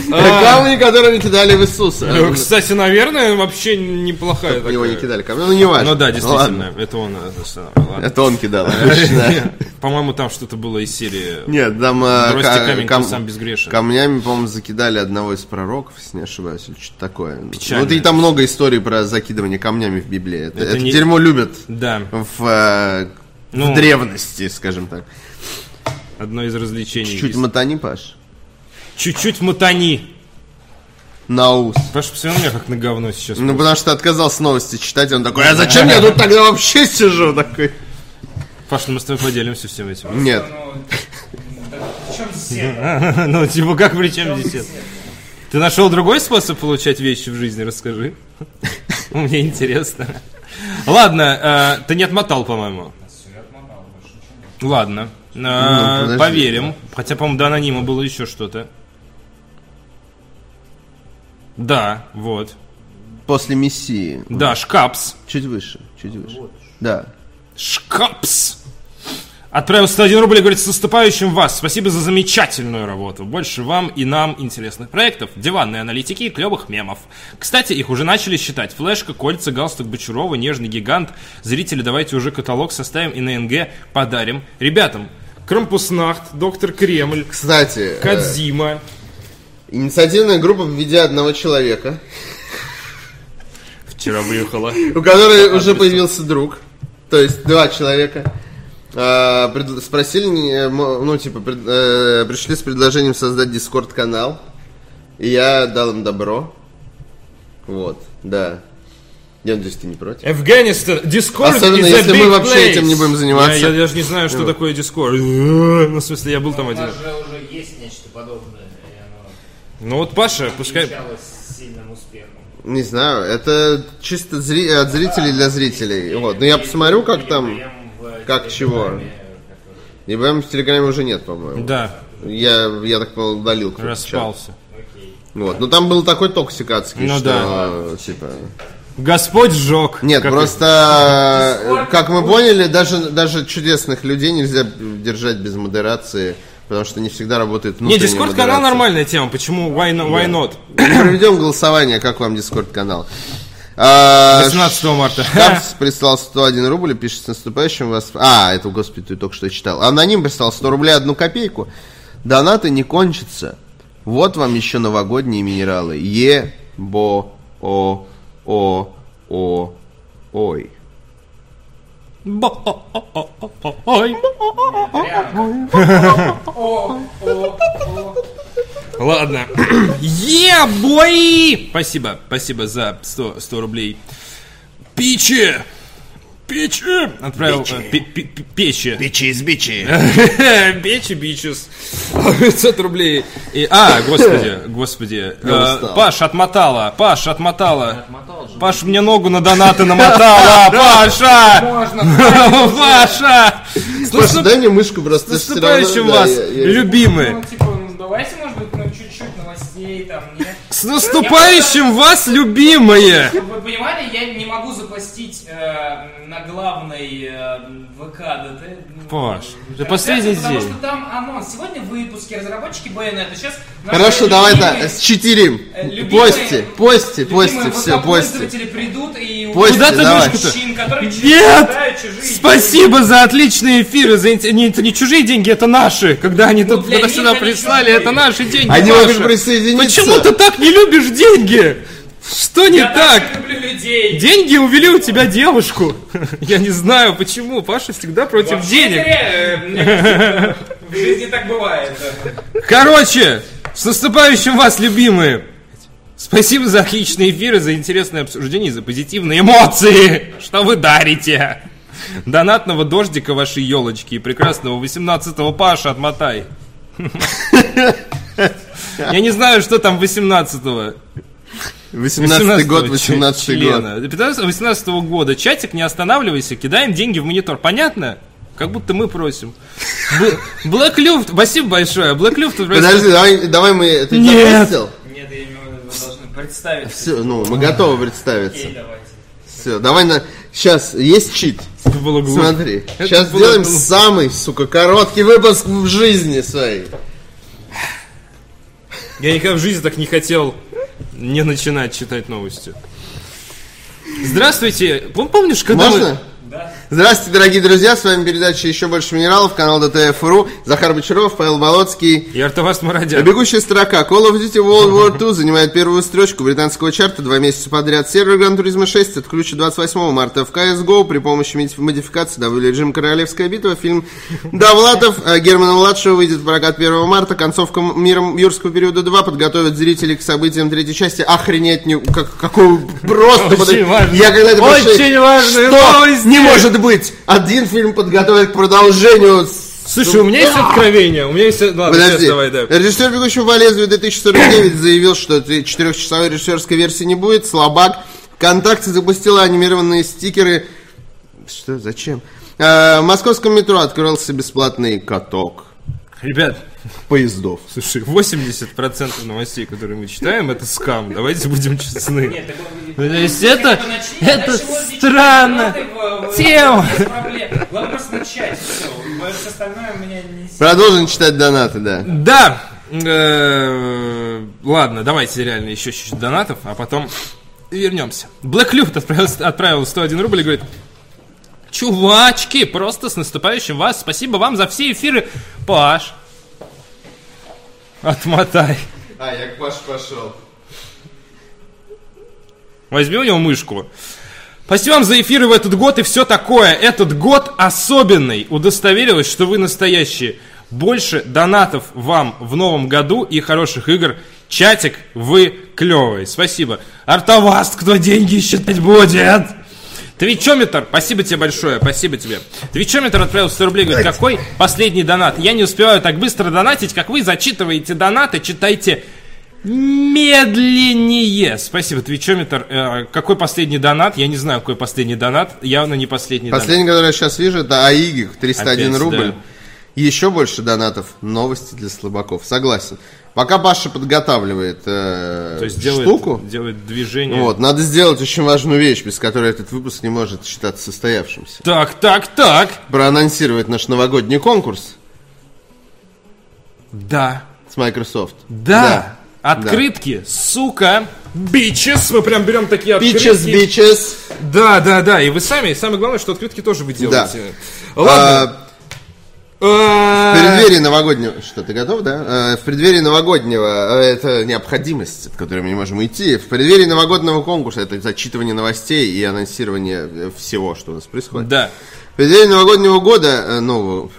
[SPEAKER 2] Камни, которые не кидали в Иисуса.
[SPEAKER 1] Э, Кстати, наверное, вообще неплохая
[SPEAKER 2] В него Ну, не
[SPEAKER 1] такая.
[SPEAKER 2] кидали камни. Ну, не важно.
[SPEAKER 1] Ну да,
[SPEAKER 2] Ладно.
[SPEAKER 1] действительно, это он. э, останавливал. Ладно.
[SPEAKER 2] Это он кидал. обычно.
[SPEAKER 1] По-моему, там что-то было из серии
[SPEAKER 2] Нет, там э,
[SPEAKER 1] «Бросьте
[SPEAKER 2] ка-
[SPEAKER 1] камень,
[SPEAKER 2] кам-
[SPEAKER 1] ты сам безгрешен».
[SPEAKER 2] камнями, по-моему, закидали одного из пророков, если не ошибаюсь, или что-то такое.
[SPEAKER 1] Печально.
[SPEAKER 2] Ну, ты- и там много историй про закидывание камнями в Библии. Это,
[SPEAKER 1] Это
[SPEAKER 2] это
[SPEAKER 1] не-
[SPEAKER 2] дерьмо любят
[SPEAKER 1] Да,
[SPEAKER 2] в, э,
[SPEAKER 1] Ну.
[SPEAKER 2] в древности, скажем так.
[SPEAKER 1] одно из развлечений.
[SPEAKER 2] Чуть-чуть
[SPEAKER 1] есть.
[SPEAKER 2] мотани, Паш.
[SPEAKER 1] Чуть-чуть мотани.
[SPEAKER 2] Наус.
[SPEAKER 1] Паша, посмотри на меня как на говно сейчас.
[SPEAKER 2] Ну, потому что отказался новости читать, он такой, а зачем я тут тогда вообще сижу? Такой.
[SPEAKER 1] Паш, ну мы с тобой поделимся всем этим.
[SPEAKER 2] Нет.
[SPEAKER 5] Ну, да в чем сеть?
[SPEAKER 1] Ну, типа, как при чем здесь это? Ты нашел другой способ получать вещи в жизни, расскажи. Мне интересно. Ладно, э, ты не отмотал, по-моему. Ладно. Э,
[SPEAKER 2] подожди.
[SPEAKER 1] Поверим. Хотя, по-моему, до анонима было еще что-то. Да, вот.
[SPEAKER 2] После Мессии.
[SPEAKER 1] Да, шкапс.
[SPEAKER 2] Чуть выше, чуть выше. Да.
[SPEAKER 1] Шкапс! Отправил 101 рублей, говорит, с наступающим вас. Спасибо за замечательную работу. Больше вам и нам интересных проектов, диванные аналитики и клевых мемов. Кстати, их уже начали считать. Флешка, кольца, галстук Бочарова, нежный гигант. Зрители, давайте уже каталог составим и на НГ подарим ребятам. Крампуснахт, Доктор Кремль,
[SPEAKER 2] Кстати, э,
[SPEAKER 1] Кадзима.
[SPEAKER 2] инициативная группа в виде одного человека,
[SPEAKER 1] Вчера выехала.
[SPEAKER 2] у которой уже появился друг, то есть два человека, э, пред- спросили, не, э, мо- ну, типа, пред- э, пришли с предложением создать Дискорд-канал, и я дал им добро. Вот, да. Я надеюсь, ты не против.
[SPEAKER 1] Афганистан, Discord
[SPEAKER 2] Особенно,
[SPEAKER 1] is a
[SPEAKER 2] если
[SPEAKER 1] big
[SPEAKER 2] мы вообще
[SPEAKER 1] place.
[SPEAKER 2] этим не будем заниматься.
[SPEAKER 1] Я, я даже не знаю, что такое Discord. Ну, в смысле, я был там
[SPEAKER 5] У
[SPEAKER 1] один.
[SPEAKER 5] нас же уже есть нечто подобное, и оно
[SPEAKER 1] Ну вот Паша, пускай...
[SPEAKER 5] отличалось сильным успехом.
[SPEAKER 2] Не знаю, это чисто зри- от зрителей для зрителей. Вот, но я посмотрю, как там, как чего. И прям в Телеграме уже нет, по-моему.
[SPEAKER 1] Да,
[SPEAKER 2] Я, я так понял, удалил. кто-то чат.
[SPEAKER 1] распался.
[SPEAKER 2] Вот, но там был такой токсик адский,
[SPEAKER 1] Ну
[SPEAKER 2] что,
[SPEAKER 1] да.
[SPEAKER 2] типа...
[SPEAKER 1] Господь сжег.
[SPEAKER 2] Нет,
[SPEAKER 1] Как-
[SPEAKER 2] просто, э, как мы поняли, даже, даже чудесных людей нельзя держать без модерации, потому что не всегда работает
[SPEAKER 1] Не,
[SPEAKER 2] внутренняя
[SPEAKER 1] Discord канал
[SPEAKER 2] модерация.
[SPEAKER 1] нормальная тема. Почему? Why no- why not?
[SPEAKER 2] Проведем голосование, как вам Дискорд канал. А,
[SPEAKER 1] 18 марта.
[SPEAKER 2] Штабс прислал 101 рубль и пишет с наступающим вас. А, это, господи, ты только что читал. Аноним прислал 100 рублей одну копейку. Донаты не кончатся. Вот вам еще новогодние минералы. Е, бо, о, о, о, ой.
[SPEAKER 1] Ой. Ладно. Е, бой! Спасибо, спасибо за 100, 100 рублей. Пичи! Пичи! Отправил... э, пи- пи- пи- Печи.
[SPEAKER 2] Бичи бичи.
[SPEAKER 1] Бичи бичус. 500 рублей. И- а, господи, господи. Э,
[SPEAKER 2] устал.
[SPEAKER 1] Паш, отмотала. Паш, отмотала. Паш, мне ногу на донаты намотала. Паша!
[SPEAKER 5] ну,
[SPEAKER 1] Паша! Ну, С
[SPEAKER 2] Слушай,
[SPEAKER 1] наступ-
[SPEAKER 2] дай мне мышку
[SPEAKER 1] с
[SPEAKER 2] просто. всё равно,
[SPEAKER 1] наступающим
[SPEAKER 2] да,
[SPEAKER 1] вас,
[SPEAKER 2] я- я-
[SPEAKER 1] любимые!
[SPEAKER 5] Ну, типа, ну, давайте, может быть, ну, чуть-чуть новостей там, нет?
[SPEAKER 1] С наступающим вас, любимые!
[SPEAKER 5] Вы понимали, я не могу запостить э, на главной э, ВК ДТ.
[SPEAKER 1] Паш, это последний
[SPEAKER 5] Потому
[SPEAKER 1] день.
[SPEAKER 5] что там анонс. Сегодня в выпуске разработчики Байонета. Сейчас наши
[SPEAKER 2] Хорошо, давай
[SPEAKER 5] любимые-
[SPEAKER 2] так, считерим.
[SPEAKER 5] э, любимые-
[SPEAKER 2] Пости, пости,
[SPEAKER 5] любимые
[SPEAKER 2] пости, все, пости.
[SPEAKER 5] ВК-пользователи придут и
[SPEAKER 2] Пости,
[SPEAKER 1] Куда ты,
[SPEAKER 2] давай.
[SPEAKER 1] дочка-то?
[SPEAKER 5] мужчин, которые чужие
[SPEAKER 1] Нет!
[SPEAKER 5] читают, чужие
[SPEAKER 1] Спасибо за отличные эфиры. За, инте- не, это не чужие деньги, это наши. Когда они тут
[SPEAKER 5] для
[SPEAKER 1] когда
[SPEAKER 5] них
[SPEAKER 1] сюда
[SPEAKER 5] они
[SPEAKER 1] прислали,
[SPEAKER 5] чужие.
[SPEAKER 1] это наши деньги.
[SPEAKER 2] Они
[SPEAKER 1] Паша.
[SPEAKER 2] могут присоединиться.
[SPEAKER 1] Почему ты так не любишь деньги? Что не
[SPEAKER 5] Я
[SPEAKER 1] так?
[SPEAKER 5] так люблю людей.
[SPEAKER 1] Деньги увели у тебя девушку. Я не знаю, почему. Паша всегда против
[SPEAKER 5] Вообще
[SPEAKER 1] денег.
[SPEAKER 5] зря, э, В жизни так бывает.
[SPEAKER 1] Короче, с наступающим вас, любимые! Спасибо за отличные эфиры, за интересное обсуждение и за позитивные эмоции, что вы дарите. Донатного дождика вашей елочки и прекрасного 18-го Паша отмотай. Я не знаю, что там 18-го.
[SPEAKER 2] 18 год, 18 год.
[SPEAKER 1] 18 года. Чатик, не останавливайся, кидаем деньги в монитор. Понятно? Как будто мы просим. Б- Black Luft, спасибо большое. Black Luft просто-
[SPEAKER 2] Подожди, давай, давай мы... Ты
[SPEAKER 1] Нет.
[SPEAKER 2] запустил?
[SPEAKER 5] Нет, я не могу, вы должны представить.
[SPEAKER 2] Все, ну, мы готовы представиться.
[SPEAKER 5] Окей, давайте.
[SPEAKER 2] Все, давай на... Сейчас, есть чит.
[SPEAKER 1] Это было глупо.
[SPEAKER 2] Смотри.
[SPEAKER 1] Это
[SPEAKER 2] Сейчас
[SPEAKER 1] было
[SPEAKER 2] сделаем
[SPEAKER 1] глупо.
[SPEAKER 2] самый, сука, короткий выпуск в жизни своей.
[SPEAKER 1] Я никогда в жизни так не хотел не начинать читать новости. Здравствуйте. Пом- Помнишь, когда
[SPEAKER 2] Можно?
[SPEAKER 5] Да.
[SPEAKER 2] Здравствуйте, дорогие друзья, с вами передача «Еще больше минералов», канал ДТФ.ру, Захар Бочаров, Павел Болоцкий,
[SPEAKER 1] мы... И Артавас Мародян.
[SPEAKER 2] А Бегущая строка. Call of Duty World War II занимает первую строчку британского чарта два месяца подряд. Сервер Gran Turismo 6 отключит 28 марта. В CSGO при помощи мити- модификации добыли режим «Королевская битва». Фильм Довлатов э, Германа Младшего выйдет в прокат 1 марта. Концовка м- «Миром юрского периода 2» подготовит зрителей к событиям третьей части. Охренеть, не... как, какого просто...
[SPEAKER 1] Очень
[SPEAKER 2] подо-
[SPEAKER 1] важно.
[SPEAKER 2] Я когда это
[SPEAKER 1] Очень
[SPEAKER 2] прочитал,
[SPEAKER 1] важные
[SPEAKER 2] что?
[SPEAKER 1] новости.
[SPEAKER 2] Не может быть! Один фильм подготовит к продолжению
[SPEAKER 1] Слушай, у меня есть откровение. У меня есть... Ладно,
[SPEAKER 2] А Подожди. Э,
[SPEAKER 1] сейчас давай, да.
[SPEAKER 2] Режиссер «Бегущего по лезвию» 2049 заявил, что ты- четырехчасовой режиссерской версии не будет. Слабак. ВКонтакте запустила анимированные стикеры. Что? Зачем? Э, В московском метро открылся бесплатный каток
[SPEAKER 1] Ребят,
[SPEAKER 2] поездов.
[SPEAKER 1] слушай, 80% новостей, которые мы читаем, это скам. Давайте будем честны. Ну,
[SPEAKER 5] Нет, так он-
[SPEAKER 1] То есть
[SPEAKER 5] Как
[SPEAKER 1] это-
[SPEAKER 5] бы начни,
[SPEAKER 1] это
[SPEAKER 5] дальше можно идти
[SPEAKER 1] странно.
[SPEAKER 5] в Европы, в- в-
[SPEAKER 1] Тема.
[SPEAKER 5] без проблем. Главное просто начать, все. Больше остальное у меня не... с-
[SPEAKER 2] Продолжим читать донаты, да.
[SPEAKER 1] Да. Э, Ладно, давайте реально еще чуть-чуть донатов, а потом вернемся. Black Люфт отправил, отправил 101 рубль и говорит... Чувачки, просто с наступающим вас. Спасибо вам за все эфиры. Паш, отмотай.
[SPEAKER 3] А, я к Паше пошел.
[SPEAKER 1] Возьми у него мышку. Спасибо вам за эфиры в этот год и все такое. Этот год особенный. Удостоверилось, что вы настоящие. Больше донатов вам в новом году и хороших игр. Чатик, вы клевый. Спасибо. Артоваст, кто деньги считать будет? Твичометр, спасибо тебе большое, спасибо тебе. Твичометр отправил 100 рублей, говорит, какой последний донат? Я не успеваю так быстро донатить, как вы зачитываете донаты, читайте медленнее. Спасибо, Твичометр. Э, какой последний донат? Я не знаю, какой последний донат. Явно не последний,
[SPEAKER 2] Последний, который я сейчас вижу, это АИГИК, 301
[SPEAKER 1] Опять,
[SPEAKER 2] рубль.
[SPEAKER 1] да.
[SPEAKER 2] Еще больше донатов. Новости для слабаков. Согласен. Пока Паша подготавливает э,
[SPEAKER 1] донат. То есть делает,
[SPEAKER 2] штуку,
[SPEAKER 1] делает движение.
[SPEAKER 2] вот, надо сделать очень важную вещь, без которой этот выпуск не может считаться состоявшимся.
[SPEAKER 1] Так, так, так.
[SPEAKER 2] Проанонсировать наш новогодний конкурс
[SPEAKER 1] Да.
[SPEAKER 2] с Microsoft.
[SPEAKER 1] Да. Открытки, сука. Бичес, мы прям берем такие
[SPEAKER 2] Бичес,
[SPEAKER 1] открытки.
[SPEAKER 2] бичес.
[SPEAKER 1] Да, да, да. И вы сами, и самое главное, что открытки тоже вы делаете. Ладно.
[SPEAKER 2] А, В
[SPEAKER 1] А,
[SPEAKER 2] преддверии новогоднего... Что, ты готов, да? Э, В преддверии новогоднего... э, Это необходимость, от которой мы не можем уйти. В преддверии новогоднего конкурса это зачитывание новостей и анонсирование э, всего, что у нас происходит.
[SPEAKER 1] Да.
[SPEAKER 2] В преддверии новогоднего года... э, Нового...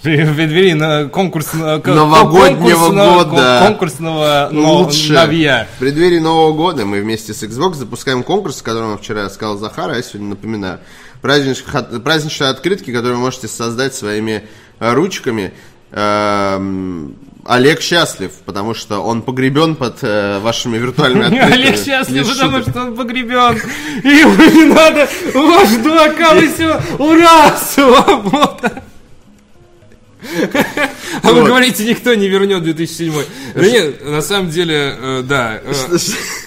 [SPEAKER 1] В преддверии на конкурс на- к-
[SPEAKER 2] Новогоднего
[SPEAKER 1] конкурсного-
[SPEAKER 2] года.
[SPEAKER 1] кон- Конкурсного но-
[SPEAKER 2] Лучше.
[SPEAKER 1] новья.
[SPEAKER 2] В преддверии Нового года мы вместе с Xbox запускаем конкурс, о котором вчера сказал Захар, а я сегодня напоминаю. Празднич- хат- Праздничные открытки, которые вы можете создать своими э, ручками. Эм, Олег счастлив, потому что он погребен под э, вашими виртуальными открытками.
[SPEAKER 1] Олег счастлив,
[SPEAKER 2] Без
[SPEAKER 1] потому
[SPEAKER 2] шуток.
[SPEAKER 1] что он погребен. И ему не надо ваш дурака вы все. Ура! Свобода! А вы
[SPEAKER 2] Вот.
[SPEAKER 1] говорите, никто не вернет 2007. Да нет, на самом деле, э, да. э,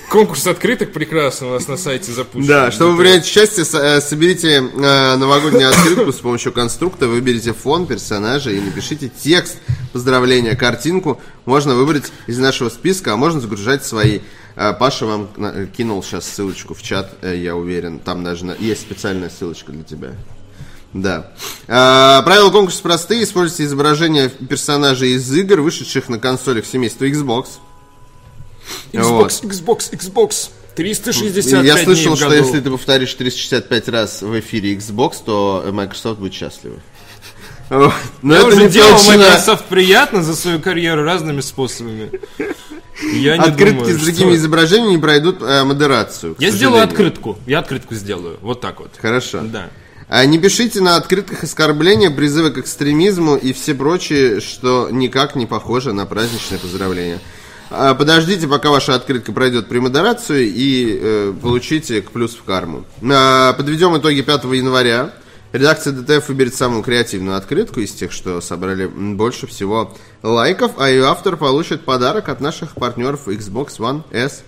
[SPEAKER 1] Конкурс открыток прекрасно у нас на сайте запущен.
[SPEAKER 2] Да, чтобы принять счастье, со- э, соберите э, новогоднюю открытку с помощью конструкта, выберите фон персонажа и напишите текст поздравления, картинку. Можно выбрать из нашего списка, а можно загружать свои. Э, Паша вам на- кинул сейчас ссылочку в чат, э, я уверен. Там даже на- есть специальная ссылочка для тебя. Да. А, правила конкурса простые. Используйте изображения персонажей из игр, вышедших на консолях семейства Xbox. Вот.
[SPEAKER 1] Xbox, Xbox, Xbox. 365
[SPEAKER 2] Я слышал,
[SPEAKER 1] дней в
[SPEAKER 2] что
[SPEAKER 1] году.
[SPEAKER 2] если ты повторишь 365 раз в эфире Xbox, то Microsoft будет счастлива. Вот. Но
[SPEAKER 1] Я
[SPEAKER 2] это
[SPEAKER 1] уже
[SPEAKER 2] не
[SPEAKER 1] делал
[SPEAKER 2] точно.
[SPEAKER 1] Microsoft приятно за свою карьеру разными способами. Я не
[SPEAKER 2] Открытки
[SPEAKER 1] думаю,
[SPEAKER 2] с
[SPEAKER 1] что-
[SPEAKER 2] другими изображениями не пройдут э, модерацию. к
[SPEAKER 1] Я сделаю
[SPEAKER 2] сожалению.
[SPEAKER 1] открытку. Я открытку сделаю. Вот так вот.
[SPEAKER 2] Хорошо.
[SPEAKER 1] Да.
[SPEAKER 2] А не пишите на открытках оскорбления, призывы к экстремизму и все прочее, что никак не похоже на праздничное поздравление. А, Подождите, пока ваша открытка пройдет премодерацию и э, получите к плюс в карму. А, Подведем итоги 5 января. Редакция ДТФ выберет самую креативную открытку из тех, что собрали м, больше всего лайков, а ее автор получит подарок от наших партнеров Xbox One S.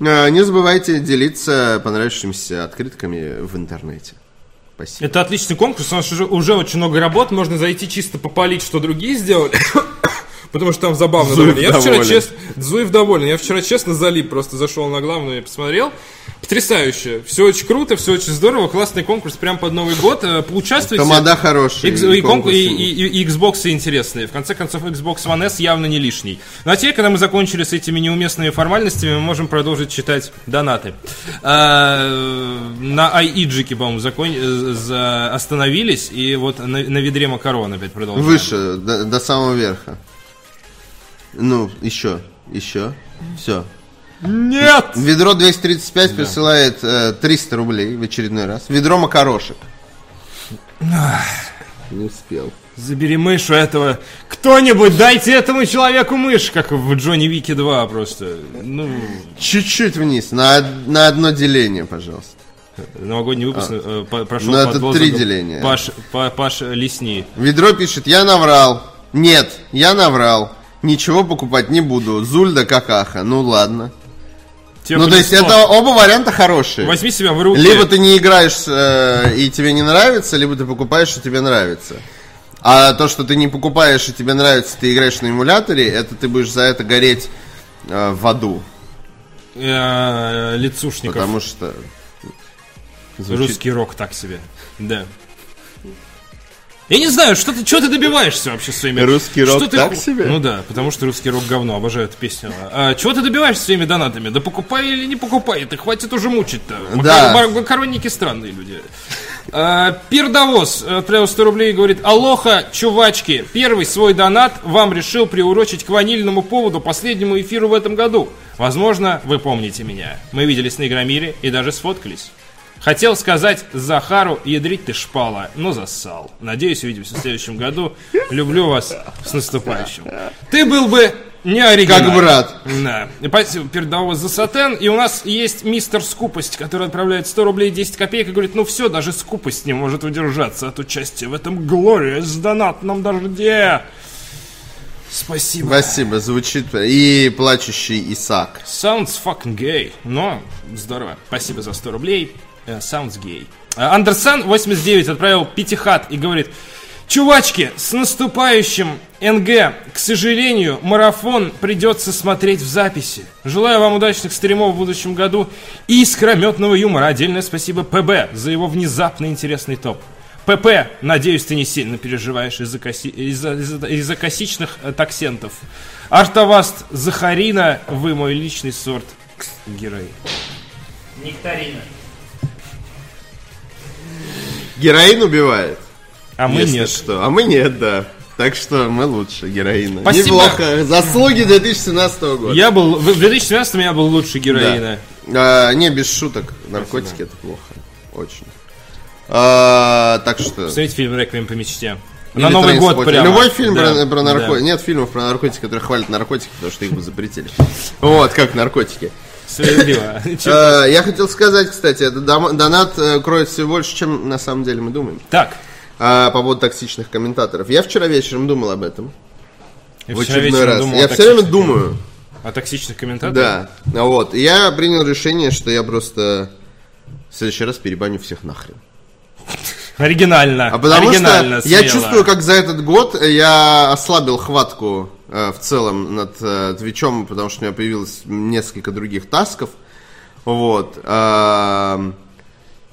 [SPEAKER 2] А, Не забывайте делиться понравившимися открытками в интернете. Спасибо.
[SPEAKER 1] Это отличный конкурс, у нас уже, уже очень много работ, можно зайти чисто попалить, что другие сделали. Потому что там забавно.
[SPEAKER 2] Зуев
[SPEAKER 1] довольно. я вчера
[SPEAKER 2] доволен.
[SPEAKER 1] честно... Зуев доволен. Я вчера честно залип, просто зашел на главную и посмотрел. Потрясающе. Все очень круто, все очень здорово. Классный конкурс прям под Новый год. Э, Поучаствуйте.
[SPEAKER 2] Тамада хороший.
[SPEAKER 1] Икс- и, конку- и, и- и- и Xbox интересные. В конце концов, Xbox One S явно не лишний. Ну а теперь, когда мы закончили с этими неуместными формальностями, мы можем продолжить читать донаты. А, на IEG, по-моему, закон- э, за- остановились, и вот на, на ведре макарон опять продолжаем.
[SPEAKER 2] Ну, Выше, до, до самого верха. Ну, еще, еще. Все.
[SPEAKER 1] Нет!
[SPEAKER 2] Ведро 235 присылает э, 300 рублей в очередной раз. Ведро макарошек. Не успел.
[SPEAKER 1] Забери мышу этого. Кто-нибудь дайте этому человеку мышь, как в Джонни Вики 2 просто. Ну,
[SPEAKER 2] Чуть-чуть вниз, на, од- на одно деление, пожалуйста.
[SPEAKER 1] новогодний выпуск э, по- прошел
[SPEAKER 2] Ну, это
[SPEAKER 1] под
[SPEAKER 2] три
[SPEAKER 1] лозунгом
[SPEAKER 2] деления.
[SPEAKER 1] Паш, Па- Паш, лесни.
[SPEAKER 2] Ведро пишет, я наврал. Нет, я наврал. Ничего покупать не буду. Зульда какаха. Ну ладно.
[SPEAKER 1] Тебе
[SPEAKER 2] ну, то есть,
[SPEAKER 1] повезло.
[SPEAKER 2] это оба варианта хорошие.
[SPEAKER 1] Возьми себя в руки.
[SPEAKER 2] Либо ты не играешь э, и тебе не нравится, либо ты покупаешь и тебе нравится. А то, что ты не покупаешь и тебе нравится, ты играешь на эмуляторе, это ты будешь за это гореть э, в аду.
[SPEAKER 1] Э, лицушников.
[SPEAKER 2] Потому что... Звучит-
[SPEAKER 1] Русский рок так себе. Да. Я не знаю, что ты, чего ты добиваешься вообще своими...
[SPEAKER 2] Русский рок
[SPEAKER 1] Что ты-
[SPEAKER 2] так себе?
[SPEAKER 1] Ну да, потому что русский рок говно, обожаю эту песню. А, чего ты добиваешься своими донатами? Да покупай или не покупай, ты хватит уже мучить-то. Макар-
[SPEAKER 2] Да.
[SPEAKER 1] бар- Макаронники странные люди. А, Пердовоз отправил 100 рублей и говорит, алоха, чувачки, первый свой донат вам решил приурочить к ванильному поводу последнему эфиру в этом году. Возможно, вы помните меня. Мы виделись на Игромире и даже сфоткались. Хотел сказать Захару, ядрить ты шпала, но зассал. Надеюсь, увидимся в следующем году. Люблю вас с наступающим. Ты был бы не оригинален.
[SPEAKER 2] Как брат.
[SPEAKER 1] Да. И Спасибо, передовоз за сатен. И у нас есть мистер Скупость, который отправляет 100 рублей и 10 копеек и говорит, ну все, даже Скупость не может удержаться от участия в этом Глория с донатном дожде. Спасибо.
[SPEAKER 2] Спасибо, звучит. И плачущий Исаак.
[SPEAKER 1] Sounds fucking gay, но здорово. Спасибо за 100 рублей. Э, Sounds gay. А, Андерсон 89 отправил пятихат и говорит, Чувачки, с наступающим НГ, к сожалению, марафон придется смотреть в записи. Желаю вам удачных стримов в будущем году и искрометного юмора. Отдельное спасибо ПБ за его внезапно интересный топ. ПП, надеюсь, ты не сильно переживаешь из-за, коси- из-за- из-за- из-за косичных э, таксентов. Артоваст Захарина, вы мой личный сорт герой.
[SPEAKER 5] Нектарина.
[SPEAKER 2] Героин убивает.
[SPEAKER 1] А мы
[SPEAKER 2] если
[SPEAKER 1] нет.
[SPEAKER 2] что. А мы нет, да. Так что мы лучше героина.
[SPEAKER 1] Спасибо.
[SPEAKER 2] Неплохо. Заслуги 2017 года.
[SPEAKER 1] Я был, в 2017 я был лучше героина.
[SPEAKER 2] Да. А, не, без шуток. Наркотики это плохо. Очень. А, так что...
[SPEAKER 1] Посмотрите фильм «Реквием по мечте». На
[SPEAKER 2] Или
[SPEAKER 1] Новый год
[SPEAKER 2] «Трейнспоттинг».
[SPEAKER 1] прямо.
[SPEAKER 2] Любой фильм
[SPEAKER 1] Да,
[SPEAKER 2] про, про
[SPEAKER 1] да.
[SPEAKER 2] наркотики. Нет фильмов про наркотики, которые хвалят наркотики, потому что их бы запретили. Вот, как наркотики.
[SPEAKER 1] Справедливо. Чё-
[SPEAKER 2] Э, Я хотел сказать, кстати, это дом- донат э, кроет всего больше, чем на самом деле мы думаем.
[SPEAKER 1] Так.
[SPEAKER 2] А, По поводу токсичных комментаторов. Я вчера вечером думал об этом.
[SPEAKER 1] Я
[SPEAKER 2] В
[SPEAKER 1] вчера
[SPEAKER 2] очередной
[SPEAKER 1] вечером
[SPEAKER 2] раз.
[SPEAKER 1] думал о
[SPEAKER 2] Я все время
[SPEAKER 1] токсичных-
[SPEAKER 2] думаю.
[SPEAKER 1] О токсичных комментаторах?
[SPEAKER 2] Да. Ну Вот. И Я принял решение, что я просто в следующий раз перебаню всех нахрен.
[SPEAKER 1] Оригинально.
[SPEAKER 2] А потому
[SPEAKER 1] Оригинально,
[SPEAKER 2] что я
[SPEAKER 1] смело.
[SPEAKER 2] чувствую, как за этот год э, я ослабил хватку э, в целом над э, Твичом, потому что у меня появилось несколько других тасков. Вот. Эм,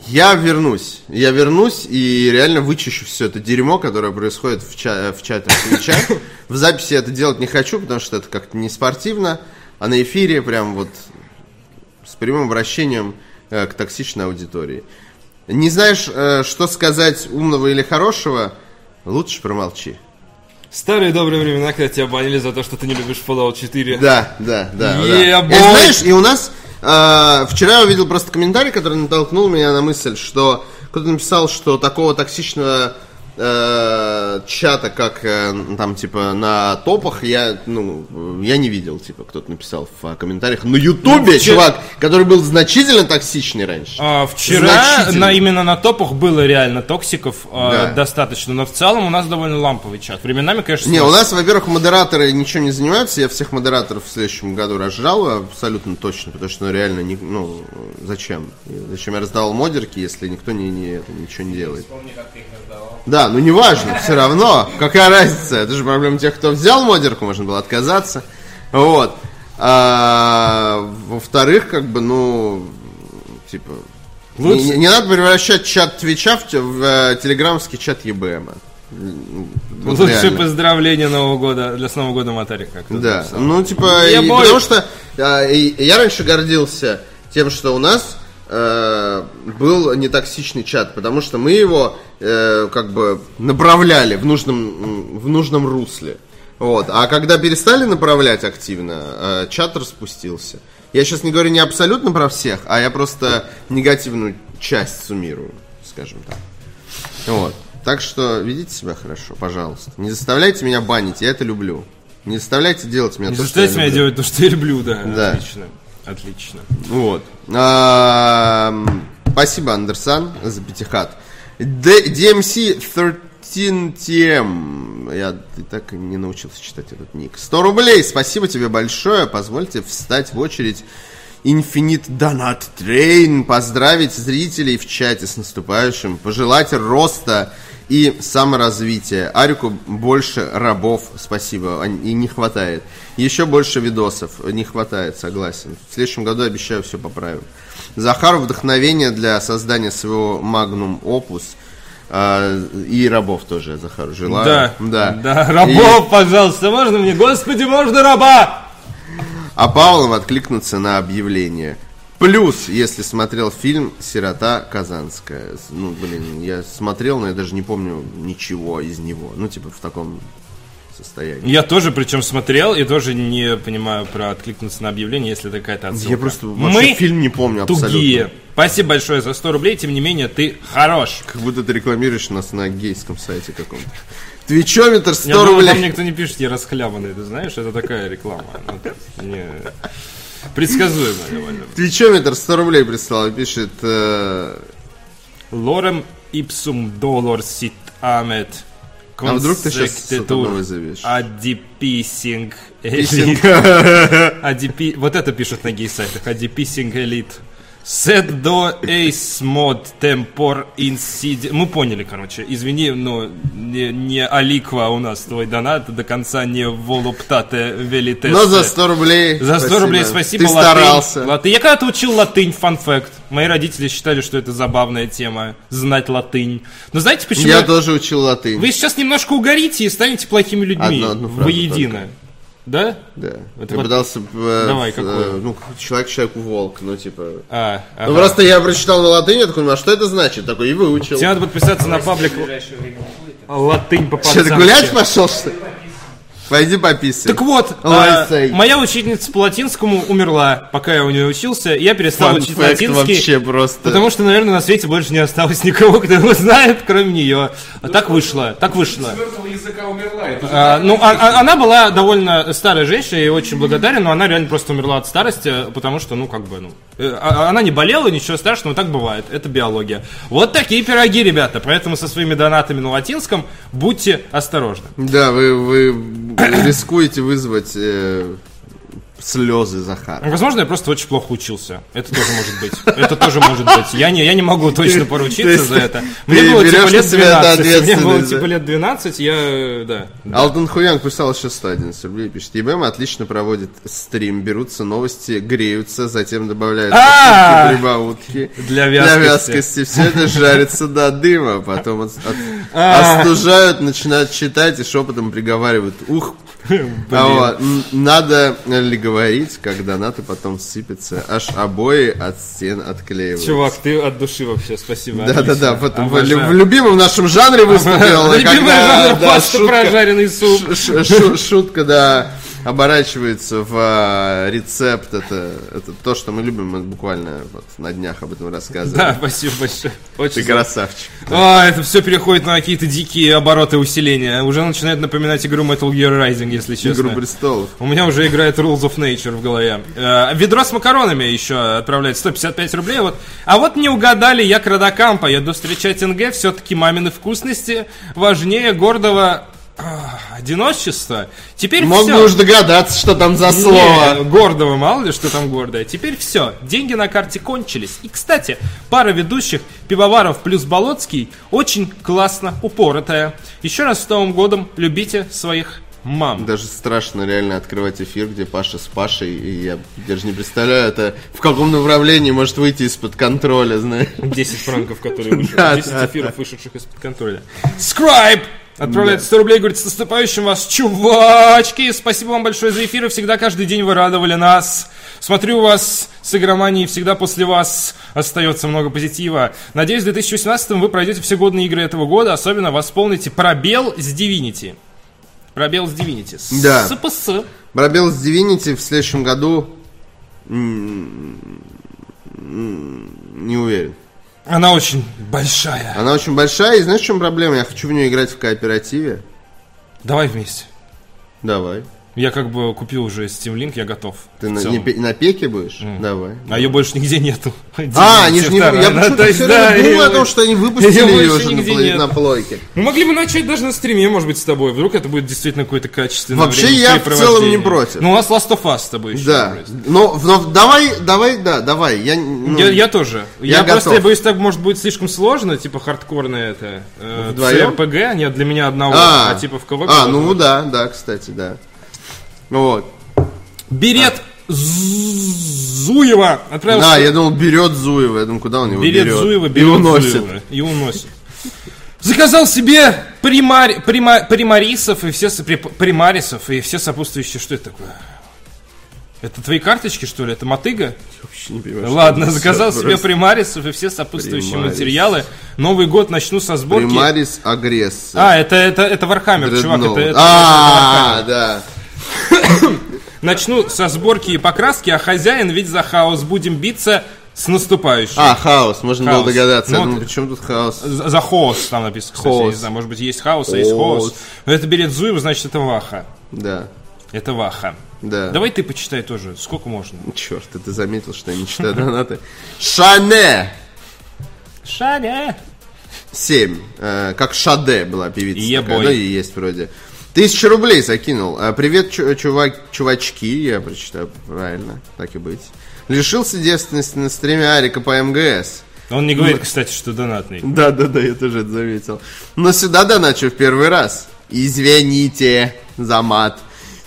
[SPEAKER 2] я вернусь. Я вернусь и реально вычищу все это дерьмо, которое происходит в, ча- э, в чате Твича. В записи я это делать не хочу, потому что это как-то не спортивно. А на эфире прям вот с прямым обращением э, к токсичной аудитории. Не знаешь, э, что сказать умного или хорошего, лучше промолчи.
[SPEAKER 1] Старые добрые времена, когда тебя банили за то, что ты не любишь Fallout 4.
[SPEAKER 2] Да, да, да. да.
[SPEAKER 1] Yeah,
[SPEAKER 2] И
[SPEAKER 1] boy.
[SPEAKER 2] знаешь, и у нас э, вчера я увидел просто комментарий, который натолкнул меня на мысль, что кто-то написал, что такого токсичного э, чата, как э, там типа на топах, я ну э, я не видел, типа кто-то написал в э, комментариях на Ютубе,
[SPEAKER 1] Ну, че-
[SPEAKER 2] чувак, который был значительно токсичный раньше.
[SPEAKER 1] А, вчера
[SPEAKER 2] Значительно.
[SPEAKER 1] на, именно на топах было реально токсиков а,
[SPEAKER 2] Да.
[SPEAKER 1] достаточно, но в целом у нас довольно ламповый чат. Временами, конечно,
[SPEAKER 2] Не, у нас, во-первых, модераторы ничем не занимаются. Я всех модераторов в следующем году разжалую абсолютно точно, потому что ну, реально, не, ну, зачем? Зачем я раздавал модерки, если никто не, не- это, ничего не делает?
[SPEAKER 5] Помню, как ты их раздавал.
[SPEAKER 2] Да, ну неважно, все равно. Какая разница? Это же проблема тех, кто взял модерку, можно было отказаться. Вот. А, во-вторых, как бы, ну, типа... не-
[SPEAKER 1] Лучше-
[SPEAKER 2] Не, не надо превращать чат Твича в, те- в, э, телеграммский чат ЕБМа. Вот
[SPEAKER 1] лучшее
[SPEAKER 2] реально.
[SPEAKER 1] поздравление Нового года для с Нового года Матарик как
[SPEAKER 2] Да, ну типа,
[SPEAKER 1] Я
[SPEAKER 2] и-
[SPEAKER 1] бой.
[SPEAKER 2] потому что а, и- и я раньше гордился тем, что у нас э, был нетоксичный чат, потому что мы его э, как бы направляли в нужном, м, в нужном русле. Вот. А когда перестали направлять активно, э, чат распустился. Я сейчас не говорю не абсолютно про всех, а я просто негативную часть суммирую, скажем так. Вот. Так что ведите себя хорошо, пожалуйста. Не заставляйте меня банить, я это люблю. Не заставляйте делать меня
[SPEAKER 1] Не
[SPEAKER 2] то,
[SPEAKER 1] заставляйте
[SPEAKER 2] что я
[SPEAKER 1] меня
[SPEAKER 2] люблю.
[SPEAKER 1] делать то, что я люблю, да.
[SPEAKER 2] Да.
[SPEAKER 1] Отлично. Отлично.
[SPEAKER 2] Вот. Ам, Спасибо, Андерсан, за пятихат. Д- эм DMC 13TM. Я и так и не научился читать этот ник. 100 рублей, спасибо тебе большое. Позвольте встать в очередь Infinite Donut Train, поздравить зрителей в чате с наступающим, пожелать роста и саморазвития. Арику больше рабов, спасибо, а- и не хватает. Еще больше видосов, не хватает, согласен. В следующем году обещаю все поправим. Захару вдохновение для создания своего Magnum Opus. А, и рабов тоже, я Захару, желаю.
[SPEAKER 1] Да,
[SPEAKER 2] да.
[SPEAKER 1] да.
[SPEAKER 2] И-
[SPEAKER 1] Рабов, пожалуйста, можно мне? Господи, можно раба?
[SPEAKER 2] а Павлов откликнуться на объявление. Плюс, если смотрел фильм «Сирота Казанская». С- Ну, блин, я смотрел, но я даже не помню ничего из него. Ну, типа, в таком состоянии.
[SPEAKER 1] Я тоже, причем, смотрел и тоже не понимаю про откликнуться на объявление, если это какая-то отсылка.
[SPEAKER 2] Я просто вообще
[SPEAKER 1] Мы
[SPEAKER 2] фильм не помню абсолютно.
[SPEAKER 1] тугие. Спасибо большое за 100 рублей, тем не менее, ты хорош.
[SPEAKER 2] Как будто ты рекламируешь нас на гейском сайте каком-то. Твичометр 100
[SPEAKER 1] Я думаю, там
[SPEAKER 2] рублей.
[SPEAKER 1] никто не пишет, я расхлябанный, ты знаешь, это такая реклама. Ну, то есть, не- Предсказуемая довольно.
[SPEAKER 2] Твичометр 100 рублей прислал и пишет... э,
[SPEAKER 1] Лорем ипсум доллар сит амет.
[SPEAKER 2] А вдруг ты щас что-то новое завешь?
[SPEAKER 1] Адиписинг элит.
[SPEAKER 2] Писинг.
[SPEAKER 1] ADP... Вот это пишут на гей-сайтах. Адиписинг элит. Сет до эйс мод темпор инсиди... Мы поняли, короче. Извини, но не, не Аликва у нас твой донат. До конца не волоптате велитес.
[SPEAKER 2] Но за 100 рублей
[SPEAKER 1] За 100 рублей спасибо,
[SPEAKER 2] Ты
[SPEAKER 1] латынь.
[SPEAKER 2] старался.
[SPEAKER 1] Латынь. Я когда-то учил латынь, фан-факт. Мои родители считали, что это забавная тема, знать латынь. Но знаете почему?
[SPEAKER 2] Я тоже учил латынь.
[SPEAKER 1] Вы сейчас немножко угорите и станете плохими людьми.
[SPEAKER 2] Одну- одну фразу
[SPEAKER 1] воедино. Да?
[SPEAKER 2] Да.
[SPEAKER 1] Это
[SPEAKER 2] я
[SPEAKER 1] вот-
[SPEAKER 2] пытался... э,
[SPEAKER 1] Давай,
[SPEAKER 2] в,
[SPEAKER 1] какую?
[SPEAKER 2] э, ну, как человек человеку волк, ну, типа...
[SPEAKER 1] А, ага.
[SPEAKER 2] Ну, просто я прочитал на латыни, я такой, ну, а что это значит? Такой, и выучил.
[SPEAKER 1] Тебе надо подписаться на паблик
[SPEAKER 5] В ближайшее время будет.
[SPEAKER 1] латынь по
[SPEAKER 2] Че, ты гулять пошел, что ли? Пойди пописай.
[SPEAKER 1] Так вот,
[SPEAKER 2] Ой,
[SPEAKER 1] а,
[SPEAKER 2] сей.
[SPEAKER 1] моя учительница по латинскому умерла, пока я у нее учился, и я перестал
[SPEAKER 2] Фан
[SPEAKER 1] учить
[SPEAKER 2] факт
[SPEAKER 1] латинский.
[SPEAKER 2] вообще просто.
[SPEAKER 1] Потому что, наверное, на свете больше не осталось никого, кто его знает, кроме нее. А так вышло, так вышло.
[SPEAKER 6] Мертвого языка умерла. Это же
[SPEAKER 1] А, ну, а- а- она была довольно старая женщина, я ей очень благодарен, но она реально просто умерла от старости, потому что, ну, как бы, ну, э, а- она не болела, ничего страшного, так бывает, это биология. Вот такие пироги, ребята, поэтому со своими донатами на латинском будьте осторожны.
[SPEAKER 2] Да, вы, вы рискуете вызвать э, слезы Захара.
[SPEAKER 1] Ну, Возможно, я просто очень плохо учился. Это тоже может быть. Это тоже может быть. Я не, я не могу точно поручиться за это. Мне
[SPEAKER 2] ты
[SPEAKER 1] было типа
[SPEAKER 2] берешь на
[SPEAKER 1] лет
[SPEAKER 2] себя эту
[SPEAKER 1] 12. Мне было
[SPEAKER 2] ответственность,
[SPEAKER 1] типа
[SPEAKER 2] да?
[SPEAKER 1] лет 12, я, э, да.
[SPEAKER 2] Алтан Хуян писал еще 111 рублей, пишет, ЕБМ отлично проводит стрим, берутся новости, греются, затем добавляют
[SPEAKER 1] А!
[SPEAKER 2] шутки, прибаутки.
[SPEAKER 1] Для
[SPEAKER 2] Для
[SPEAKER 1] вязкости.
[SPEAKER 2] вязкости. Все это жарится до дыма, потом от- от-
[SPEAKER 1] А!
[SPEAKER 2] остужают, начинают читать и шепотом приговаривают. Ух, А вот, м, надо ли говорить, как донаты потом сыпятся, аж обои от стен отклеивают.
[SPEAKER 1] Чувак, ты от души вообще, спасибо.
[SPEAKER 2] Да-да-да,
[SPEAKER 1] отлично.
[SPEAKER 2] потом в,
[SPEAKER 1] Обожаю.
[SPEAKER 2] лю- в любимом нашем жанре выступил.
[SPEAKER 1] Любимый
[SPEAKER 2] когда,
[SPEAKER 1] жанр
[SPEAKER 2] да,
[SPEAKER 1] паста,
[SPEAKER 2] шутка-
[SPEAKER 1] прожаренный суп.
[SPEAKER 2] ш- ш- шу- Шутка, да, оборачивается в а, рецепт. Это, это то, что мы любим. Мы буквально вот на днях об этом рассказывали.
[SPEAKER 1] Да, спасибо большое.
[SPEAKER 2] Ты
[SPEAKER 1] Очень
[SPEAKER 2] красавчик.
[SPEAKER 1] А, это все переходит на какие-то дикие обороты усиления. Уже начинает напоминать игру Metal Gear Rising, если честно.
[SPEAKER 2] Игру престолов.
[SPEAKER 1] У меня уже играет Rules of Nature в голове. Э, ведро с макаронами еще отправляет 155 рублей. Вот. А вот не угадали, я к родокам поеду встречать НГ. Все-таки мамины вкусности важнее гордого а, одиночества. Теперь
[SPEAKER 2] Мог
[SPEAKER 1] все.
[SPEAKER 2] бы уж догадаться, что там за слово.
[SPEAKER 1] Не, гордого, мало ли, что там гордое. Теперь все, деньги на карте кончились. И, кстати, пара ведущих, Пивоваров плюс Болоцкий, очень классно упоротая. Еще раз с Новым годом, любите своих мам.
[SPEAKER 2] Даже страшно реально открывать эфир, где Паша с Пашей, и я даже не представляю, это в каком направлении может выйти из-под контроля, знаешь.
[SPEAKER 1] 10 франков, которые вышли,
[SPEAKER 2] Да,
[SPEAKER 1] 10
[SPEAKER 2] да,
[SPEAKER 1] эфиров, вышедших из-под контроля. Scribe! Отправляет 100 рублей, говорит, с наступающим вас, чувачки! Спасибо вам большое за эфиры, всегда каждый день вы радовали нас. Смотрю вас с игроманией, всегда после вас остается много позитива. Надеюсь, в 2018 вы пройдете все годные игры этого года, особенно восполните пробел с Divinity. Пробел с Divinity. С-
[SPEAKER 2] Да.
[SPEAKER 1] СПС.
[SPEAKER 2] Пробел с Divinity в следующем году... м, м, Не уверен.
[SPEAKER 1] Она очень большая.
[SPEAKER 2] Она очень большая, и знаешь, в чем проблема? Я хочу в нее играть в кооперативе.
[SPEAKER 1] Давай вместе.
[SPEAKER 2] Давай.
[SPEAKER 1] Я как бы купил уже Steam Link, я готов.
[SPEAKER 2] Ты
[SPEAKER 1] в
[SPEAKER 2] на,
[SPEAKER 1] целом.
[SPEAKER 2] не пе- на пеке будешь? Давай.
[SPEAKER 1] А ее больше нигде нету.
[SPEAKER 2] А, они же не...
[SPEAKER 1] Вторая,
[SPEAKER 2] Я
[SPEAKER 1] да,
[SPEAKER 2] почему-то
[SPEAKER 1] то есть,
[SPEAKER 2] все
[SPEAKER 1] да,
[SPEAKER 2] время думал
[SPEAKER 1] и-
[SPEAKER 2] о том, что они выпустили
[SPEAKER 1] его
[SPEAKER 2] ее
[SPEAKER 1] еще
[SPEAKER 2] уже на,
[SPEAKER 1] нигде
[SPEAKER 2] плей-
[SPEAKER 1] нет.
[SPEAKER 2] на плойке.
[SPEAKER 1] Мы могли бы начать даже на стриме, может быть, с тобой. Вдруг это будет действительно какое-то качественное
[SPEAKER 2] Вообще, я в целом не
[SPEAKER 1] времяпрепровождение.
[SPEAKER 2] против.
[SPEAKER 1] Ну, у нас Last of Us с тобой еще.
[SPEAKER 2] Да.
[SPEAKER 1] есть.
[SPEAKER 2] Но, но давай, давай, да, давай. Я, ну,
[SPEAKER 1] Я, я тоже.
[SPEAKER 2] Я
[SPEAKER 1] Я, просто
[SPEAKER 2] готов.
[SPEAKER 1] я боюсь, так может будет слишком сложно, типа хардкорное это. Э,
[SPEAKER 2] Вдвоем?
[SPEAKER 1] CRPG, нет, для меня одного, а,
[SPEAKER 2] Ну, А,
[SPEAKER 1] типа в КВП.
[SPEAKER 2] А, ну да, да, кстати, да. Вот.
[SPEAKER 1] Берет Зуева отправился.
[SPEAKER 2] а. Да, я думал, берет Зуева. Я думаю, куда он его берет?
[SPEAKER 1] берет, Зуева, берет
[SPEAKER 2] И уносит.
[SPEAKER 1] Зуева. И уносит. Заказал себе примар, прима- примарисов и все со- прип- примарисов и все сопутствующие. Что это такое? Это твои карточки, что ли? Это мотыга?
[SPEAKER 2] Вообще не понимаю,
[SPEAKER 1] Ладно,
[SPEAKER 2] что это
[SPEAKER 1] заказал
[SPEAKER 2] за
[SPEAKER 1] себе
[SPEAKER 2] просто.
[SPEAKER 1] примарисов и все сопутствующие
[SPEAKER 2] Примарис.
[SPEAKER 1] материалы. Новый год начну со сборки.
[SPEAKER 2] Примарис агрессор.
[SPEAKER 1] А, это, это, это Вархаммер, чувак. Это, это-
[SPEAKER 2] а, да.
[SPEAKER 1] Начну со сборки и покраски, а хозяин ведь за хаос. Будем биться с наступающим.
[SPEAKER 2] А, хаос, можно
[SPEAKER 1] Хаос.
[SPEAKER 2] было догадаться.
[SPEAKER 1] Ну,
[SPEAKER 2] я думал,
[SPEAKER 1] вот-
[SPEAKER 2] при чем тут хаос?
[SPEAKER 1] За, за хаос там написано, кстати, я
[SPEAKER 2] Хаос.
[SPEAKER 1] не знаю, может быть, есть хаос, а есть
[SPEAKER 2] Хаос.
[SPEAKER 1] хаос. Но это берет Зуев, значит, это Ваха.
[SPEAKER 2] Да,
[SPEAKER 1] Это Ваха.
[SPEAKER 2] да.
[SPEAKER 1] Давай ты почитай тоже, сколько можно.
[SPEAKER 2] Черт, ты заметил, что я не читаю донаты. Шане!
[SPEAKER 1] Шаря!
[SPEAKER 2] 7. Э, как Шаде была певица.
[SPEAKER 1] Е-бой.
[SPEAKER 2] такая, ну и есть вроде. Тысячу рублей закинул. Э, привет, чу- чувак, чувачки. Я прочитаю правильно, так и быть. Лишился девственности на стриме Арика по МГС.
[SPEAKER 1] Он не говорит, кстати, что донатный.
[SPEAKER 2] Да, да, да, я тоже это заметил. Но сюда доначу в первый раз. Извините за мат.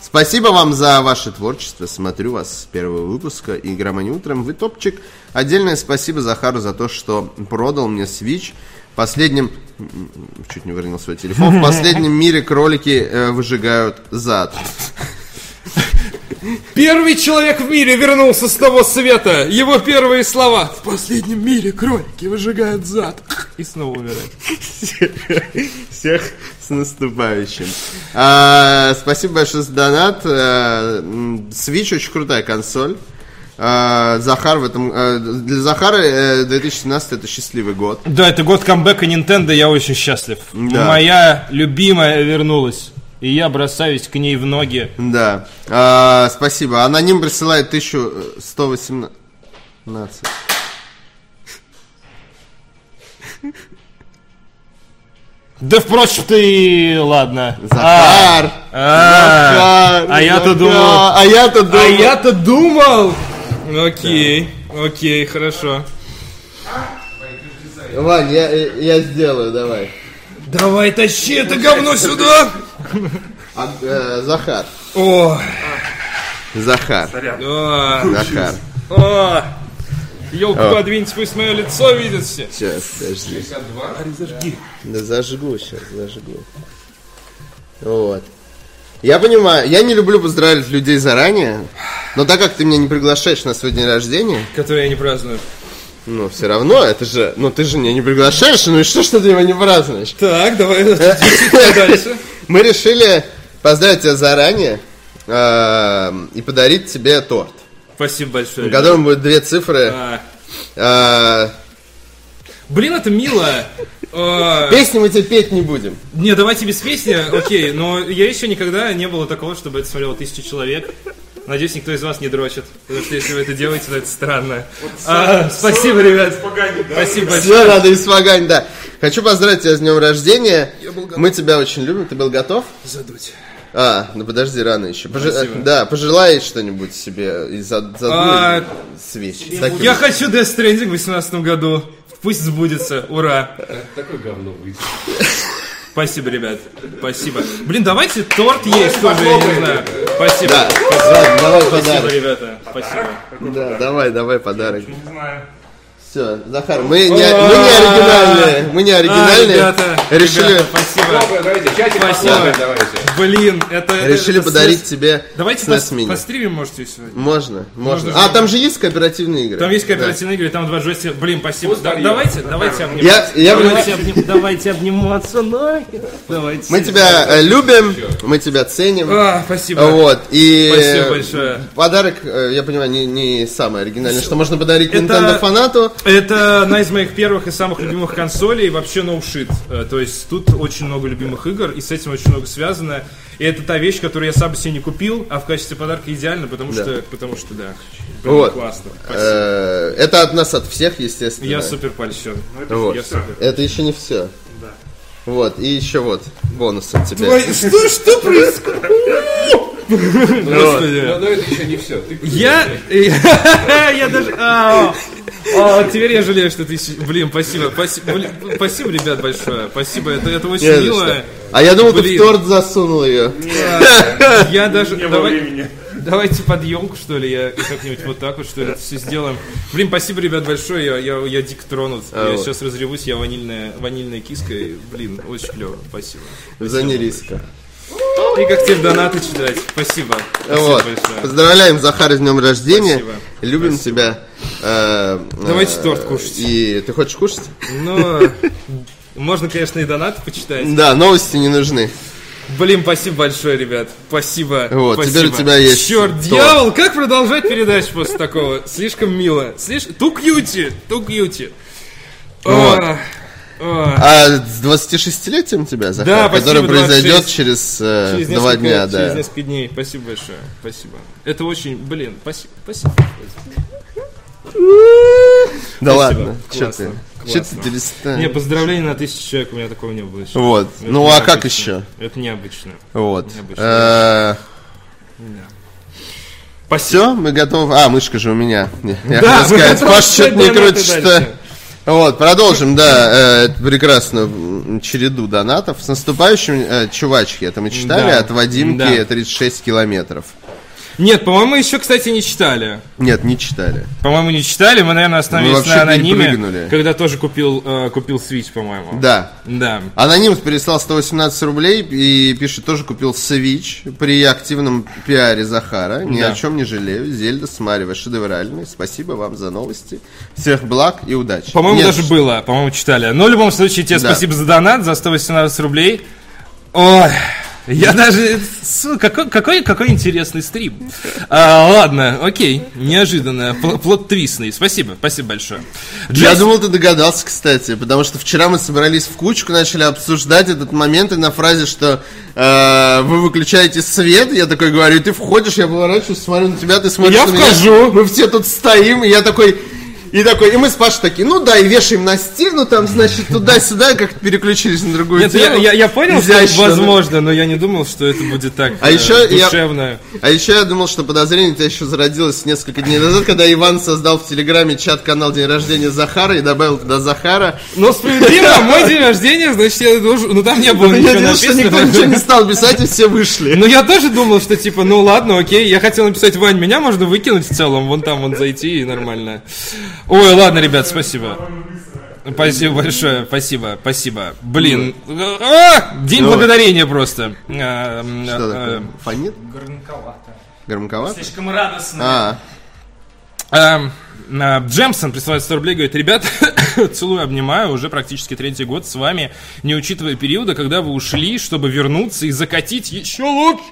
[SPEAKER 2] Спасибо вам за ваше творчество. Смотрю вас с первого выпуска «Игромани утром». Вы топчик. Отдельное спасибо Захару за то, что продал мне Switch. В последнем... м, м, Чуть не выронил свой телефон. В последнем мире кролики э, выжигают зад.
[SPEAKER 1] Первый человек в мире вернулся с того света. Его первые слова. В последнем мире кролики выжигают зад. И снова умирает.
[SPEAKER 2] Всех с наступающим. А, спасибо большое за донат. А, м, Switch очень крутая консоль. А, Захар в этом... а, Для Захара э, 2017 это счастливый год.
[SPEAKER 1] Да, это год камбэка Nintendo, я очень счастлив.
[SPEAKER 2] Да.
[SPEAKER 1] Моя любимая вернулась. И я бросаюсь к ней в ноги.
[SPEAKER 2] Да. А, спасибо. Аноним присылает 1118.
[SPEAKER 1] Да, впрочем, ты... Ладно.
[SPEAKER 2] Захар!
[SPEAKER 1] А,
[SPEAKER 2] Захар!
[SPEAKER 1] а я-то
[SPEAKER 2] Захар!
[SPEAKER 1] думал...
[SPEAKER 2] А я-то думал...
[SPEAKER 1] А я-то думал! Окей, окей, хорошо.
[SPEAKER 2] Вань, я, я сделаю, давай.
[SPEAKER 1] Давай, тащи это говно сюда!
[SPEAKER 2] А, э, Захар.
[SPEAKER 1] О,
[SPEAKER 2] Захар.
[SPEAKER 1] о,
[SPEAKER 2] Захар.
[SPEAKER 1] о. Ёлку подвиньте, пусть мое лицо видят все.
[SPEAKER 2] Сейчас, подожди. Да зажгу сейчас, зажгу. Вот. Я понимаю, я не люблю поздравить людей заранее, но так как ты меня не приглашаешь на свой день рождения,
[SPEAKER 1] Которые я не праздную.
[SPEAKER 2] ну, все равно, это же, ну, ты же меня не приглашаешь, ну и что, что ты его не празднуешь?
[SPEAKER 1] Так, давай дальше.
[SPEAKER 2] Мы решили поздравить тебя заранее эм, и подарить тебе торт,
[SPEAKER 1] Спасибо большое.
[SPEAKER 2] в котором будет две цифры.
[SPEAKER 1] А,
[SPEAKER 2] э,
[SPEAKER 1] Блин, это мило. А,
[SPEAKER 2] Песни мы тебе петь не будем.
[SPEAKER 1] Не, давайте без песни, окей, но я еще никогда не было такого, чтобы это смотрело тысяча человек. Надеюсь, никто из вас не дрочит, потому что если вы это делаете, то это странно. А, спасибо, ребят. Спасибо большое.
[SPEAKER 2] Все надо испоганить, да. Хочу поздравить тебя с днем рождения. Мы тебя очень любим. Ты был готов?
[SPEAKER 1] Задуть.
[SPEAKER 2] А, ну подожди, рано еще. Пожи- Да, пожелай что-нибудь себе и за,
[SPEAKER 1] А,
[SPEAKER 2] за свечи. Таким.
[SPEAKER 1] Я хочу Death Stranding в 18 году. Пусть сбудется, ура.
[SPEAKER 6] Такое говно выйдет.
[SPEAKER 1] Спасибо, ребят. Спасибо. Блин, давайте торт
[SPEAKER 6] Ну,
[SPEAKER 1] есть тоже, я не знаю. Спасибо.
[SPEAKER 2] Да, да, давай
[SPEAKER 1] Спасибо,
[SPEAKER 2] подарок.
[SPEAKER 1] ребята. Спасибо.
[SPEAKER 2] Да, давай, давай подарок.
[SPEAKER 5] Не знаю.
[SPEAKER 2] Все, Захар, мы не, мы не оригинальные. Мы не
[SPEAKER 1] А,
[SPEAKER 2] оригинальные.
[SPEAKER 1] ребята,
[SPEAKER 2] Решили,
[SPEAKER 1] ребята, спасибо.
[SPEAKER 6] Давайте, чатик
[SPEAKER 1] Спасибо.
[SPEAKER 6] послушаем, давайте.
[SPEAKER 1] Блин, это... это-
[SPEAKER 2] решили
[SPEAKER 1] это
[SPEAKER 2] подарить тебе
[SPEAKER 1] Давайте
[SPEAKER 2] с
[SPEAKER 1] пос-
[SPEAKER 2] нас мини.
[SPEAKER 1] постримим, можете, сегодня.
[SPEAKER 2] Можно, можно.
[SPEAKER 1] Можно.
[SPEAKER 2] А, там же есть кооперативные игры.
[SPEAKER 1] Там есть кооперативные игры, там два джойстика. Блин, спасибо. Да,
[SPEAKER 6] Дарья.
[SPEAKER 1] давайте, давайте
[SPEAKER 2] Да.
[SPEAKER 1] обниматься.
[SPEAKER 2] Я, я, понимаю-
[SPEAKER 1] Давайте, обним- давайте обниматься нахер. Давайте.
[SPEAKER 2] мы тебя э, любим, мы тебя ценим.
[SPEAKER 1] А, спасибо.
[SPEAKER 2] Вот, и
[SPEAKER 1] Спасибо большое.
[SPEAKER 2] подарок, э, я понимаю, не, не самое оригинальное, что можно подарить Nintendo фанату.
[SPEAKER 1] Это одна из моих первых и самых любимых консолей, и вообще no shit. Э, То есть тут очень много любимых игр, и с этим очень много связано. И это та вещь, которую я сам себе не купил, а в качестве подарка идеально, потому что, потому что да. Прям
[SPEAKER 2] Вот.
[SPEAKER 1] Классно. Спасибо.
[SPEAKER 2] Э, Это от нас, от всех, естественно.
[SPEAKER 1] Я супер польщен.
[SPEAKER 2] Вот.
[SPEAKER 1] Я супер.
[SPEAKER 2] Это еще не все. Вот, и еще вот, бонус от тебя.
[SPEAKER 1] Что, что происходит?
[SPEAKER 6] Но, но это еще не все. Ты
[SPEAKER 1] Я... Я даже... а, а, Теперь я жалею, что ты... с- Блин, спасибо. Спасибо, блин, спасибо, ребят, большое. Спасибо, это, это
[SPEAKER 2] Не
[SPEAKER 1] очень
[SPEAKER 2] за
[SPEAKER 1] мило.
[SPEAKER 2] что. А я думал, ты
[SPEAKER 1] Блин.
[SPEAKER 2] в торт засунул ее.
[SPEAKER 1] Я даже...
[SPEAKER 8] Не было
[SPEAKER 1] давай-
[SPEAKER 8] времени.
[SPEAKER 1] Давайте подъемку, что ли, я как-нибудь вот так вот, что ли, все сделаем. Блин, спасибо, ребят, большое, я, я, я дико тронут.
[SPEAKER 2] А
[SPEAKER 1] я
[SPEAKER 2] вот.
[SPEAKER 1] сейчас разревусь, я ванильная, ванильная киска, и, блин, очень клево, спасибо.
[SPEAKER 2] За нериска.
[SPEAKER 1] И как тебе донаты читать, спасибо. Спасибо
[SPEAKER 2] Вот.
[SPEAKER 1] большое.
[SPEAKER 2] Поздравляем Захара с днем рождения.
[SPEAKER 1] Спасибо.
[SPEAKER 2] Любим тебя. Э,
[SPEAKER 1] Давайте
[SPEAKER 2] э,
[SPEAKER 1] торт кушать.
[SPEAKER 2] И ты хочешь кушать?
[SPEAKER 1] Но... Ну, Можно, конечно, и донаты почитать.
[SPEAKER 2] Да, новости не нужны.
[SPEAKER 1] Блин, спасибо большое, ребят. Спасибо.
[SPEAKER 2] Вот,
[SPEAKER 1] спасибо.
[SPEAKER 2] теперь у тебя есть
[SPEAKER 1] Черт,
[SPEAKER 2] торт.
[SPEAKER 1] дьявол, как продолжать передачу после такого? Слишком мило. Слишком... Ту кьюти, ту кьюти.
[SPEAKER 2] Вот.
[SPEAKER 1] О, о.
[SPEAKER 2] А с 26-летием тебя, Захар,
[SPEAKER 1] Да, спасибо,
[SPEAKER 2] который произойдет
[SPEAKER 1] 26.
[SPEAKER 2] через, э,
[SPEAKER 1] Через
[SPEAKER 2] два
[SPEAKER 1] несколько-
[SPEAKER 2] дня, да.
[SPEAKER 1] Через несколько дней. Спасибо большое. Спасибо. Это очень, блин, спасибо. Спасибо.
[SPEAKER 2] Да
[SPEAKER 1] Спасибо.
[SPEAKER 2] ладно, что ты?
[SPEAKER 1] Классно,
[SPEAKER 2] Че ты
[SPEAKER 1] классно.
[SPEAKER 2] перестань?
[SPEAKER 1] Не, поздравления на тысячу человек, у меня такого не было еще.
[SPEAKER 2] Вот.
[SPEAKER 1] Это
[SPEAKER 2] Ну а как
[SPEAKER 1] необычно.
[SPEAKER 2] еще?
[SPEAKER 1] Это необычно.
[SPEAKER 2] Вот.
[SPEAKER 1] Необычно.
[SPEAKER 2] Э,
[SPEAKER 1] Спасибо.
[SPEAKER 2] Все, мы готовы. А, мышка же у меня. Не, Я
[SPEAKER 1] Да,
[SPEAKER 2] хотел
[SPEAKER 1] мы
[SPEAKER 2] сказать,
[SPEAKER 1] готовы
[SPEAKER 2] Паш что-то не
[SPEAKER 1] читать донаты
[SPEAKER 2] крутит, что.
[SPEAKER 1] дальше.
[SPEAKER 2] Вот, продолжим, да, э, эту прекрасную м, череду донатов. С наступающим, э, чувачки, это мы читали,
[SPEAKER 1] Да.
[SPEAKER 2] от Вадимки
[SPEAKER 1] Да.
[SPEAKER 2] 36 километров.
[SPEAKER 1] Нет, по-моему, еще, кстати, не читали.
[SPEAKER 2] Нет, не читали.
[SPEAKER 1] По-моему, не читали. Мы, наверное,
[SPEAKER 2] Мы
[SPEAKER 1] остановились
[SPEAKER 2] вообще
[SPEAKER 1] на анониме,
[SPEAKER 2] перепрыгнули.
[SPEAKER 1] когда тоже купил, э, купил Switch, по-моему.
[SPEAKER 2] Да.
[SPEAKER 1] Да.
[SPEAKER 2] Анонимус переслал 118 рублей и пишет, тоже купил Switch при активном пиаре Захара. Ни
[SPEAKER 1] Да.
[SPEAKER 2] о чем не жалею. Зельда с Марева шедевральный. Спасибо вам за новости. Всех благ и удачи.
[SPEAKER 1] По-моему,
[SPEAKER 2] Нет,
[SPEAKER 1] даже было, по-моему, читали. Но в любом случае, тебе
[SPEAKER 2] Да.
[SPEAKER 1] спасибо за донат, за 118 рублей. Ой, я даже... Су, Какой, какой, какой интересный стрим. А, ладно, окей, неожиданно, пл- плот-твистный. Спасибо, спасибо большое.
[SPEAKER 2] Я
[SPEAKER 1] Джейс-
[SPEAKER 2] думал, ты догадался, кстати, потому что вчера мы собрались в кучку, начали обсуждать этот момент, и на фразе, что э, вы выключаете свет, я такой говорю, и ты входишь, я поворачиваюсь, смотрю на тебя, ты смотришь
[SPEAKER 1] Я
[SPEAKER 2] на меня,
[SPEAKER 1] вхожу.
[SPEAKER 2] мы все тут стоим, и я такой, и такой, и мы с Пашей такие, ну да, и вешаем на стену, там, значит, туда-сюда, как-то переключились на другую
[SPEAKER 1] Нет, я,
[SPEAKER 2] тему.
[SPEAKER 1] я- я понял, что это
[SPEAKER 2] Изящно, да.
[SPEAKER 1] возможно, но я не думал, что это будет так
[SPEAKER 2] А
[SPEAKER 1] э,
[SPEAKER 2] еще я-
[SPEAKER 1] душевно.
[SPEAKER 2] А еще я думал, что подозрение у тебя еще зародилось несколько дней назад, когда Иван создал в Телеграме чат-канал «День рождения Захара» и добавил туда Захара.
[SPEAKER 1] Но справедливо, мой день рождения, значит, я должен... Ну, там не было
[SPEAKER 2] Я
[SPEAKER 1] ничего
[SPEAKER 2] видел, что
[SPEAKER 1] написано.
[SPEAKER 2] никто ничего не стал писать, и все вышли.
[SPEAKER 1] Ну я тоже думал, что типа, ну ладно, окей, я хотел написать, Вань, меня можно выкинуть в целом, вон там, вон зайти и нормально. Ой, ладно, ребят, спасибо. Спасибо большое, спасибо, спасибо. Блин, а, день благодарения просто. А, м,
[SPEAKER 2] Что
[SPEAKER 1] а,
[SPEAKER 2] такое? Фонит?
[SPEAKER 5] Горнковато.
[SPEAKER 2] Громковато?
[SPEAKER 5] Слишком радостно.
[SPEAKER 2] А,
[SPEAKER 1] а, а, Джемсон присылает 100 рублей, говорит, ребят, целую, обнимаю, уже практически третий год с вами, не учитывая периода, когда вы ушли, чтобы вернуться и закатить еще лучше.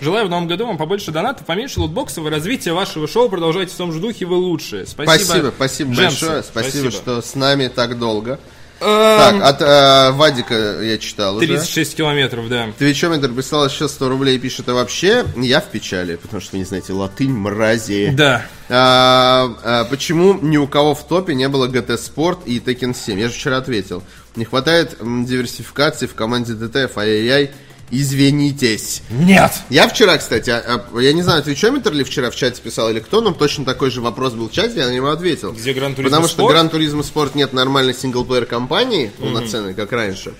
[SPEAKER 1] Желаю в новом году вам побольше донатов, поменьше лутбоксов и развития вашего шоу. Продолжайте в том же духе, вы лучшие. Спасибо,
[SPEAKER 2] спасибо, спасибо
[SPEAKER 1] Джемсон.
[SPEAKER 2] большое. Спасибо, что с нами так долго. Так,
[SPEAKER 1] Эм,
[SPEAKER 2] от э, Вадика я читал уже.
[SPEAKER 1] 36 километров, да.
[SPEAKER 2] Твичометр прислал еще 100 рублей и пишет, а вообще я в печали, потому что вы не знаете латынь, мрази.
[SPEAKER 1] Да.
[SPEAKER 2] А, а, почему ни у кого в топе не было GT Sport и Tekken 7? Я же вчера ответил. Не хватает м, диверсификации в команде ДТФ, ай-яй-яй, извинитесь.
[SPEAKER 1] Нет.
[SPEAKER 2] Я вчера, кстати, а- а, я не знаю, Твичометр ли вчера в чате писал или кто, но точно такой же вопрос был в чате, я на него ответил.
[SPEAKER 1] Где Gran Turismo
[SPEAKER 2] Потому что
[SPEAKER 1] Sport?
[SPEAKER 2] Gran Turismo Sport нет нормальной синглплеер компании полноценной, как раньше.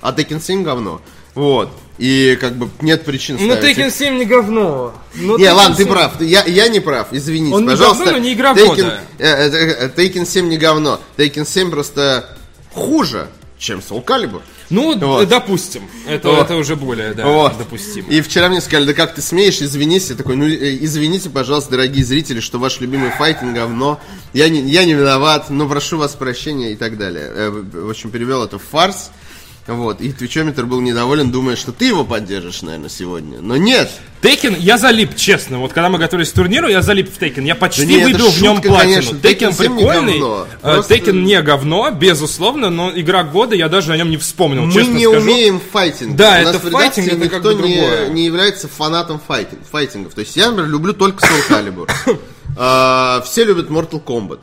[SPEAKER 2] А Tekken 7 говно. Вот. И как бы нет причин
[SPEAKER 1] Ну,
[SPEAKER 2] ставить
[SPEAKER 1] Tekken 7 не говно. Ну, Но
[SPEAKER 2] не,
[SPEAKER 1] Tekken
[SPEAKER 2] ладно, ты
[SPEAKER 1] 7
[SPEAKER 2] прав. ты- Я, я не прав, извините,
[SPEAKER 1] Он не
[SPEAKER 2] пожалуйста.
[SPEAKER 1] говно, но не игра
[SPEAKER 2] Taken-
[SPEAKER 1] года.
[SPEAKER 2] э, э, э, Taken 7 не говно. Taken 7 просто хуже, чем Soul Calibur.
[SPEAKER 1] Ну, д-
[SPEAKER 2] Вот.
[SPEAKER 1] допустим. Это,
[SPEAKER 2] Вот.
[SPEAKER 1] это уже более, да,
[SPEAKER 2] Вот.
[SPEAKER 1] допустимо.
[SPEAKER 2] И вчера мне сказали, да как ты смеешь, извинись. Я такой, ну э, извините, пожалуйста, дорогие зрители, что ваш любимый файтинг говно. Я не, я не виноват, но прошу вас прощения и так далее. Э, В в общем, перевел это в фарс. Вот, и твичометр был недоволен, думая, что ты его поддержишь, наверное, сегодня. Но нет!
[SPEAKER 1] Текен, я залип, честно. Вот когда мы готовились к турниру, я залип в Текен. Я почти
[SPEAKER 2] Да не, это
[SPEAKER 1] выйду в нем
[SPEAKER 2] шутка,
[SPEAKER 1] платину.
[SPEAKER 2] конечно.
[SPEAKER 1] Текен,
[SPEAKER 2] Tekken совсем не
[SPEAKER 1] прикольный.
[SPEAKER 2] говно.
[SPEAKER 1] Э,
[SPEAKER 2] Просто-
[SPEAKER 1] Tekken не говно, безусловно, но игра года я даже о нем не вспомнил,
[SPEAKER 2] Мы
[SPEAKER 1] честно
[SPEAKER 2] не
[SPEAKER 1] скажу.
[SPEAKER 2] умеем файтинг.
[SPEAKER 1] Да,
[SPEAKER 2] У нас
[SPEAKER 1] это
[SPEAKER 2] в редакции
[SPEAKER 1] файтинг, это как
[SPEAKER 2] никто
[SPEAKER 1] бы
[SPEAKER 2] не-
[SPEAKER 1] другое.
[SPEAKER 2] не является фанатом файтинг, файтингов. То есть я, например, люблю только Soul Calibur. А, Все любят Mortal Kombat.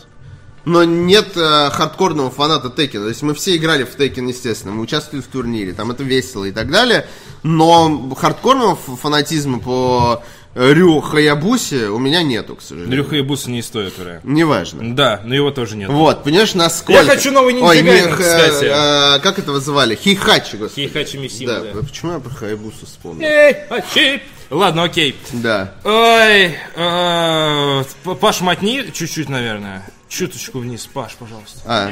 [SPEAKER 2] Но нет э, хардкорного фаната Текина. То есть мы все играли в Текен, естественно, мы участвовали в турнире, там это весело и так далее. Но хардкорного ф- фанатизма по э, Рю Хаябусе у меня нету, к сожалению.
[SPEAKER 1] Дрюха и Буса не стоит, ура.
[SPEAKER 2] Неважно.
[SPEAKER 1] Да, но его тоже нет.
[SPEAKER 2] Вот, понимаешь, насколько...
[SPEAKER 1] Я хочу новый Ninja
[SPEAKER 2] Ой,
[SPEAKER 1] Gaiden,
[SPEAKER 2] мех, э,
[SPEAKER 1] кстати.
[SPEAKER 2] э, как этого звали? Хихачи, господи.
[SPEAKER 1] Хейхачи Мисима,
[SPEAKER 2] Да,
[SPEAKER 1] да. Э.
[SPEAKER 2] почему я про Хайбусу вспомнил?
[SPEAKER 1] Хейхачи. Ладно, окей.
[SPEAKER 2] Да.
[SPEAKER 1] Ой, э, П- Паш, мотни чуть-чуть, наверное. Чуточку вниз, Паш, пожалуйста.
[SPEAKER 2] А,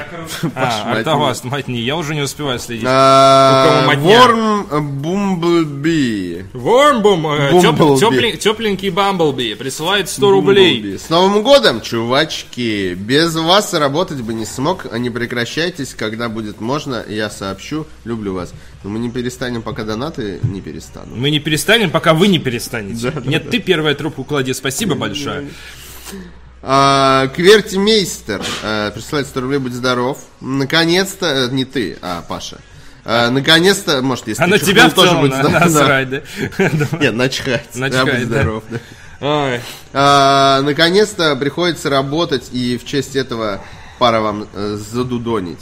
[SPEAKER 1] А,
[SPEAKER 2] мотни.
[SPEAKER 1] Артаваст, мотни. Я уже не успеваю следить.
[SPEAKER 2] а,
[SPEAKER 1] Какого мотня?
[SPEAKER 2] Ворм Бумблби.
[SPEAKER 1] Вормбум,
[SPEAKER 2] Бумблби.
[SPEAKER 1] тепленький Бамблби, присылает 100 рублей.
[SPEAKER 2] Бумблби. С Новым годом, чувачки! Без вас работать бы не смог. А Не прекращайтесь, когда будет можно, я сообщу. Люблю вас. Но мы не перестанем, пока донаты не перестанут.
[SPEAKER 1] Мы не перестанем, пока вы не перестанете. Нет, ты первая трубку клади, спасибо большое.
[SPEAKER 2] А, Кверти Мейстер э, присылает 100 рублей, будь здоров. Наконец-то, э, не ты, а Паша. Э, наконец-то, может, если
[SPEAKER 1] А на
[SPEAKER 2] ты
[SPEAKER 1] тебя в
[SPEAKER 2] чихнул,
[SPEAKER 1] целом на-
[SPEAKER 2] здоров. Да.
[SPEAKER 1] насрать, да?
[SPEAKER 2] Нет, начхать. Да,
[SPEAKER 1] Начхать,
[SPEAKER 2] будь
[SPEAKER 1] да.
[SPEAKER 2] здоров. да.
[SPEAKER 1] Ой,
[SPEAKER 2] А, наконец-то приходится работать, и в честь этого пора вам э, задудонить.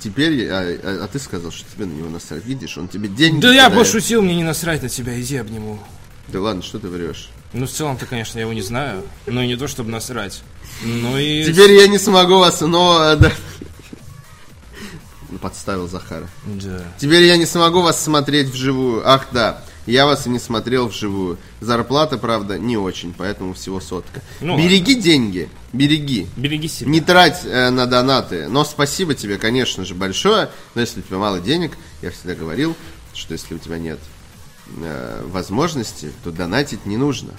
[SPEAKER 2] Теперь, а, а- а ты сказал, что тебе на него насрать. Видишь, он тебе деньги
[SPEAKER 1] Да я
[SPEAKER 2] кидает.
[SPEAKER 1] пошутил, мне не насрать на тебя, иди обниму.
[SPEAKER 2] Да ладно, что ты врешь?
[SPEAKER 1] Ну, в целом-то, конечно, я его не знаю. Ну, и не то, чтобы насрать. Ну и...
[SPEAKER 2] Теперь я не смогу вас, но... э, да. Ну, Подставил Захара.
[SPEAKER 1] Да.
[SPEAKER 2] Теперь я не смогу вас смотреть вживую. Ах, да. Я вас и не смотрел вживую. Зарплата, правда, не очень, поэтому всего сотка.
[SPEAKER 1] Ну
[SPEAKER 2] береги деньги, береги.
[SPEAKER 1] Береги себя.
[SPEAKER 2] Не трать э, на донаты. Но спасибо тебе, конечно же, большое. Но если у тебя мало денег, я всегда говорил, что если у тебя нет э, возможности, то донатить не нужно.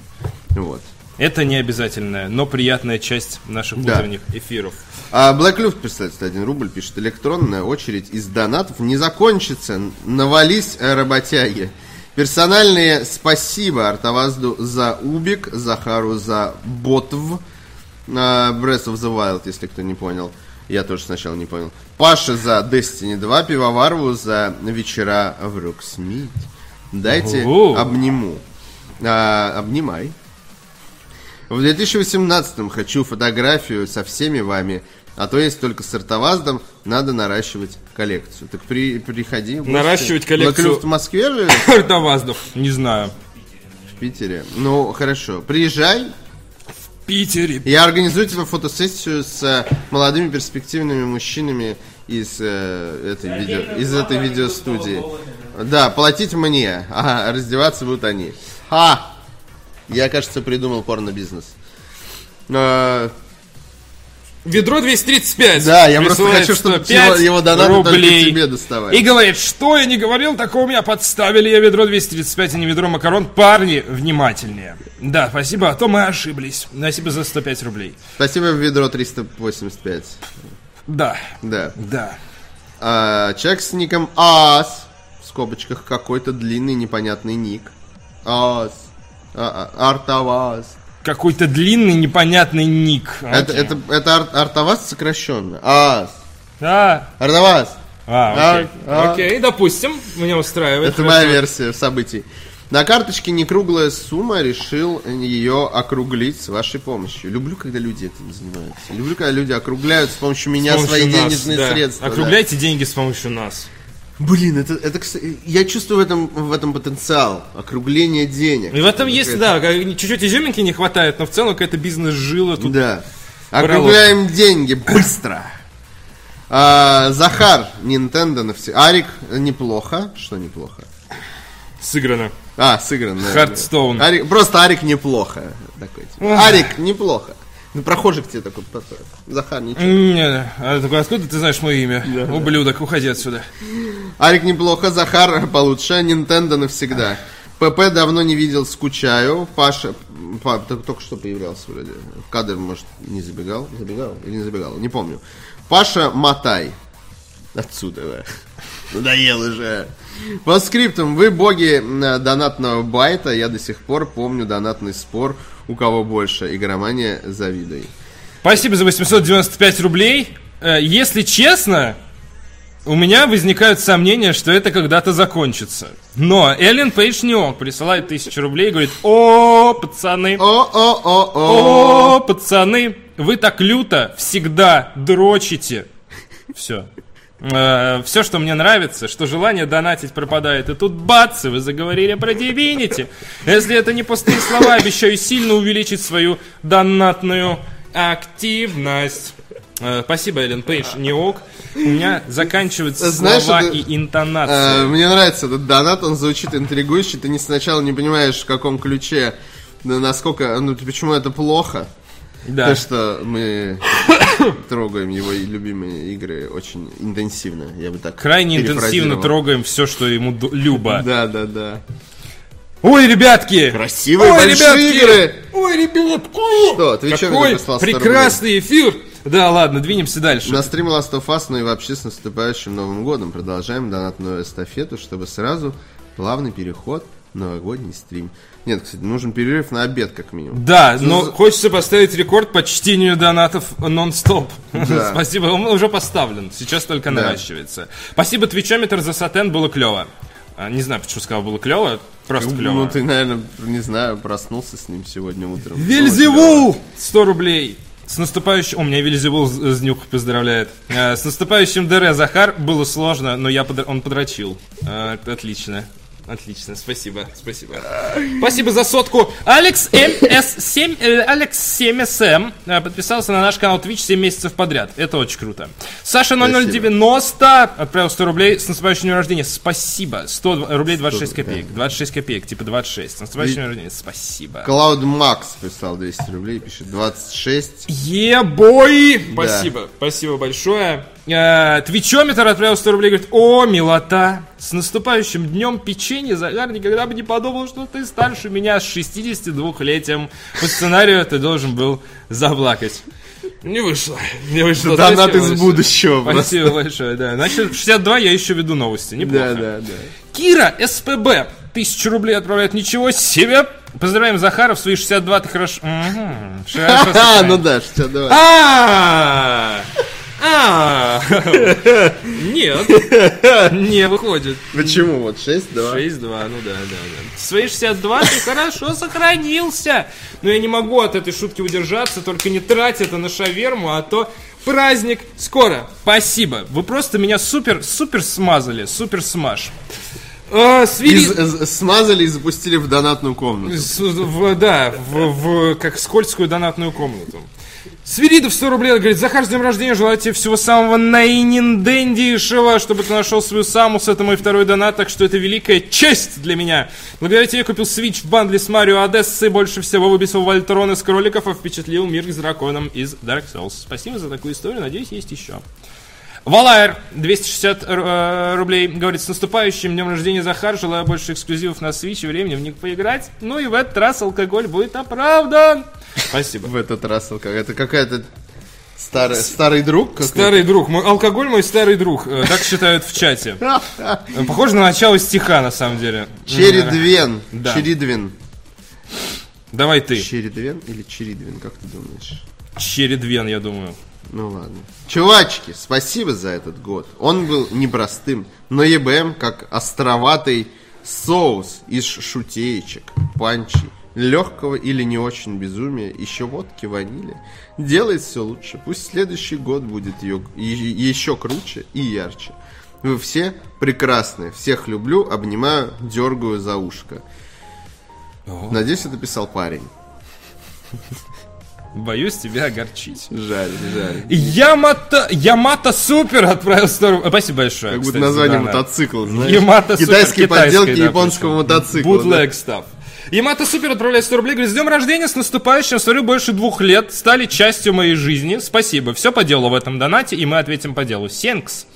[SPEAKER 2] Вот.
[SPEAKER 1] Это не обязательная, но приятная часть наших
[SPEAKER 2] Да.
[SPEAKER 1] утренних эфиров.
[SPEAKER 2] А Black Luft, представьте, 1 рубль, пишет, электронная очередь из донатов не закончится, навались э, работяги. Персональные спасибо Артовазду за Убик, Захару за Ботв, э, Breath of the Wild, если кто не понял. Я тоже сначала не понял. Паша за Destiny 2, Пивоварову за вечера в Роксмит. Дайте
[SPEAKER 1] О.
[SPEAKER 2] обниму. А, обнимай. В 2018 хочу фотографию со всеми вами. А то есть только с артоваздом надо наращивать коллекцию. Так при, приходи. в гости.
[SPEAKER 1] Наращивать коллекцию.
[SPEAKER 2] Блэклюфт в Москве же,
[SPEAKER 1] Это воздух. Не знаю.
[SPEAKER 2] в Питере. Ну, хорошо. Приезжай.
[SPEAKER 1] В Питере.
[SPEAKER 2] Я организую тебе фотосессию с э, молодыми перспективными мужчинами из, э, этой, видео, из этой видеостудии. Да, платить мне, а раздеваться будут они. А! Я, кажется, придумал порно-бизнес. Э,
[SPEAKER 1] Ведро 235.
[SPEAKER 2] Да, я просто
[SPEAKER 1] Присылает
[SPEAKER 2] хочу, чтобы
[SPEAKER 1] 105
[SPEAKER 2] его- его донаты только
[SPEAKER 1] рублей.
[SPEAKER 2] тебе доставали.
[SPEAKER 1] И говорит, что я не говорил, такого меня подставили. Я ведро 235, а не ведро макарон. Парни, внимательнее. Да, спасибо, а то мы ошиблись. Спасибо за 105 рублей.
[SPEAKER 2] Спасибо, ведро 385.
[SPEAKER 1] Да,
[SPEAKER 2] Да.
[SPEAKER 1] да.
[SPEAKER 2] А, человек с ником АС. В скобочках какой-то длинный непонятный ник. АС. А, а, Артавас.
[SPEAKER 1] Какой-то длинный непонятный ник. А,
[SPEAKER 2] Это,
[SPEAKER 1] Окей.
[SPEAKER 2] это, это Ар- Артавас сокращенно. АС.
[SPEAKER 1] А,
[SPEAKER 2] Артавас.
[SPEAKER 1] а, окей.
[SPEAKER 2] А, а.
[SPEAKER 1] Окей, допустим, меня устраивает.
[SPEAKER 2] Это моя версия событий. На карточке не круглая сумма, решил ее округлить с вашей помощью. Люблю, когда люди этим занимаются. Люблю, когда люди округляют с помощью меня
[SPEAKER 1] С помощью
[SPEAKER 2] свои
[SPEAKER 1] нас,
[SPEAKER 2] денежные
[SPEAKER 1] да.
[SPEAKER 2] средства. да.
[SPEAKER 1] Округляйте деньги с помощью нас.
[SPEAKER 2] Блин, это, это, кстати, я чувствую в этом, в этом потенциал. Округление денег.
[SPEAKER 1] И в этом есть,
[SPEAKER 2] Это-
[SPEAKER 1] да, как- чуть-чуть изюминки не хватает, но в целом какая-то бизнес-жила тут.
[SPEAKER 2] Да.
[SPEAKER 1] Пролог.
[SPEAKER 2] Округляем деньги быстро. А, Захар, Nintendo на все. Арик, неплохо. Что неплохо?
[SPEAKER 1] Сыграно.
[SPEAKER 2] А, сыгран. да.
[SPEAKER 1] Хардстоун.
[SPEAKER 2] Арик- просто Арик неплохо. Такой, типа. Арик неплохо. Ну, прохожих тебе такой подсказывает. Захар, ничего.
[SPEAKER 1] Не, а такой, откуда ты знаешь мое имя? Ублюдок, уходи отсюда.
[SPEAKER 2] Арик неплохо, Захар получше, Nintendo навсегда. ПП давно не видел, скучаю. Паша, Па- только, только что появлялся вроде. В кадр, может, не забегал? Забегал или не забегал? Не помню. Паша Матай. Отсюда, да. Надоело же. По скриптам, вы боги э, донатного байта. Я до сих пор помню донатный спор, у кого больше. Игромания, завидуй.
[SPEAKER 1] Спасибо за 895 рублей. Э, Если честно, у меня возникают сомнения, что это когда-то закончится. Но Эллен Пейдж не он присылает 1000 рублей и говорит, о, пацаны,
[SPEAKER 2] О-о-о-о.
[SPEAKER 1] о, пацаны, вы так люто всегда дрочите. Все. Все, что мне нравится, что желание донатить пропадает, и тут бац, и вы заговорили про Divinity. Если это не пустые слова, обещаю сильно увеличить свою донатную активность. Э, Спасибо, Эллен Пейдж, не ок. У меня заканчиваются
[SPEAKER 2] Знаешь,
[SPEAKER 1] слова
[SPEAKER 2] это-
[SPEAKER 1] и интонации.
[SPEAKER 2] Э, Мне нравится этот донат, он звучит интригующе. Ты не сначала не понимаешь, в каком ключе, на- насколько, ну, почему это плохо.
[SPEAKER 1] Да.
[SPEAKER 2] То, что мы трогаем его и любимые игры очень интенсивно, я бы так
[SPEAKER 1] Крайне интенсивно
[SPEAKER 2] перефразировал.
[SPEAKER 1] трогаем все, что ему ду- любо.
[SPEAKER 2] Да, да, да.
[SPEAKER 1] Ой, ребятки!
[SPEAKER 2] Красивые
[SPEAKER 1] Ой,
[SPEAKER 2] большие
[SPEAKER 1] ребятки!
[SPEAKER 2] игры!
[SPEAKER 1] Ой, ребятки!
[SPEAKER 2] Что, ты чё мне
[SPEAKER 1] Какой
[SPEAKER 2] прислал 100 рублей?
[SPEAKER 1] прекрасный эфир! Да, ладно, двинемся дальше.
[SPEAKER 2] На стрим Last of Us, ну и вообще с наступающим Новым Годом продолжаем донатную эстафету, чтобы сразу плавный переход в новогодний стрим. Нет, кстати, нужен перерыв на обед, как минимум.
[SPEAKER 1] Да, но
[SPEAKER 2] за-
[SPEAKER 1] хочется поставить рекорд по чтению донатов нон-стоп.
[SPEAKER 2] Да.
[SPEAKER 1] Спасибо, он уже поставлен, сейчас только наращивается. Спасибо, Твичометр, за сатен, было клево. А, Не знаю, почему сказал, было клево, просто клево.
[SPEAKER 2] Ну, ты, наверное, не знаю, проснулся с ним сегодня утром.
[SPEAKER 1] Вельзевул! 100 рублей. С наступающим... О, меня Вельзевул з- с днюх поздравляет. Э, С наступающим ДР, Захар. Было сложно, но я подр- он подрочил. Э, это Отлично. Отлично, спасибо, спасибо. Спасибо за сотку. Алекс МС7, э, Алекс 7SM э, подписался на наш канал Twitch 7 месяцев подряд. Это очень круто. Саша 0090 отправил 100 рублей с наступающим днем рождения. Спасибо. 100 рублей 26 копеек. 26 копеек, типа 26. С наступающим днем рождения. Спасибо.
[SPEAKER 2] Клауд Макс прислал 200 рублей, пишет 26.
[SPEAKER 1] Ебой! Спасибо, спасибо большое. Э, Твичометр отправил 100 рублей, говорит, о, милота, с наступающим днем печенье, Загар, никогда бы не подумал, что ты старше меня с 62-летием. По сценарию ты должен был заплакать. Не вышло, не вышло.
[SPEAKER 2] Донат
[SPEAKER 1] Спасибо
[SPEAKER 2] из
[SPEAKER 1] большое.
[SPEAKER 2] будущего просто.
[SPEAKER 1] Спасибо большое, да. Значит, в 62 я еще веду новости, неплохо.
[SPEAKER 2] Да, да, да.
[SPEAKER 1] Кира СПБ. Тысячу рублей отправляет. Ничего себе. Поздравляем Захара в свои 62 ты хорошо... Мгм. Хорошо
[SPEAKER 2] А,
[SPEAKER 1] сыграешь.
[SPEAKER 2] ну да, что давай.
[SPEAKER 1] А! А! Нет. Не выходит.
[SPEAKER 2] Почему? Вот 6, 2.
[SPEAKER 1] 6-2, ну да, да, да. В Свои 62 ты хорошо сохранился. Но я не могу от этой шутки удержаться, только не трать это на шаверму, а то праздник скоро. Спасибо. Вы просто меня супер, супер смазали. Супер смаж. А, свири-
[SPEAKER 2] э, Смазали и запустили в донатную комнату.
[SPEAKER 1] С- в- да, в, в как скользкую донатную комнату. Свиридов 100 рублей он говорит, Захар, с днем рождения, желаю тебе всего самого наининдендишего, чтобы ты нашел свою саму, это мой второй донат, так что это великая честь для меня. Благодаря тебе я купил Switch в бандле с Марио Одессы, больше всего выбесил Вольтрон из кроликов, а впечатлил мир с драконом из Dark Souls. Спасибо за такую историю, надеюсь, есть еще. Валайр, 260 ру- э, рублей, говорит, с наступающим днем рождения, Захар, желаю больше эксклюзивов на Switch и времени в них поиграть. Ну и в этот раз алкоголь будет оправдан. Спасибо.
[SPEAKER 2] В этот раз алкоголь. Это какая-то старый, старый друг. какой-то.
[SPEAKER 1] Старый друг, мой алкоголь мой старый друг, э, так считают в чате. Э, Похоже на начало стиха, на самом деле.
[SPEAKER 2] Чередвен.
[SPEAKER 1] Да.
[SPEAKER 2] Чередвен.
[SPEAKER 1] Давай ты.
[SPEAKER 2] Чередвен или Чередвен, как ты думаешь?
[SPEAKER 1] Чередвен, я думаю.
[SPEAKER 2] Ну ладно. Чувачки, спасибо за этот год. Он был непростым, но ЕБМ как островатый соус из шутеечек, панчи, легкого или не очень безумия, еще водки, ванили. Делает все лучше. Пусть следующий год будет ё- и- еще круче и ярче. Вы все прекрасные. Всех люблю, обнимаю, дергаю за ушко. Надеюсь, это писал парень.
[SPEAKER 1] Боюсь тебя огорчить.
[SPEAKER 2] Жаль, жаль.
[SPEAKER 1] Ямато, Ямато Супер отправил 100 рублей. Спасибо большое.
[SPEAKER 2] Как будто
[SPEAKER 1] кстати, за
[SPEAKER 2] название
[SPEAKER 1] донат.
[SPEAKER 2] мотоцикла, знаешь.
[SPEAKER 1] Ямато Супер,
[SPEAKER 2] Китайские подделки
[SPEAKER 1] китайской, да,
[SPEAKER 2] японского
[SPEAKER 1] причем.
[SPEAKER 2] мотоцикла.
[SPEAKER 1] Бутлег став. Ямато Супер отправляет 100 рублей, говорит, с днем рождения, с наступающим, смотрю, больше двух лет, стали частью моей жизни, спасибо, все по делу в этом донате, и мы ответим по делу. Сенкс.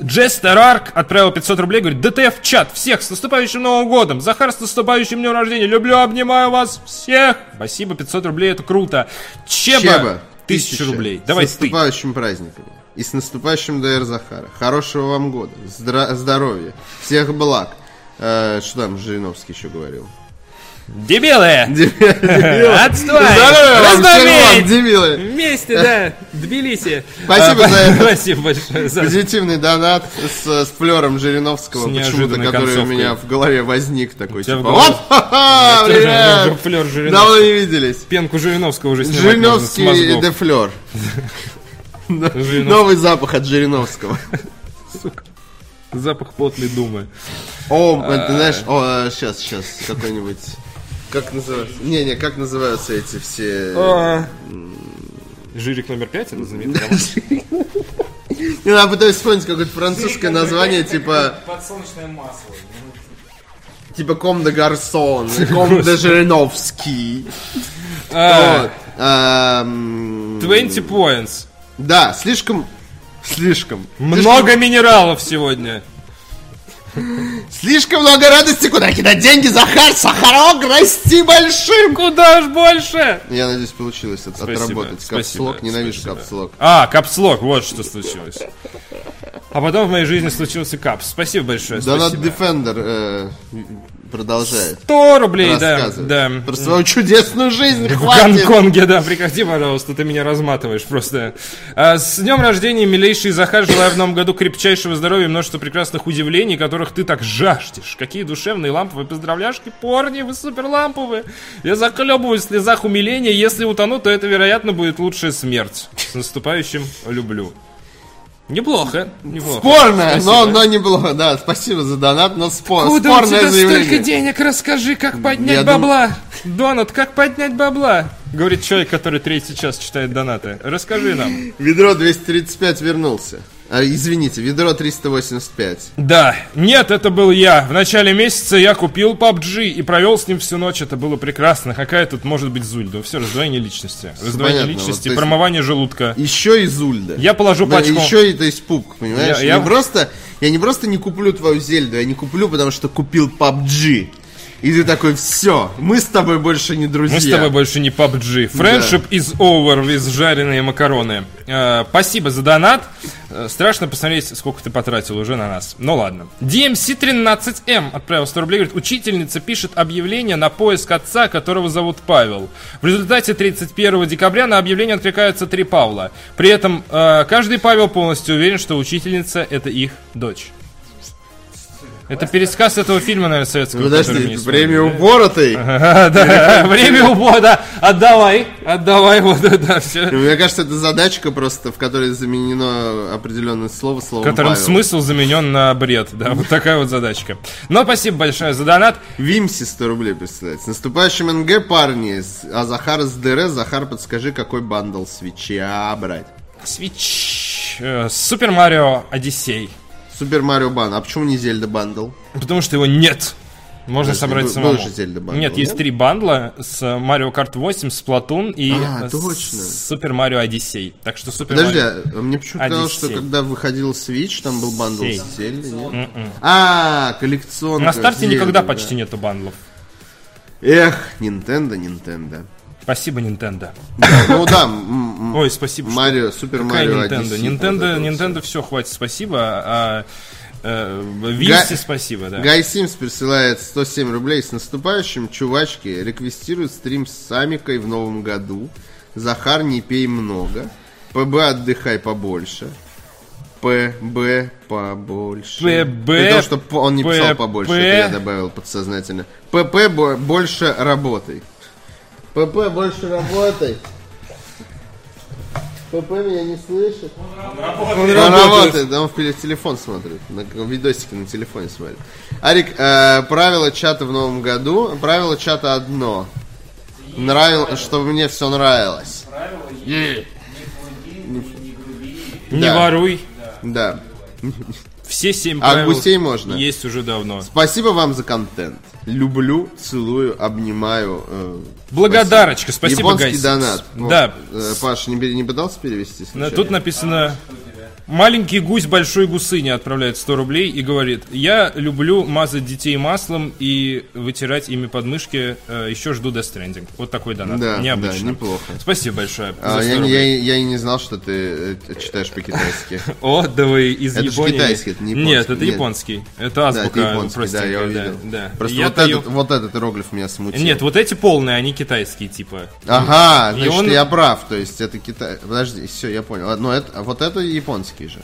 [SPEAKER 1] Джестер Арк отправил 500 рублей, говорит, ДТФ чат, всех с наступающим Новым Годом, Захар с наступающим днем рождения, люблю, обнимаю вас всех. Спасибо, 500 рублей, это круто. Чеба,
[SPEAKER 2] Чеба,
[SPEAKER 1] 1000
[SPEAKER 2] тысяча.
[SPEAKER 1] рублей. Давай
[SPEAKER 2] С
[SPEAKER 1] ты.
[SPEAKER 2] наступающим праздником. И с наступающим ДР Захара. Хорошего вам года. Здра- здоровья. Всех благ. Э, что там Жириновский еще говорил?
[SPEAKER 1] Дебилы!
[SPEAKER 2] Здоровья
[SPEAKER 1] Отстой!
[SPEAKER 2] вам, всех благ,
[SPEAKER 1] Раздавить!
[SPEAKER 2] дебилы!
[SPEAKER 1] Вместе, да! Тбилиси!
[SPEAKER 2] Спасибо
[SPEAKER 1] А,
[SPEAKER 2] за это.
[SPEAKER 1] Спасибо большое за
[SPEAKER 2] Позитивный донат с, с флером Жириновского,
[SPEAKER 1] С
[SPEAKER 2] почему-то,
[SPEAKER 1] неожиданной
[SPEAKER 2] который у
[SPEAKER 1] концовкой.
[SPEAKER 2] меня в голове возник такой,
[SPEAKER 1] тебя
[SPEAKER 2] типа,
[SPEAKER 1] в голове?
[SPEAKER 2] вот, ха-ха,
[SPEAKER 1] тоже
[SPEAKER 2] привет!
[SPEAKER 1] флёр Жириновского.
[SPEAKER 2] Давно не виделись.
[SPEAKER 1] Пенку Жириновского уже снимать можно с
[SPEAKER 2] Жириновский и
[SPEAKER 1] мозгов.
[SPEAKER 2] де флер.
[SPEAKER 1] Жириновский.
[SPEAKER 2] Новый запах от Жириновского.
[SPEAKER 1] Запах потной думы.
[SPEAKER 2] О,
[SPEAKER 1] А.
[SPEAKER 2] ты знаешь, о, сейчас, сейчас, какой-нибудь... Как называется? Не-не, как называются эти все...
[SPEAKER 1] А. Жирик номер пять, это знаменитый роман.
[SPEAKER 2] Не, ну, я пытаюсь вспомнить какое-то французское название,
[SPEAKER 5] Это как
[SPEAKER 2] типа...
[SPEAKER 5] Подсолнечное масло.
[SPEAKER 2] Типа Ком де Гарсон, Ком де Жириновский.
[SPEAKER 1] А,
[SPEAKER 2] Вот. Эм,
[SPEAKER 1] 20 points.
[SPEAKER 2] Да, слишком... Слишком.
[SPEAKER 1] Много минералов сегодня.
[SPEAKER 2] Слишком много радости, куда кидать деньги, Захар, Сахарок, расти большим!
[SPEAKER 1] Куда ж больше?
[SPEAKER 2] Я надеюсь, получилось от-
[SPEAKER 1] Спасибо,
[SPEAKER 2] отработать.
[SPEAKER 1] спасибо,
[SPEAKER 2] Капслок, ненавижу
[SPEAKER 1] спасибо.
[SPEAKER 2] капслок.
[SPEAKER 1] А, капслок, вот что случилось. А потом в моей жизни случился капс. Спасибо большое.
[SPEAKER 2] Донат
[SPEAKER 1] спасибо.
[SPEAKER 2] Defender э, продолжает
[SPEAKER 1] 100 рублей, да.
[SPEAKER 2] рассказывать
[SPEAKER 1] да.
[SPEAKER 2] про свою чудесную жизнь,
[SPEAKER 1] В
[SPEAKER 2] хватит!
[SPEAKER 1] Гонконге, да, приходи, пожалуйста, ты меня разматываешь просто. А, с днем рождения, милейший Захар, желаю в новом году крепчайшего здоровья и множества прекрасных удивлений, которых ты так жаждешь. Какие душевные ламповые поздравляшки, порни, вы суперламповые. Я захлебываюсь в слезах умиления, если утону, то это, вероятно, будет лучшая смерть. С наступающим люблю. Неплохо, неплохо.
[SPEAKER 2] Спорное, но,
[SPEAKER 1] Спасибо.
[SPEAKER 2] но неплохо, да, спасибо за донат, но спор,
[SPEAKER 1] Откуда у
[SPEAKER 2] Э, спорное
[SPEAKER 1] тебя столько
[SPEAKER 2] заявление.
[SPEAKER 1] денег? Расскажи, как поднять
[SPEAKER 2] Я дум-
[SPEAKER 1] бабла. Донат, как поднять бабла? Говорит человек, который третий час читает донаты. Расскажи нам.
[SPEAKER 2] Ведро 235 вернулся. А, извините, ведро 385.
[SPEAKER 1] Да. Нет, это был я. В начале месяца я купил PUBG и провел с ним всю ночь. Это было прекрасно. Какая тут может быть зульда? Все, раздвоение личности. Раздвоение
[SPEAKER 2] понятно, вот,
[SPEAKER 1] личности,
[SPEAKER 2] то есть-
[SPEAKER 1] промывание желудка.
[SPEAKER 2] Еще и Зульда.
[SPEAKER 1] Я положу
[SPEAKER 2] Да,
[SPEAKER 1] пачку.
[SPEAKER 2] еще Ну, и то есть пупк, понимаешь?
[SPEAKER 1] Я-
[SPEAKER 2] Я,
[SPEAKER 1] я-
[SPEAKER 2] Не просто, я не просто не куплю твою Зельду, я не куплю, потому что купил PUBG. И ты такой, все, мы с тобой больше не друзья.
[SPEAKER 1] Мы с тобой больше не PUBG. Friendship is over with жареные макароны. Э, спасибо за донат. Э, страшно посмотреть, сколько ты потратил уже на нас. Ну ладно. DMC13M эм отправил 100 рублей. Говорит, учительница пишет объявление на поиск отца, которого зовут Павел. В результате 31 декабря на объявление откликаются три Павла. При этом э, каждый Павел полностью уверен, что учительница это их дочь. Это пересказ этого фильма, наверное, советского. который мы
[SPEAKER 2] Подожди,
[SPEAKER 1] не
[SPEAKER 2] ты
[SPEAKER 1] смотрели.
[SPEAKER 2] премию уборотый.
[SPEAKER 1] Ага, да, время ухода. Отдавай, отдавай, вот да, все.
[SPEAKER 2] Мне кажется, это задачка просто, в которой заменено определенное слово словом
[SPEAKER 1] В котором
[SPEAKER 2] Павел.
[SPEAKER 1] смысл заменен на бред, да, вот такая вот задачка. Но спасибо большое за донат.
[SPEAKER 2] Вимси 100 рублей представляет. С наступающим НГ, парни. С- А Захар с ДР. Захар, подскажи, какой бандл свеча брать?
[SPEAKER 1] Свич. э, Супер Марио Одиссей.
[SPEAKER 2] Супер Марио Бан. А почему не Зельда бандл?
[SPEAKER 1] Потому что его нет. Можно
[SPEAKER 2] Подожди,
[SPEAKER 1] собрать
[SPEAKER 2] был-
[SPEAKER 1] самому.
[SPEAKER 2] был же Зельда бандл,
[SPEAKER 1] Нет, есть
[SPEAKER 2] нет?
[SPEAKER 1] три бандла с Марио Карт 8, с Платун и
[SPEAKER 2] А,
[SPEAKER 1] э, с
[SPEAKER 2] точно.
[SPEAKER 1] Супер Марио Одиссей. Так что Супер
[SPEAKER 2] Подожди,
[SPEAKER 1] Марио.
[SPEAKER 2] а мне почему-то казалось, что
[SPEAKER 1] Одиссей.
[SPEAKER 2] когда выходил Switch, там был бандл
[SPEAKER 1] Сей.
[SPEAKER 2] с Зельдой, нет? А, коллекционка.
[SPEAKER 1] М-м. На старте
[SPEAKER 2] Зельда,
[SPEAKER 1] никогда
[SPEAKER 2] да.
[SPEAKER 1] почти нету бандлов.
[SPEAKER 2] Эх, Nintendo, Nintendo.
[SPEAKER 1] Спасибо, Nintendo.
[SPEAKER 2] Ну да, м- м-
[SPEAKER 1] Ой, спасибо, что
[SPEAKER 2] Марио, Супер
[SPEAKER 1] Какая
[SPEAKER 2] Марио
[SPEAKER 1] Nintendo?
[SPEAKER 2] Одиссей,
[SPEAKER 1] Nintendo,
[SPEAKER 2] вот это вот всё.
[SPEAKER 1] Nintendo все, хватит, спасибо. А, э, Винси,
[SPEAKER 2] Га-
[SPEAKER 1] спасибо, да.
[SPEAKER 2] Гай Симс присылает 107 рублей с наступающим. Чувачки реквестируют стрим с Самикой в новом году. Захар, не пей много. ПБ, отдыхай побольше. ПБ побольше.
[SPEAKER 1] ПБ,
[SPEAKER 2] При том, что п- он не писал
[SPEAKER 1] ПП.
[SPEAKER 2] побольше, это я добавил подсознательно. ПП бо- больше работай. ПП больше работай. ПП меня не слышит. Он работает, он в пеле- телефон смотрит, на к- видосики на телефоне смотрит. Арик, э, правило чата в новом году, правило чата одно. Нравил, чтобы мне все нравилось.
[SPEAKER 1] Не
[SPEAKER 2] да.
[SPEAKER 1] воруй.
[SPEAKER 2] Да.
[SPEAKER 1] Все семь
[SPEAKER 2] А
[SPEAKER 1] правил
[SPEAKER 2] гусей можно?
[SPEAKER 1] Есть уже давно.
[SPEAKER 2] Спасибо вам за контент. Люблю, целую, обнимаю. э,
[SPEAKER 1] Благодарочка, спасибо,
[SPEAKER 2] Японский
[SPEAKER 1] Гайс.
[SPEAKER 2] донат.
[SPEAKER 1] Да.
[SPEAKER 2] Э, Паш, не, бе- не пытался перевести?
[SPEAKER 1] Но
[SPEAKER 2] случайно?
[SPEAKER 1] Тут написано Маленький гусь большой гусыни отправляет 100 рублей и говорит, я люблю мазать детей маслом и вытирать ими подмышки, Э, еще жду Death Stranding. Вот такой донат.
[SPEAKER 2] Да,
[SPEAKER 1] Необычно.
[SPEAKER 2] да, неплохо.
[SPEAKER 1] Спасибо большое
[SPEAKER 2] А,
[SPEAKER 1] за 100
[SPEAKER 2] я, не- я
[SPEAKER 1] рублей.
[SPEAKER 2] и- я и не знал, что ты э, читаешь по-китайски.
[SPEAKER 1] О, да вы из
[SPEAKER 2] Это ж
[SPEAKER 1] Японии.
[SPEAKER 2] китайский, это не японский.
[SPEAKER 1] Нет, это
[SPEAKER 2] Нет.
[SPEAKER 1] японский. Это
[SPEAKER 2] Да,
[SPEAKER 1] азбука
[SPEAKER 2] это японский, да, я
[SPEAKER 1] простенькая,
[SPEAKER 2] увидел.
[SPEAKER 1] да, да.
[SPEAKER 2] Просто
[SPEAKER 1] Я
[SPEAKER 2] вот
[SPEAKER 1] даю-
[SPEAKER 2] этот, вот этот иероглиф меня смутил.
[SPEAKER 1] Нет, вот эти полные, они китайские, типа.
[SPEAKER 2] Ага,
[SPEAKER 1] И
[SPEAKER 2] значит,
[SPEAKER 1] он-
[SPEAKER 2] я прав, то есть это Китай. Подожди, все, я понял. А, Но это, а вот это японский же.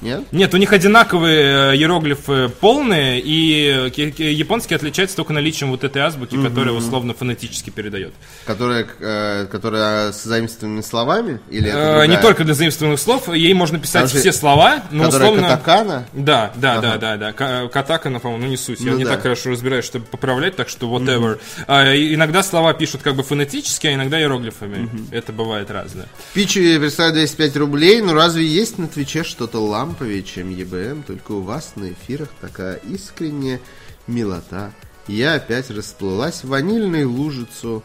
[SPEAKER 2] Нет?
[SPEAKER 1] Нет, у них одинаковые э, иероглифы полные, и э, ки- ки- японский отличается только наличием вот этой азбуки, которая условно фонетически передает.
[SPEAKER 2] Которая, э, которая с заимствованными словами? Или это
[SPEAKER 1] Э, Не
[SPEAKER 2] другая?
[SPEAKER 1] только для заимствованных слов, ей можно писать
[SPEAKER 2] Там же-
[SPEAKER 1] все слова, но
[SPEAKER 2] Которая
[SPEAKER 1] условно...
[SPEAKER 2] катакана?
[SPEAKER 1] Да, да, да, да, да. Ка- Катакана, по-моему, ну не суть. Я
[SPEAKER 2] Ну
[SPEAKER 1] не
[SPEAKER 2] да.
[SPEAKER 1] так хорошо разбираюсь, чтобы поправлять, так что whatever. А, и- иногда слова пишут как бы фонетически, а иногда иероглифами. Это бывает разное.
[SPEAKER 2] Пичи присылает 205 рублей, но разве есть на Твиче что-то ламповее, чем ЕБМ? Только у вас на эфирах такая искренняя милота. Я опять расплылась в ванильную лужицу.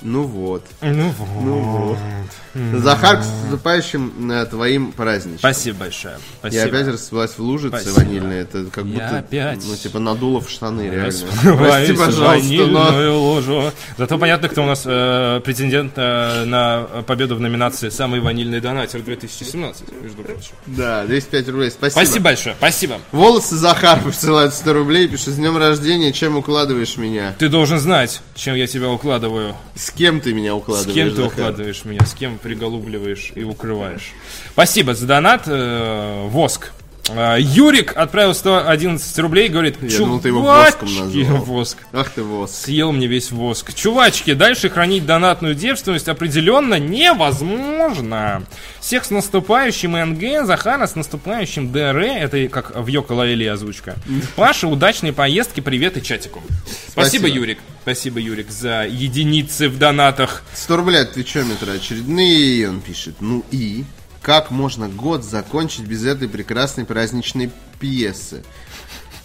[SPEAKER 2] Ну вот.
[SPEAKER 1] Ну вот.
[SPEAKER 2] Ну вот. Захар, с наступающим э, твоим праздничком.
[SPEAKER 1] Спасибо большое.
[SPEAKER 2] Я
[SPEAKER 1] Спасибо.
[SPEAKER 2] опять расплылась в лужице
[SPEAKER 1] Спасибо.
[SPEAKER 2] ванильной. Это как
[SPEAKER 1] Я
[SPEAKER 2] будто,
[SPEAKER 1] опять
[SPEAKER 2] ну, типа, надуло в штаны, реально.
[SPEAKER 1] Расплываюсь
[SPEAKER 2] Прости,
[SPEAKER 1] в
[SPEAKER 2] пожалуйста, но...
[SPEAKER 1] ванильную ложу. Зато понятно, кто у нас э, претендент э, на победу в номинации «Самый ванильный донатер 2017», между прочим.
[SPEAKER 2] Да, 205 рублей, спасибо.
[SPEAKER 1] Спасибо большое, спасибо.
[SPEAKER 2] Волосы Захар присылают 100 рублей, пишет, с днем рождения, чем укладываешь меня?
[SPEAKER 1] Ты должен знать, чем я тебя укладываю,
[SPEAKER 2] С кем ты меня
[SPEAKER 1] с
[SPEAKER 2] укладываешь,
[SPEAKER 1] кем ты
[SPEAKER 2] Захар?
[SPEAKER 1] укладываешь меня, с кем приголубливаешь и укрываешь. Спасибо за донат, э, воск. Э, Юрик отправил 111 рублей, говорит,
[SPEAKER 2] Я думал, ты его
[SPEAKER 1] «Чувачки!»
[SPEAKER 2] воском назвал.
[SPEAKER 1] Воск.
[SPEAKER 2] Ах ты волос.
[SPEAKER 1] Съел мне весь воск. Чувачки, дальше хранить донатную девственность определенно невозможно. Всех с наступающим НГ, Захара с наступающим ДР. Это и как в Йоко озвучка. Паша, удачной поездки, привет и чатику. Спасибо,
[SPEAKER 2] Спасибо.
[SPEAKER 1] Юрик. Спасибо, Юрик, за единицы в донатах.
[SPEAKER 2] 100 рублей от Твичометра очередные, и он пишет. Ну и? Как можно год закончить без этой прекрасной праздничной пьесы?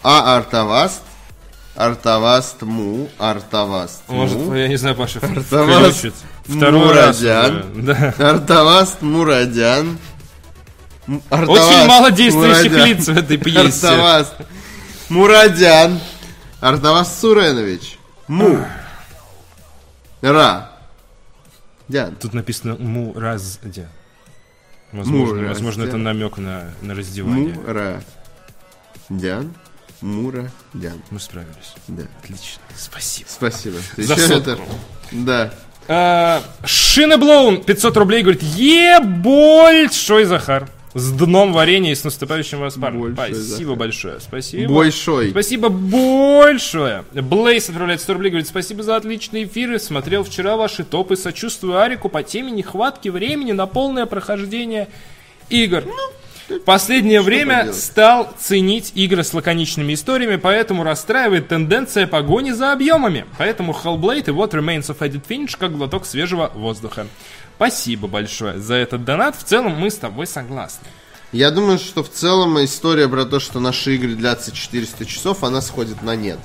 [SPEAKER 2] А Артаваст? Артаваст Му, Артаваст Му.
[SPEAKER 1] Может, я не знаю, Паша
[SPEAKER 2] Артаваст
[SPEAKER 1] включит. Второй раз. уже.
[SPEAKER 2] Мурадян.
[SPEAKER 1] Да.
[SPEAKER 2] Артаваст Мурадян. М- Артаваст
[SPEAKER 1] Очень мало действующих
[SPEAKER 2] Мурадян.
[SPEAKER 1] лиц в этой пьесе.
[SPEAKER 2] Артаваст Мурадян. Артаваст Суренович. Му. Ра. Дян.
[SPEAKER 1] Тут написано «мураздя». Возможно,
[SPEAKER 2] Мураздя.
[SPEAKER 1] возможно это намек на, на раздевание.
[SPEAKER 2] Мура. Дян. Мура. Дян.
[SPEAKER 1] Мы справились.
[SPEAKER 2] Да.
[SPEAKER 1] Отлично. Спасибо.
[SPEAKER 2] Спасибо. Ты
[SPEAKER 1] За
[SPEAKER 2] ещё
[SPEAKER 1] сотку.
[SPEAKER 2] это- Да.
[SPEAKER 1] А, Шинеблоун 500 рублей говорит «Ебольшой Захар». С дном варенья и с наступающим вас, парнем».
[SPEAKER 2] Большой
[SPEAKER 1] Спасибо
[SPEAKER 2] Захар.
[SPEAKER 1] большое. Спасибо.
[SPEAKER 2] Большой.
[SPEAKER 1] Спасибо большое. Блейс отправляет 100 рублей, говорит, спасибо за отличные эфиры. Смотрел вчера ваши топы. Сочувствую Арику по теме нехватки времени на полное прохождение игр. Последнее время
[SPEAKER 2] поделать?
[SPEAKER 1] стал ценить игры с лаконичными историями, поэтому расстраивает тенденция погони за объемами. Поэтому Hellblade и вот Remains of Edith Finch как глоток свежего воздуха. Спасибо большое за этот донат. В целом мы с тобой согласны.
[SPEAKER 2] Я думаю, что в целом история про то, что наши игры длятся 400 часов, она сходит на нет.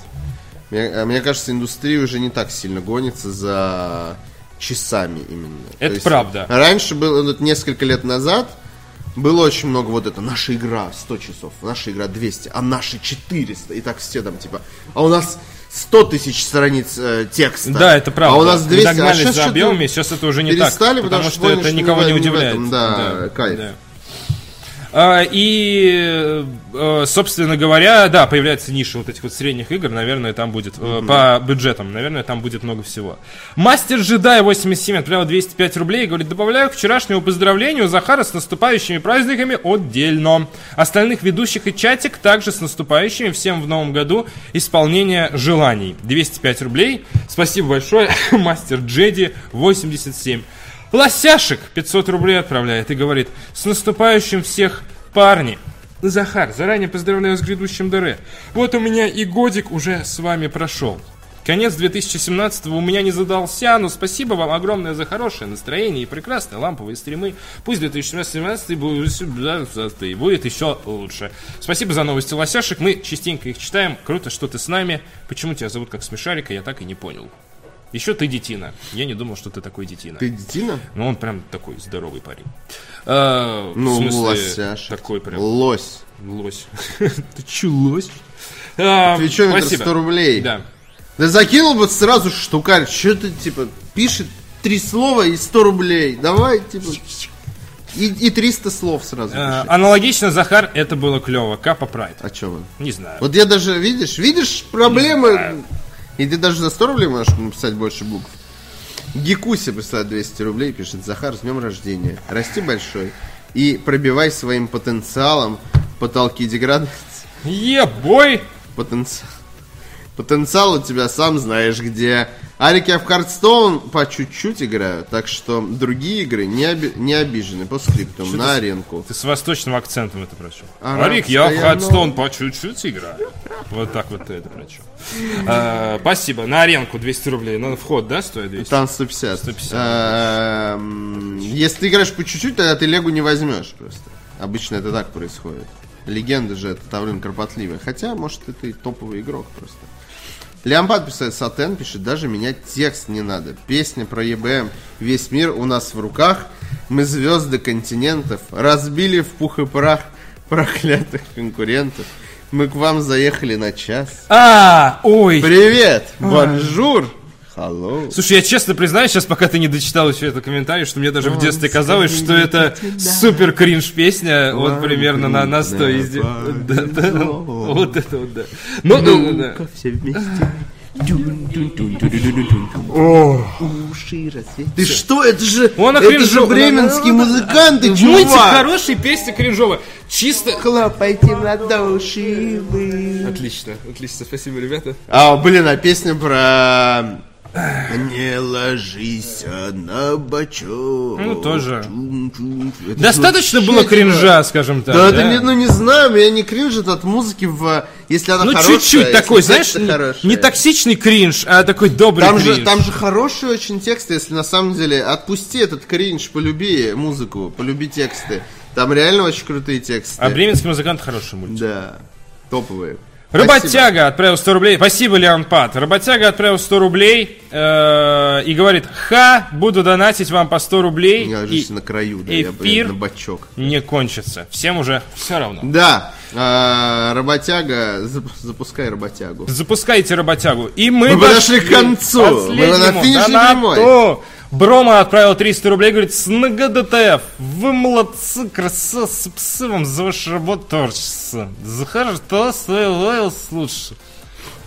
[SPEAKER 2] Мне, э, мне кажется, индустрия уже не так сильно гонится за часами именно.
[SPEAKER 1] Это правда.
[SPEAKER 2] Раньше было, ну, вот несколько лет назад, было очень много вот это, наша игра 100 часов, наша игра 200, а наша 400. И так все там типа, а у нас 100 тысяч страниц э, текста.
[SPEAKER 1] Да, это правда.
[SPEAKER 2] А у нас
[SPEAKER 1] Мы
[SPEAKER 2] 200. а
[SPEAKER 1] догнались
[SPEAKER 2] щас
[SPEAKER 1] за
[SPEAKER 2] что-то
[SPEAKER 1] объемами, сейчас это уже не так.
[SPEAKER 2] перестали, потому
[SPEAKER 1] потому
[SPEAKER 2] что
[SPEAKER 1] что
[SPEAKER 2] поняли,
[SPEAKER 1] это
[SPEAKER 2] что
[SPEAKER 1] никого
[SPEAKER 2] в
[SPEAKER 1] не
[SPEAKER 2] этом- в этом,
[SPEAKER 1] удивляет.
[SPEAKER 2] да, кайф.
[SPEAKER 1] А, и, э, собственно говоря, да, появляется ниша вот этих вот средних игр, наверное, там будет, э, по бюджетам, наверное, там будет много всего. Мастер Джедай 87 отправил 205 рублей и говорит, добавляю к вчерашнему поздравлению Захара с наступающими праздниками отдельно. Остальных ведущих и чатик также с наступающими. Всем в новом году исполнение желаний. 205 рублей. Спасибо большое, Мастер Джеди 87. Лосяшек 500 рублей отправляет и говорит «С наступающим всех, парни!» Захар, заранее поздравляю с грядущим ДР. Вот у меня и годик уже с вами прошел. Конец 2017 у меня не задался, но спасибо вам огромное за хорошее настроение и прекрасные ламповые стримы. Пусть 2017 будет, и будет еще лучше. Спасибо за новости лосяшек, мы частенько их читаем. Круто, что ты с нами. Почему тебя зовут как Смешарика, я так и не понял. Еще ты детина. Я не думал, что ты такой детина.
[SPEAKER 2] Ты детина?
[SPEAKER 1] Ну, он прям такой здоровый парень. А, в
[SPEAKER 2] Ну,
[SPEAKER 1] смысле,
[SPEAKER 2] лосяша.
[SPEAKER 1] Такой прям
[SPEAKER 2] Лось.
[SPEAKER 1] лось. Ты че, лось? А,
[SPEAKER 2] Отвечу на
[SPEAKER 1] спасибо.
[SPEAKER 2] 100 рублей.
[SPEAKER 1] Да.
[SPEAKER 2] Да закинул бы сразу штукарь. Что ты, типа, пишет три слова и 100 рублей. Давай, типа... И, и 300 слов сразу
[SPEAKER 1] А,
[SPEAKER 2] пиши.
[SPEAKER 1] аналогично, Захар, это было клево. Капа Прайд.
[SPEAKER 2] О чем он?
[SPEAKER 1] Не знаю.
[SPEAKER 2] Вот я даже, видишь, видишь проблемы. И ты даже за 100 рублей можешь написать больше букв. Гекуси присылает 200 рублей, пишет Захар, с днем рождения. Расти большой и пробивай своим потенциалом потолки деградации.
[SPEAKER 1] Ебой!
[SPEAKER 2] Потенциал. Потенциал у тебя сам знаешь где. Арик, я в Хардстоун по чуть-чуть играю, так что другие игры не, оби- не обижены по скрипту на аренку.
[SPEAKER 1] Ты с восточным акцентом это прочел.
[SPEAKER 2] Арабская
[SPEAKER 1] Арик, я в
[SPEAKER 2] ночь.
[SPEAKER 1] Хардстоун по чуть-чуть играю. Вот так вот ты это прочел. А, Спасибо. На аренку 200 рублей. На вход, да, стоит 200?
[SPEAKER 2] Там 150.
[SPEAKER 1] 150.
[SPEAKER 2] Эм, Э, Если ты играешь по чуть-чуть, тогда ты Легу не возьмешь просто. Обычно это так происходит. Легенда же это тавлин кропотливая. Хотя, может, это и топовый игрок просто. Леомпад писает, Сатен пишет, даже менять текст не надо. Песня про ЕБМ. Весь мир у нас в руках. Мы звезды континентов. Разбили в пух и прах проклятых конкурентов. Мы к вам заехали на час.
[SPEAKER 1] А, ой!
[SPEAKER 2] Привет! Бонжур! Hello.
[SPEAKER 1] Слушай, я честно признаюсь, сейчас пока ты не дочитал еще этот комментарий, что мне даже в детстве казалось, что это супер кринж песня, вот примерно на, на 100 из де- Да, да.
[SPEAKER 2] Ну,
[SPEAKER 1] Вот это вот, да. Ну, ну, да.
[SPEAKER 2] Ты что, это же,
[SPEAKER 1] Он
[SPEAKER 2] это же
[SPEAKER 1] охренел.
[SPEAKER 2] бременские музыканты,
[SPEAKER 1] Мультик
[SPEAKER 2] чувак!
[SPEAKER 1] хороший, песня кринжовая. Чисто...
[SPEAKER 2] Хлопайте на души вы.
[SPEAKER 1] Отлично, отлично, спасибо, ребята.
[SPEAKER 2] А, блин, а песня про... Не ложись на бочок.
[SPEAKER 1] Ну, тоже.
[SPEAKER 2] Чум-чум. Это
[SPEAKER 1] Достаточно
[SPEAKER 2] же
[SPEAKER 1] было
[SPEAKER 2] вообще,
[SPEAKER 1] кринжа, скажем так.
[SPEAKER 2] Да, это не, ну не знаю, меня не кринжит от музыки в... Если она
[SPEAKER 1] Ну,
[SPEAKER 2] хорошая,
[SPEAKER 1] чуть-чуть
[SPEAKER 2] если
[SPEAKER 1] такой,
[SPEAKER 2] тексты
[SPEAKER 1] знаешь, не,
[SPEAKER 2] хорошие.
[SPEAKER 1] не токсичный кринж, а такой добрый
[SPEAKER 2] Там
[SPEAKER 1] кринж.
[SPEAKER 2] же, там же хороший очень текст, если на самом деле отпусти этот кринж, полюби музыку, полюби тексты. Там реально очень крутые тексты.
[SPEAKER 1] А бременский музыкант хороший мультик.
[SPEAKER 2] Да, топовые. Спасибо.
[SPEAKER 1] Работяга отправил 100 рублей. Спасибо, Леон Пат. Работяга отправил 100 рублей э, и говорит, ха, буду донатить вам по 100 рублей.
[SPEAKER 2] Я
[SPEAKER 1] И
[SPEAKER 2] ложусь на краю, да, я, блин,
[SPEAKER 1] эфир.
[SPEAKER 2] на бочок.
[SPEAKER 1] не кончится. Всем уже все равно.
[SPEAKER 2] Да, а, работяга, зап- запускай работягу.
[SPEAKER 1] Запускайте работягу. И мы,
[SPEAKER 2] Мы
[SPEAKER 1] дошли
[SPEAKER 2] подошли к концу.
[SPEAKER 1] последнему
[SPEAKER 2] Мы на финишной
[SPEAKER 1] донату.
[SPEAKER 2] прямой.
[SPEAKER 1] Брома отправил 300 рублей, говорит, с НГДТФ. Вы молодцы, краса, с псывом за вашу работу, творчество. Захар, что стоило лучше.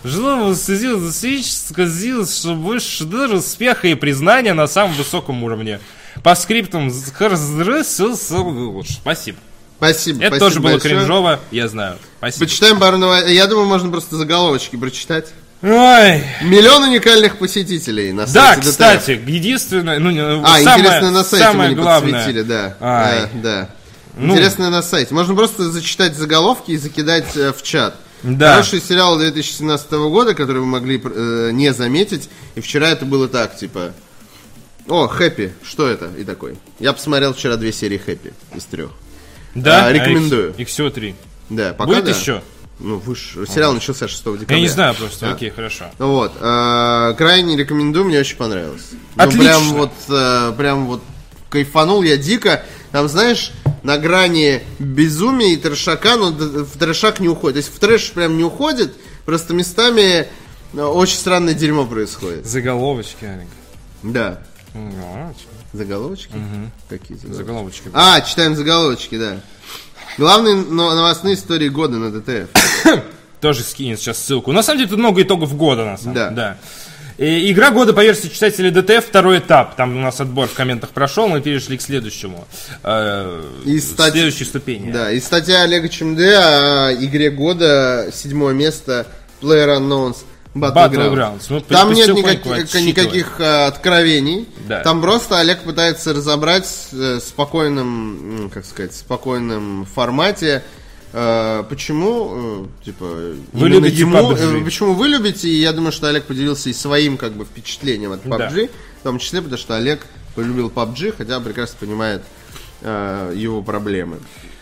[SPEAKER 1] Жду вас следил за сказилось, что больше шедевр успеха и признания на самом высоком уровне. По скриптам Захар Здры, всё самое лучшее. Спасибо.
[SPEAKER 2] Спасибо.
[SPEAKER 1] Это
[SPEAKER 2] спасибо
[SPEAKER 1] тоже было
[SPEAKER 2] большое.
[SPEAKER 1] кринжово, я знаю. Спасибо.
[SPEAKER 2] Почитаем пару новостей. Я думаю, можно просто заголовочки прочитать.
[SPEAKER 1] Ой.
[SPEAKER 2] Миллион уникальных посетителей на
[SPEAKER 1] Да,
[SPEAKER 2] сайте DTF.
[SPEAKER 1] кстати, единственное, ну, не,
[SPEAKER 2] А,
[SPEAKER 1] самое,
[SPEAKER 2] интересно, на сайте
[SPEAKER 1] самое
[SPEAKER 2] мы не
[SPEAKER 1] главное.
[SPEAKER 2] подсветили, да.
[SPEAKER 1] Ай. Ну.
[SPEAKER 2] Да, да. Интересно на сайте. Можно просто зачитать заголовки и закидать э, в чат.
[SPEAKER 1] Да.
[SPEAKER 2] Хороший сериал 2017 года, который вы могли э, не заметить. И вчера это было так, типа... О, Хэппи, что это? И такой. Я посмотрел вчера две серии Хэппи из трех.
[SPEAKER 1] Да,
[SPEAKER 2] А, рекомендую.
[SPEAKER 1] Их, их всего три.
[SPEAKER 2] Да, пока
[SPEAKER 1] Будет
[SPEAKER 2] да.
[SPEAKER 1] еще?
[SPEAKER 2] Ну, выше. Сериал начался 6 декабря.
[SPEAKER 1] Я не знаю просто.
[SPEAKER 2] Да.
[SPEAKER 1] Окей, хорошо.
[SPEAKER 2] Вот. э, крайне рекомендую, мне очень понравилось. Ну,
[SPEAKER 1] Отлично.
[SPEAKER 2] прям вот, э, прям вот кайфанул я дико. Там, знаешь, на грани безумия и трешака, но д- в трешак не уходит. То есть в трэш прям не уходит, просто местами э, очень странное дерьмо происходит.
[SPEAKER 1] Заголовочки, Алик.
[SPEAKER 2] Да.
[SPEAKER 1] Заголовочки.
[SPEAKER 2] Заголовочки? Какие заголовочки?
[SPEAKER 1] типа Заголовочки.
[SPEAKER 2] А, читаем заголовочки, да. Главные но- новостные истории года на ДТФ.
[SPEAKER 1] Тоже скинет сейчас ссылку. На самом деле тут много итогов года, на самом
[SPEAKER 2] Да.
[SPEAKER 1] деле. Да. И игра года по версии читателей ДТФ второй этап. Там у нас отбор в комментах прошел, мы перешли к следующему. э,
[SPEAKER 2] И стать-
[SPEAKER 1] следующей ступени.
[SPEAKER 2] Да, и статья Олега ЧМД о игре года, седьмое место, PlayerUnknown's Battlegrounds.
[SPEAKER 1] Battlegrounds. Ну,
[SPEAKER 2] Там нет
[SPEAKER 1] постепенно
[SPEAKER 2] никаких,
[SPEAKER 1] отсчитываем.
[SPEAKER 2] никаких э, откровений.
[SPEAKER 1] Да.
[SPEAKER 2] Там просто Олег пытается разобрать э, в спокойном, м, как сказать, в спокойном формате, э, почему, э, типа,
[SPEAKER 1] Вы
[SPEAKER 2] именно
[SPEAKER 1] любите
[SPEAKER 2] ему, э,
[SPEAKER 1] PUBG.
[SPEAKER 2] почему вы любите, и я думаю, что Олег поделился и своим, как бы, впечатлением от
[SPEAKER 1] Да.
[SPEAKER 2] PUBG, в том числе, потому что Олег полюбил PUBG, хотя прекрасно понимает э, его проблемы.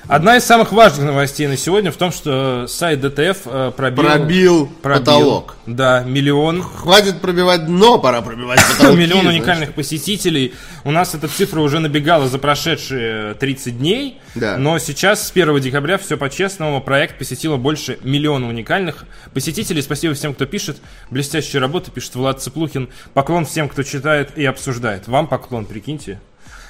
[SPEAKER 1] Одна из самых важных новостей на сегодня в том, что сайт ДТФ э, пробил,
[SPEAKER 2] Пробил
[SPEAKER 1] пробил,
[SPEAKER 2] потолок.
[SPEAKER 1] Да, миллион.
[SPEAKER 2] Хватит пробивать дно, пора пробивать потолки.
[SPEAKER 1] миллион
[SPEAKER 2] значит.
[SPEAKER 1] уникальных посетителей. У нас эта цифра уже набегала за прошедшие 30 дней.
[SPEAKER 2] Да.
[SPEAKER 1] Но сейчас, с 1 декабря, все по-честному, проект посетило больше миллиона уникальных посетителей. Спасибо всем, кто пишет. Блестящая работа, пишет Влад Цыплухин. Поклон всем, кто читает и обсуждает. Вам поклон, прикиньте.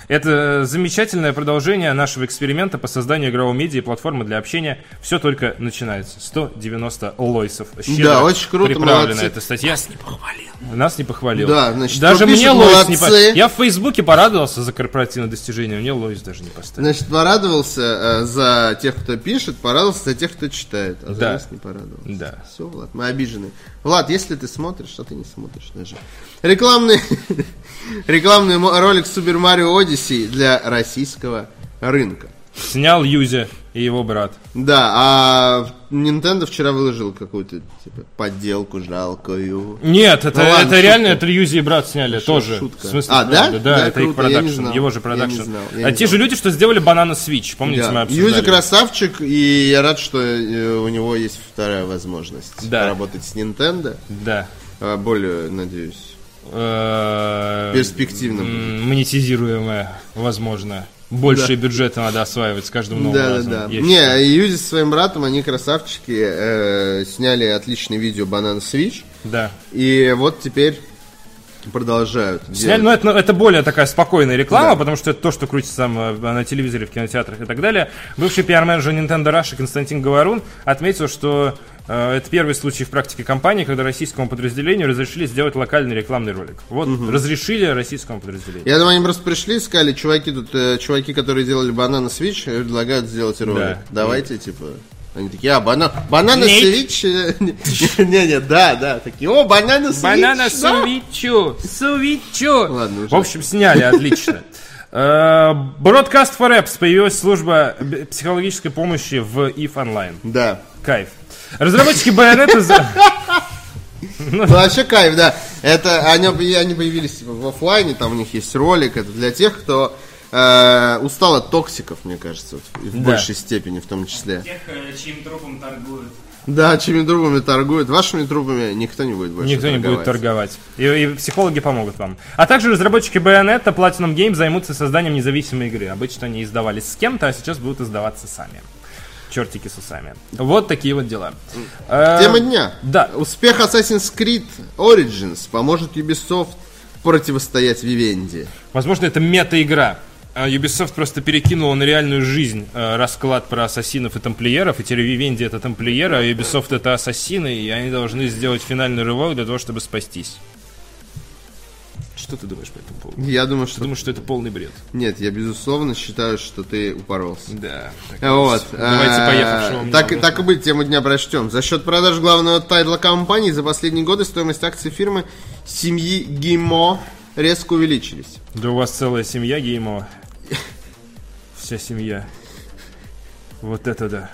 [SPEAKER 1] Это замечательное продолжение нашего эксперимента по созданию игрового медиа и платформы для общения. Все только начинается. 190 лойсов. Щедро
[SPEAKER 2] Да, очень круто,
[SPEAKER 1] приправлена
[SPEAKER 2] молодцы.
[SPEAKER 1] эта статья. Нас не похвалил.
[SPEAKER 2] Да, значит,
[SPEAKER 1] даже
[SPEAKER 2] кто пишет,
[SPEAKER 1] мне Лоис не
[SPEAKER 2] молодцы.
[SPEAKER 1] по- Я в Фейсбуке порадовался за корпоративное достижение, мне Лоис даже не поставил.
[SPEAKER 2] Значит, порадовался э, за тех, кто пишет, порадовался за тех, кто читает, а за
[SPEAKER 1] Да.
[SPEAKER 2] нас не порадовался.
[SPEAKER 1] Да.
[SPEAKER 2] Все, Влад, мы обижены. Влад, если ты смотришь, а ты не смотришь даже. Рекламный, рекламный мо- ролик Super Mario Odyssey для российского рынка.
[SPEAKER 1] Снял Юзя и его брат.
[SPEAKER 2] Да, а Nintendo вчера выложил какую-то типа, подделку жалкую.
[SPEAKER 1] Нет, это,
[SPEAKER 2] Ну ладно,
[SPEAKER 1] это
[SPEAKER 2] шутка.
[SPEAKER 1] реально, это Юзи и брат сняли тоже.
[SPEAKER 2] шутка.
[SPEAKER 1] В смысле,
[SPEAKER 2] А, да?
[SPEAKER 1] правда,
[SPEAKER 2] Да,
[SPEAKER 1] Да, это их
[SPEAKER 2] круто, я не
[SPEAKER 1] продакшн,
[SPEAKER 2] знал.
[SPEAKER 1] его же
[SPEAKER 2] Я
[SPEAKER 1] продакшн.
[SPEAKER 2] не знал, я
[SPEAKER 1] а
[SPEAKER 2] не
[SPEAKER 1] те же
[SPEAKER 2] знал.
[SPEAKER 1] люди, что сделали Банана Switch, помните, мы
[SPEAKER 2] Да.
[SPEAKER 1] обсуждали.
[SPEAKER 2] Юзи красавчик, и я рад, что э, у него есть вторая возможность
[SPEAKER 1] Да.
[SPEAKER 2] работать с Nintendo.
[SPEAKER 1] Да.
[SPEAKER 2] А, Более, надеюсь,
[SPEAKER 1] Э,
[SPEAKER 2] перспективно.
[SPEAKER 1] м, Монетизируемая, возможно. Большие бюджеты надо осваивать с каждым новым
[SPEAKER 2] Да,
[SPEAKER 1] разом.
[SPEAKER 2] да, да.
[SPEAKER 1] я считаю.
[SPEAKER 2] Не, Юзи со своим братом, они красавчики, э, сняли отличное видео Банан Switch.
[SPEAKER 1] Да.
[SPEAKER 2] И вот теперь продолжают.
[SPEAKER 1] Сняли,
[SPEAKER 2] делать.
[SPEAKER 1] но это, ну, это более такая спокойная реклама, потому что это то, что крутится там э, на телевизоре, в кинотеатрах и так далее. Бывший пиар-менеджер Nintendo Russia Константин Говорун отметил, что э, это первый случай в практике компании, когда российскому подразделению разрешили сделать локальный рекламный ролик. Вот, разрешили российскому подразделению.
[SPEAKER 2] Я думаю, они просто пришли и сказали, чуваки, тут э, чуваки, которые делали банана свич, э, предлагают сделать ролик.
[SPEAKER 1] Да.
[SPEAKER 2] Давайте, типа. Они такие, а, бана... банана
[SPEAKER 1] Нет.
[SPEAKER 2] свич? Не-не, да, да. Такие, о, банана свич.
[SPEAKER 1] Банана
[SPEAKER 2] да».
[SPEAKER 1] сувичу! Сувичу!
[SPEAKER 2] Ладно,
[SPEAKER 1] В общем, сняли, отлично. Э, Broadcast for Apps появилась служба б- психологической помощи в IF Online.
[SPEAKER 2] Да.
[SPEAKER 1] Кайф. Разработчики Байонета... за-
[SPEAKER 2] Ну, вообще кайф, да. Это они, они появились типа, в оффлайне, там у них есть ролик. Это для тех, кто э, устал от токсиков, мне кажется, вот, и в
[SPEAKER 1] Да.
[SPEAKER 2] большей степени в том числе.
[SPEAKER 5] Тех, э, чьим трупом торгуют.
[SPEAKER 2] Да, чьими трубами торгуют. Вашими трубами никто не будет больше
[SPEAKER 1] Никто не будет
[SPEAKER 2] торговать.
[SPEAKER 1] торговать. И, и психологи помогут вам. А также разработчики Bayonetta Platinum Games займутся созданием независимой игры. Обычно они издавались с кем-то, а сейчас будут издаваться сами. Чертики с усами. Вот такие вот дела. Э,
[SPEAKER 2] Тема дня.
[SPEAKER 1] Да.
[SPEAKER 2] Успех Assassin's Creed Origins поможет Ubisoft противостоять Вивенди.
[SPEAKER 1] Возможно, это мета-игра. А Ubisoft просто перекинула на реальную жизнь э, расклад про ассасинов и тамплиеров, и теперь Vivendi это тамплиеры, а Ubisoft это ассасины, и они должны сделать финальный рывок для того, чтобы спастись. Что ты думаешь по этому поводу?
[SPEAKER 2] Я думаю,
[SPEAKER 1] Ты
[SPEAKER 2] что...
[SPEAKER 1] думаешь, что это полный бред?
[SPEAKER 2] Нет, я безусловно считаю, что ты упоролся.
[SPEAKER 1] Да.
[SPEAKER 2] Вот.
[SPEAKER 1] Давайте
[SPEAKER 2] А,
[SPEAKER 1] поехавшего
[SPEAKER 2] Так, и-
[SPEAKER 1] много.
[SPEAKER 2] так и быть, тему дня прочтем. За счет продаж главного тайтла компании за последние годы стоимость акций фирмы семьи Гимо резко увеличились.
[SPEAKER 1] Да у вас целая семья Геймова. Вся семья. Вот это да.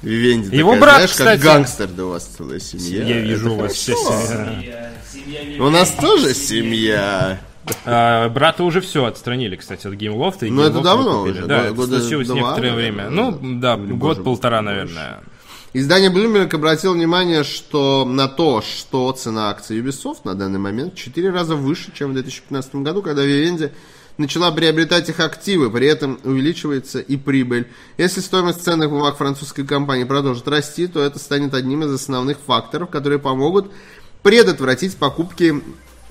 [SPEAKER 2] Вивенди
[SPEAKER 1] Его
[SPEAKER 2] такая,
[SPEAKER 1] брат,
[SPEAKER 2] знаешь,
[SPEAKER 1] кстати.
[SPEAKER 2] как гангстер, да у вас целая семья.
[SPEAKER 1] Я вижу у вас вся семья.
[SPEAKER 5] Семья, э, семья
[SPEAKER 2] У
[SPEAKER 5] Вивенди.
[SPEAKER 2] нас тоже семья.
[SPEAKER 1] А, брата уже все отстранили, кстати, от геймлофта. и
[SPEAKER 2] Ну, это
[SPEAKER 1] Геймлофт
[SPEAKER 2] давно
[SPEAKER 1] выкупили.
[SPEAKER 2] уже,
[SPEAKER 1] Да,
[SPEAKER 2] го-
[SPEAKER 1] это
[SPEAKER 2] года
[SPEAKER 1] случилось
[SPEAKER 2] два,
[SPEAKER 1] некоторое время.
[SPEAKER 2] наверное,
[SPEAKER 1] Ну, да,
[SPEAKER 2] Или, боже,
[SPEAKER 1] год-полтора,
[SPEAKER 2] больше.
[SPEAKER 1] наверное.
[SPEAKER 2] Издание Bloomberg обратило внимание, что на то, что цена акций Ubisoft на данный момент в 4 раза выше, чем в 2015 году, когда Vivendi начала приобретать их активы, при этом увеличивается и прибыль. Если стоимость ценных бумаг французской компании продолжит расти, то это станет одним из основных факторов, которые помогут предотвратить покупки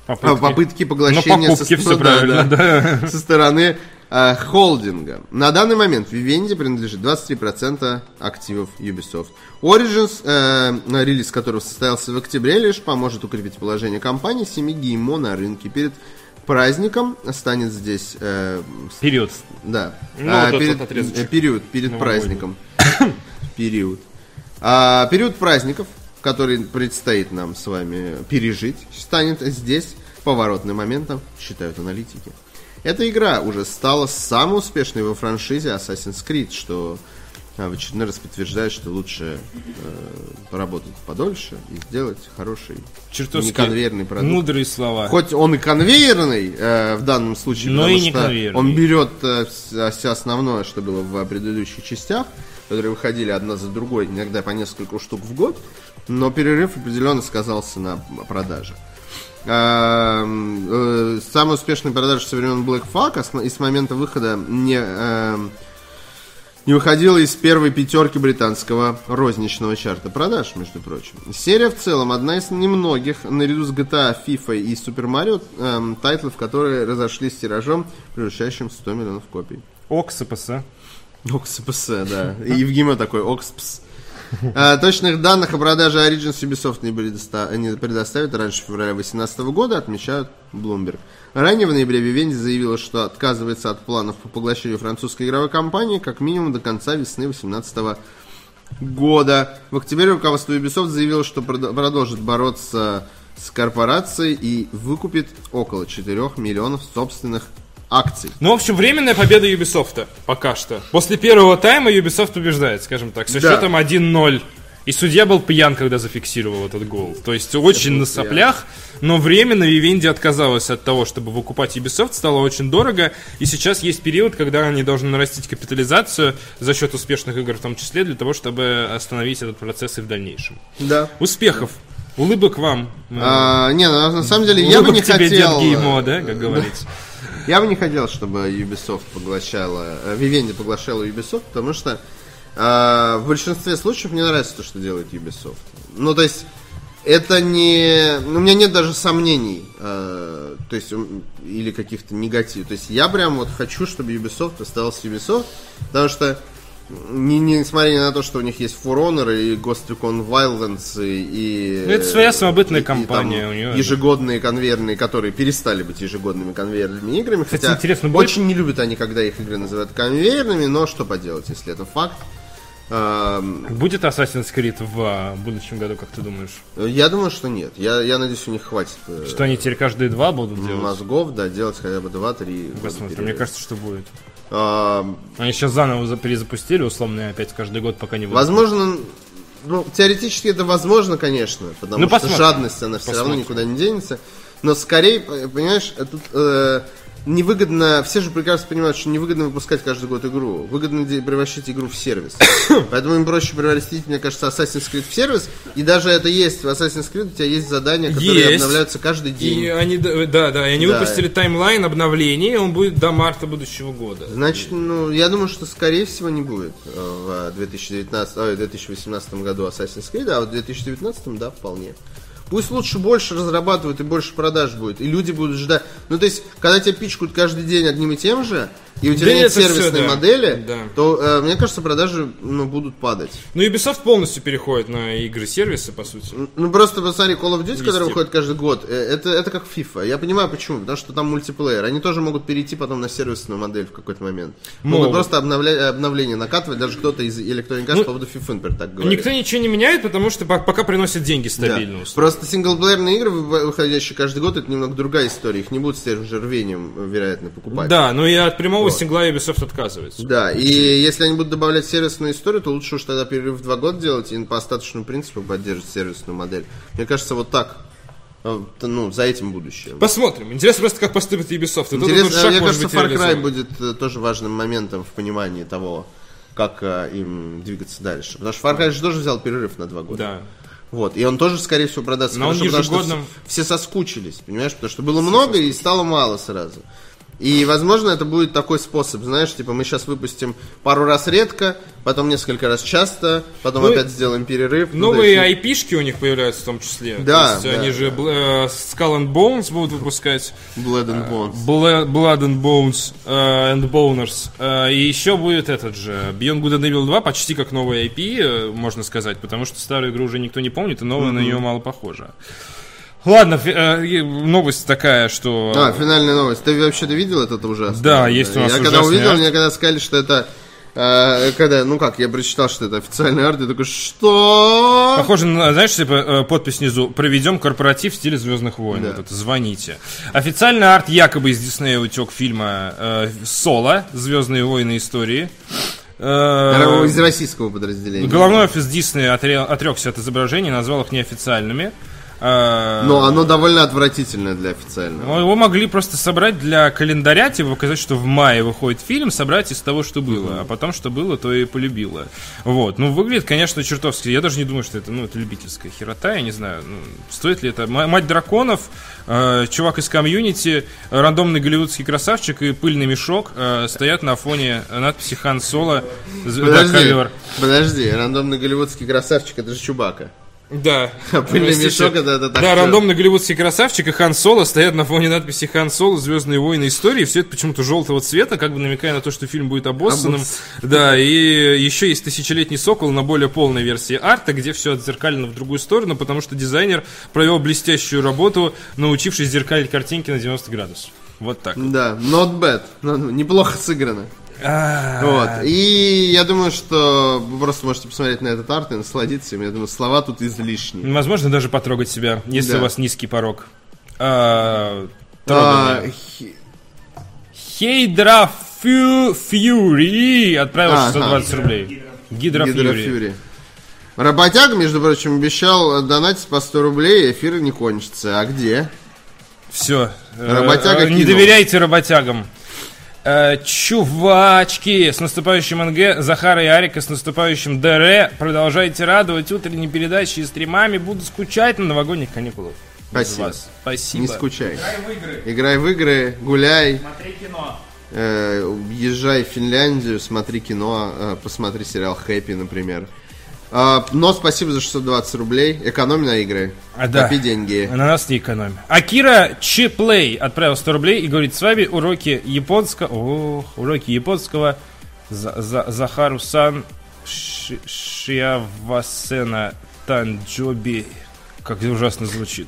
[SPEAKER 2] а, попытки, поглощения
[SPEAKER 1] Ну, покупки,
[SPEAKER 2] со,
[SPEAKER 1] всё
[SPEAKER 2] да,
[SPEAKER 1] правильно,
[SPEAKER 2] да. со стороны э, холдинга. На данный момент Vivendi принадлежит 23% активов Ubisoft. Origins, э, релиз которого состоялся в октябре, лишь поможет укрепить положение компании семьи Геймо на рынке перед праздником станет здесь э, с-
[SPEAKER 1] Вперед.
[SPEAKER 2] да
[SPEAKER 1] Ну,
[SPEAKER 2] А,
[SPEAKER 1] вот этот
[SPEAKER 2] перед,
[SPEAKER 1] вот отрезочек.
[SPEAKER 2] э, период перед
[SPEAKER 1] Новогодний.
[SPEAKER 2] праздником период А, период праздников который предстоит нам с вами пережить станет здесь поворотным моментом считают аналитики эта игра уже стала самой успешной во франшизе Assassin's Creed что а, в очередной раз подтверждает, что лучше э, поработать подольше и сделать хороший
[SPEAKER 1] Чертовски Ну
[SPEAKER 2] не конвейерный продукт.
[SPEAKER 1] мудрые слова.
[SPEAKER 2] Хоть он и конвейерный э, в данном случае,
[SPEAKER 1] Но
[SPEAKER 2] потому
[SPEAKER 1] и не
[SPEAKER 2] что
[SPEAKER 1] конвейерный.
[SPEAKER 2] он берет э, вс- все основное, что было в предыдущих частях, которые выходили одна за другой, иногда по несколько штук в год, но перерыв определенно сказался на продаже. Эм, э, Самая успешная продажа со времен Black Flag а с мо- и с момента выхода не, эм, не выходила из первой пятерки британского розничного чарта продаж, между прочим. Серия в целом одна из немногих, наряду с GTA, FIFA и Super Mario, эм, тайтлов, которые разошлись с тиражом, превышающим 100 миллионов копий.
[SPEAKER 1] Оксопас, а?
[SPEAKER 2] Окспс, э, да. И Евгима такой, Окспс. А, точных данных о продаже Origins Ubisoft не, предоста- не предоставит раньше февраля 2018 года, отмечают Bloomberg. Ранее в ноябре Vivendi заявила, что отказывается от планов по поглощению французской игровой компании как минимум до конца весны 2018 года. В октябре руководство Ubisoft заявило, что прод- продолжит бороться с корпорацией и выкупит около 4 миллионов собственных акций.
[SPEAKER 1] Ну, в общем, временная победа Ubisoft пока что. После первого тайма Ubisoft убеждает, скажем так, со
[SPEAKER 2] Да.
[SPEAKER 1] счетом 1-0. И судья был пьян, когда зафиксировал этот гол. То есть очень на соплях, но временно Vivendi отказалась от того, чтобы выкупать Ubisoft, стало очень дорого. И сейчас есть период, когда они должны нарастить капитализацию за счет успешных игр в том числе, для того, чтобы остановить этот процесс и в дальнейшем.
[SPEAKER 2] Да.
[SPEAKER 1] Успехов! Улыбок вам! Э,
[SPEAKER 2] А, не, ну, на самом деле я бы
[SPEAKER 1] Улыбок
[SPEAKER 2] не
[SPEAKER 1] тебе, дед
[SPEAKER 2] хотел. э,
[SPEAKER 1] Геймо, да, как говорится.
[SPEAKER 2] Я бы не хотел, чтобы Ubisoft поглощала, э, Vivendi поглощала Ubisoft, потому что э, в большинстве случаев мне нравится то, что делает Ubisoft. Ну, то есть, это не... ну, У меня нет даже сомнений, э, то есть, м, или каких-то негатив. То есть, я прям вот хочу, чтобы Ubisoft оставался Ubisoft, потому что не, несмотря на то, что у них есть For Honor и Ghost Recon Wildlands и... и,
[SPEAKER 1] Ну, это своя самобытная
[SPEAKER 2] и- и там
[SPEAKER 1] компания у неё, да.
[SPEAKER 2] еж- ежегодные конвейерные, которые перестали быть ежегодными конвейерными играми. хотя
[SPEAKER 1] интересно, будет-
[SPEAKER 2] очень не любят они, когда их игры называют конвейерными, но что поделать, если это факт. Эм,
[SPEAKER 1] Будет Assassin's Creed в а, будущем году, как ты думаешь?
[SPEAKER 2] Я думаю, что нет. Я, я надеюсь, у них хватит э,
[SPEAKER 1] Что они теперь каждые два будут
[SPEAKER 2] Ну,
[SPEAKER 1] делать?
[SPEAKER 2] мозгов, да, делать хотя бы 2-3
[SPEAKER 1] Посмотрим, мне кажется, что будет.
[SPEAKER 2] Эм,
[SPEAKER 1] Они сейчас заново за- перезапустили, условно, и опять каждый год, пока не будут.
[SPEAKER 2] Возможно, ну, теоретически это возможно, конечно, потому
[SPEAKER 1] Ну,
[SPEAKER 2] что
[SPEAKER 1] посмотрим.
[SPEAKER 2] жадность, она все равно
[SPEAKER 1] Посмотрим.
[SPEAKER 2] никуда не денется. Но скорее, п- понимаешь, э, тут э, невыгодно, все же прекрасно понимают, что невыгодно выпускать каждый год игру. Выгодно де- превращать игру в сервис. Поэтому им проще превратить, мне кажется, Assassin's Creed в сервис. И даже это есть. В Assassin's Creed у тебя есть задания, которые
[SPEAKER 1] Есть.
[SPEAKER 2] обновляются каждый день.
[SPEAKER 1] Ну, И они, да, да, да, и они
[SPEAKER 2] Да.
[SPEAKER 1] выпустили таймлайн обновлений, и он будет до марта будущего года.
[SPEAKER 2] Значит, ну, я думаю, что скорее всего не будет э, в 2019, ой, 2018 году Assassin's Creed, а вот в 2019, да, вполне. Пусть лучше больше разрабатывают и больше продаж будет, и люди будут ждать. Ну, то есть, когда тебя пичкают каждый день одним и тем же, и у тебя
[SPEAKER 1] Да
[SPEAKER 2] нет
[SPEAKER 1] это всё,
[SPEAKER 2] сервисной
[SPEAKER 1] да.
[SPEAKER 2] модели,
[SPEAKER 1] Да.
[SPEAKER 2] то, э, мне кажется, продажи ну, будут падать.
[SPEAKER 1] Ну, Ubisoft полностью переходит на игры-сервисы, по сути.
[SPEAKER 2] Ну, просто посмотри, Call of Duty, который
[SPEAKER 1] Естественно.
[SPEAKER 2] выходит каждый год, э, это, это как FIFA. Я понимаю, почему. Потому что там мультиплеер. Они тоже могут перейти потом на сервисную модель в какой-то момент. Могут
[SPEAKER 1] Могут.
[SPEAKER 2] просто обновля- э, обновление накатывать. Даже кто-то из Electronic Arts
[SPEAKER 1] Ну,
[SPEAKER 2] по поводу FIFA, например, так говорит.
[SPEAKER 1] Никто ничего не меняет, потому что по- пока приносят деньги
[SPEAKER 2] Да.
[SPEAKER 1] стабильно. условно.
[SPEAKER 2] Просто синглплеерные игры, вы- выходящие каждый год, это немного другая история. Их не будут с тем же рвением, э, вероятно, покупать.
[SPEAKER 1] Да, но и от прямого сингла Ubisoft отказывается.
[SPEAKER 2] Да, и если они будут добавлять сервисную историю, то лучше уж тогда перерыв в два года делать и по остаточному принципу поддерживать сервисную модель. Мне кажется, вот так. Э, т- Ну, за этим будущее.
[SPEAKER 1] Посмотрим. Интересно просто, как поступит Ubisoft. И Ну, тут этот
[SPEAKER 2] Интересно,
[SPEAKER 1] шаг
[SPEAKER 2] мне
[SPEAKER 1] может
[SPEAKER 2] кажется,
[SPEAKER 1] быть
[SPEAKER 2] Far Cry
[SPEAKER 1] реализован.
[SPEAKER 2] будет э, тоже важным моментом в понимании того, как э, им двигаться дальше. Потому что Far Cry же тоже взял перерыв на два года.
[SPEAKER 1] Да.
[SPEAKER 2] Вот. И он тоже, скорее всего, продастся
[SPEAKER 1] Но он
[SPEAKER 2] потому что
[SPEAKER 1] ежегодно-
[SPEAKER 2] вс- все соскучились, понимаешь? Потому что было много и стало мало сразу. И, возможно, это будет такой способ, знаешь, типа мы сейчас выпустим пару раз редко, потом несколько раз часто, потом
[SPEAKER 1] Ну и-
[SPEAKER 2] опять сделаем перерыв. Ну, то
[SPEAKER 1] Новые
[SPEAKER 2] есть,
[SPEAKER 1] айпишки у них появляются в том числе.
[SPEAKER 2] Да,
[SPEAKER 1] То есть
[SPEAKER 2] да,
[SPEAKER 1] они же бл- э, Skull and Bones будут выпускать.
[SPEAKER 2] ну,
[SPEAKER 1] А,
[SPEAKER 2] Blood and Bones.
[SPEAKER 1] Bla- Blood and Bones э, and Boners. Э, и еще будет этот же. Beyond Good and Evil 2 почти как новая IP, э, можно сказать, потому что старую игру уже никто не помнит, и новая на нее мало похожа. Ладно, фи- э, и новость такая, что...
[SPEAKER 2] А, финальная новость. Ты вообще-то видел этот ужасный?
[SPEAKER 1] Э, Да, есть у нас
[SPEAKER 2] Я когда
[SPEAKER 1] ужасный
[SPEAKER 2] увидел,
[SPEAKER 1] арт.
[SPEAKER 2] мне когда сказали, что это... э, когда, ну как, я прочитал, что это официальный арт, я такой, что?
[SPEAKER 1] Похоже на, знаешь, типа э, подпись внизу «Проведем корпоратив в стиле Звездных войн». Вот это, звоните. Официальный арт якобы из Диснея утек фильма э, «Соло. Звездные войны. Истории». Э,
[SPEAKER 2] Ро- Из российского подразделения.
[SPEAKER 1] Головной офис Дисней отре- отрекся от изображений, назвал их неофициальными. Э,
[SPEAKER 2] Но Ну, оно довольно отвратительное для официального.
[SPEAKER 1] Ну, его могли просто собрать для календаря, типа показать, что в мае выходит фильм, собрать из того, что было. А потом, что было, то и полюбило. Вот. Ну, выглядит, конечно, чертовски. Я даже не думаю, что это, ну, это любительская херота, я не знаю, ну, стоит ли это. М- Мать драконов, э, чувак из комьюнити, э, рандомный голливудский красавчик и пыльный мешок э, стоят на фоне надписи Хан Соло. з- да,
[SPEAKER 2] Подожди,
[SPEAKER 1] ковер.
[SPEAKER 2] подожди, рандомный голливудский красавчик, это же Чубака.
[SPEAKER 1] Да.
[SPEAKER 2] пыльный
[SPEAKER 1] Простите.
[SPEAKER 2] мешок это- это так
[SPEAKER 1] Да,
[SPEAKER 2] всё.
[SPEAKER 1] рандомный голливудский красавчик и Хан Соло стоят на фоне надписи Хан Соло, Звездные войны, истории. Все это почему-то желтого цвета, как бы намекая на то, что фильм будет обоссанным.
[SPEAKER 2] Обосс.
[SPEAKER 1] Да, и еще есть тысячелетний сокол на более полной версии арта, где все отзеркалено в другую сторону, потому что дизайнер провел блестящую работу, научившись зеркалить картинки на 90 градусов. Вот так.
[SPEAKER 2] Да, not bad. Ну, ну, Неплохо сыграно.
[SPEAKER 1] А.
[SPEAKER 2] Вот. И я думаю, что вы просто можете посмотреть на этот арт и насладиться им. Я думаю, слова тут излишни.
[SPEAKER 1] Возможно, даже потрогать себя, если
[SPEAKER 2] Да.
[SPEAKER 1] у вас низкий порог. А,
[SPEAKER 2] А,
[SPEAKER 1] трогание.
[SPEAKER 2] хи-
[SPEAKER 1] Хейдра Фью Фьюри отправил
[SPEAKER 2] Ага.
[SPEAKER 1] 620 рублей. Гидра,
[SPEAKER 2] Гидра
[SPEAKER 1] Фьюри.
[SPEAKER 2] Фьюри. Работяга, между прочим, обещал донатить по 100 рублей, и эфиры не кончатся. А где?
[SPEAKER 1] Все.
[SPEAKER 2] Работяга
[SPEAKER 1] Э, Не
[SPEAKER 2] кинул.
[SPEAKER 1] доверяйте работягам. Э, Чувачки, с наступающим НГ, Захара и Арика с наступающим ДР. Продолжайте радовать утренние передачи и стримами. Буду скучать на новогодних каникулах. Без
[SPEAKER 2] Спасибо.
[SPEAKER 1] вас. Спасибо.
[SPEAKER 2] Не скучай.
[SPEAKER 5] Играй в игры,
[SPEAKER 2] Играй в игры, гуляй,
[SPEAKER 5] смотри кино.
[SPEAKER 2] э, езжай в Финляндию, смотри кино, э, посмотри сериал «Хэппи», например. А, но спасибо за 620 рублей. Экономь на игры.
[SPEAKER 1] А, да.
[SPEAKER 2] Копи деньги.
[SPEAKER 1] На нас не экономим. Акира Чиплей отправил 100 рублей и говорит, с вами уроки японского... Ох, уроки японского За- За- Захару-сан Ши- Шиавасена Танджоби. Как ужасно звучит.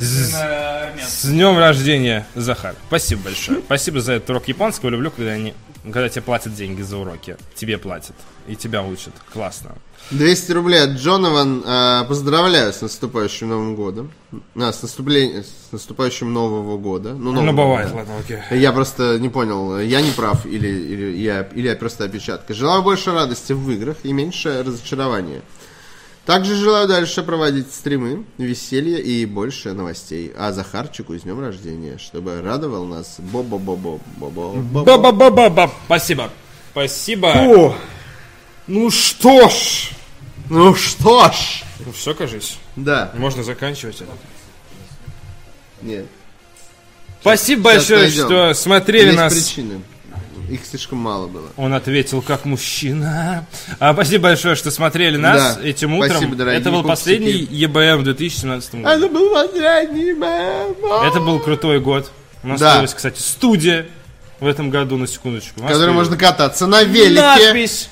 [SPEAKER 1] З-
[SPEAKER 5] Э, армянский.
[SPEAKER 1] С днем рождения, Захар. Спасибо большое. Спасибо за этот урок японского. Люблю, когда они... Когда тебе платят деньги за уроки. Тебе платят. И тебя учат. Классно.
[SPEAKER 2] 200 рублей от Джонован. А, поздравляю с наступающим Новым годом. А, с, наступлением, с наступающим Нового года. Ну,
[SPEAKER 1] Ну,
[SPEAKER 2] Нового
[SPEAKER 1] бывает,
[SPEAKER 2] года.
[SPEAKER 1] ладно, окей.
[SPEAKER 2] Я просто не понял, я не прав или, или, я, или я просто опечатка. Желаю больше радости в играх и меньше разочарования. Также желаю дальше проводить стримы, веселье и больше новостей. А Захарчику с днем рождения, чтобы радовал нас бо-бо-бо-бо-бо-бо.
[SPEAKER 1] Ба-ба-ба-ба-ба. Спасибо. Спасибо.
[SPEAKER 2] Ну что ж! Ну что ж!
[SPEAKER 1] Ну все, кажись.
[SPEAKER 2] Да,
[SPEAKER 1] Можно заканчивать это.
[SPEAKER 2] нет.
[SPEAKER 1] Спасибо
[SPEAKER 2] Сейчас
[SPEAKER 1] большое,
[SPEAKER 2] найдем.
[SPEAKER 1] что смотрели
[SPEAKER 2] Есть
[SPEAKER 1] нас.
[SPEAKER 2] причины. Их слишком мало было.
[SPEAKER 1] Он ответил как мужчина. А спасибо большое, что смотрели нас
[SPEAKER 2] Да.
[SPEAKER 1] этим утром.
[SPEAKER 2] Спасибо, дорогие
[SPEAKER 1] это был
[SPEAKER 2] пупсики.
[SPEAKER 1] последний ЕБМ в 2017 году.
[SPEAKER 2] Это был последний мем.
[SPEAKER 1] Это был крутой год. У нас
[SPEAKER 2] Да.
[SPEAKER 1] появилась, кстати, студия в этом году, на секундочку. У нас
[SPEAKER 2] Который
[SPEAKER 1] появилась
[SPEAKER 2] можно кататься на велике.
[SPEAKER 1] надпись.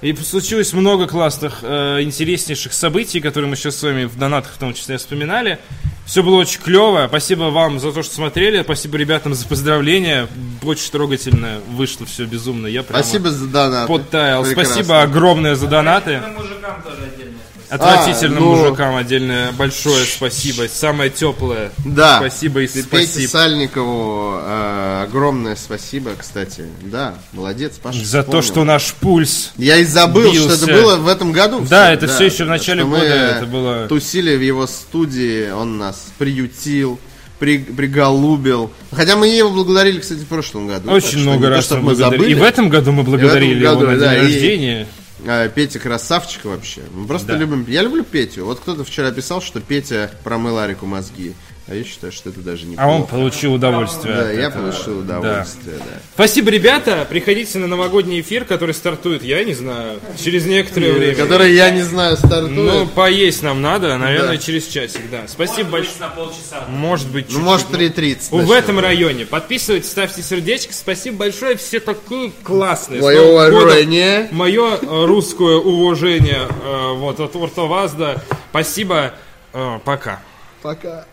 [SPEAKER 1] И случилось много классных, э, интереснейших событий, которые мы сейчас с вами в донатах в том числе вспоминали. Все было очень клево. Спасибо вам за то, что смотрели. Спасибо ребятам за поздравления. Очень трогательно вышло все безумно. Я прямо
[SPEAKER 2] Спасибо за донат.
[SPEAKER 1] подтаял. Спасибо огромное за донаты.
[SPEAKER 5] Ну, мужикам тоже отдельно спасибо.
[SPEAKER 1] Отвратительным
[SPEAKER 2] А, ну.
[SPEAKER 1] мужикам отдельное большое спасибо. Самое теплое.
[SPEAKER 2] Да.
[SPEAKER 1] Спасибо и
[SPEAKER 2] Пете
[SPEAKER 1] спасибо.
[SPEAKER 2] Сальникову э, огромное спасибо, кстати. Да, молодец, Паша.
[SPEAKER 1] За
[SPEAKER 2] вспомнил.
[SPEAKER 1] то, что наш пульс
[SPEAKER 2] Я и забыл,
[SPEAKER 1] бился.
[SPEAKER 2] что это было в этом году.
[SPEAKER 1] Да,
[SPEAKER 2] всё,
[SPEAKER 1] это всё ещё в начале
[SPEAKER 2] что
[SPEAKER 1] года
[SPEAKER 2] мы, э,
[SPEAKER 1] это было.
[SPEAKER 2] Тусили в его студии, он нас приютил, при- приголубил. Хотя мы его благодарили, кстати, в прошлом году. Ну, так
[SPEAKER 1] Очень
[SPEAKER 2] что
[SPEAKER 1] много
[SPEAKER 2] не то,
[SPEAKER 1] раз
[SPEAKER 2] чтоб
[SPEAKER 1] мы
[SPEAKER 2] мы
[SPEAKER 1] благодарили.
[SPEAKER 2] забыли.
[SPEAKER 1] И в этом году мы благодарили
[SPEAKER 2] году,
[SPEAKER 1] его на
[SPEAKER 2] да,
[SPEAKER 1] день
[SPEAKER 2] и-
[SPEAKER 1] рождения.
[SPEAKER 2] А, Петя красавчик вообще. Мы просто
[SPEAKER 1] Да.
[SPEAKER 2] любим. Я люблю Петю. Вот кто-то вчера писал, что Петя промыл Арику мозги. А я считаю, что это даже не
[SPEAKER 1] А он
[SPEAKER 2] плохо.
[SPEAKER 1] получил удовольствие.
[SPEAKER 2] Да,
[SPEAKER 1] от
[SPEAKER 2] я
[SPEAKER 1] этого.
[SPEAKER 2] получил удовольствие, да.
[SPEAKER 1] Спасибо, ребята. Приходите на новогодний эфир, который стартует, я не знаю, через некоторое время.
[SPEAKER 2] Который я не знаю, стартует.
[SPEAKER 1] Ну,
[SPEAKER 2] Ну,
[SPEAKER 1] поесть нам надо, наверное,
[SPEAKER 2] Да.
[SPEAKER 1] через часик, да.
[SPEAKER 5] Может
[SPEAKER 1] Спасибо
[SPEAKER 5] быть,
[SPEAKER 1] большое.
[SPEAKER 5] на полчаса.
[SPEAKER 1] Может быть, чуть-чуть,
[SPEAKER 2] может,
[SPEAKER 1] ну,
[SPEAKER 2] 3.30.
[SPEAKER 1] В
[SPEAKER 2] начнем.
[SPEAKER 1] этом районе. Подписывайтесь, ставьте сердечко. Спасибо большое. Все такие классные.
[SPEAKER 2] Твое уважение.
[SPEAKER 1] Мое русское уважение э, вот, от Уртовазда. Спасибо. Э, Пока.
[SPEAKER 2] Пока.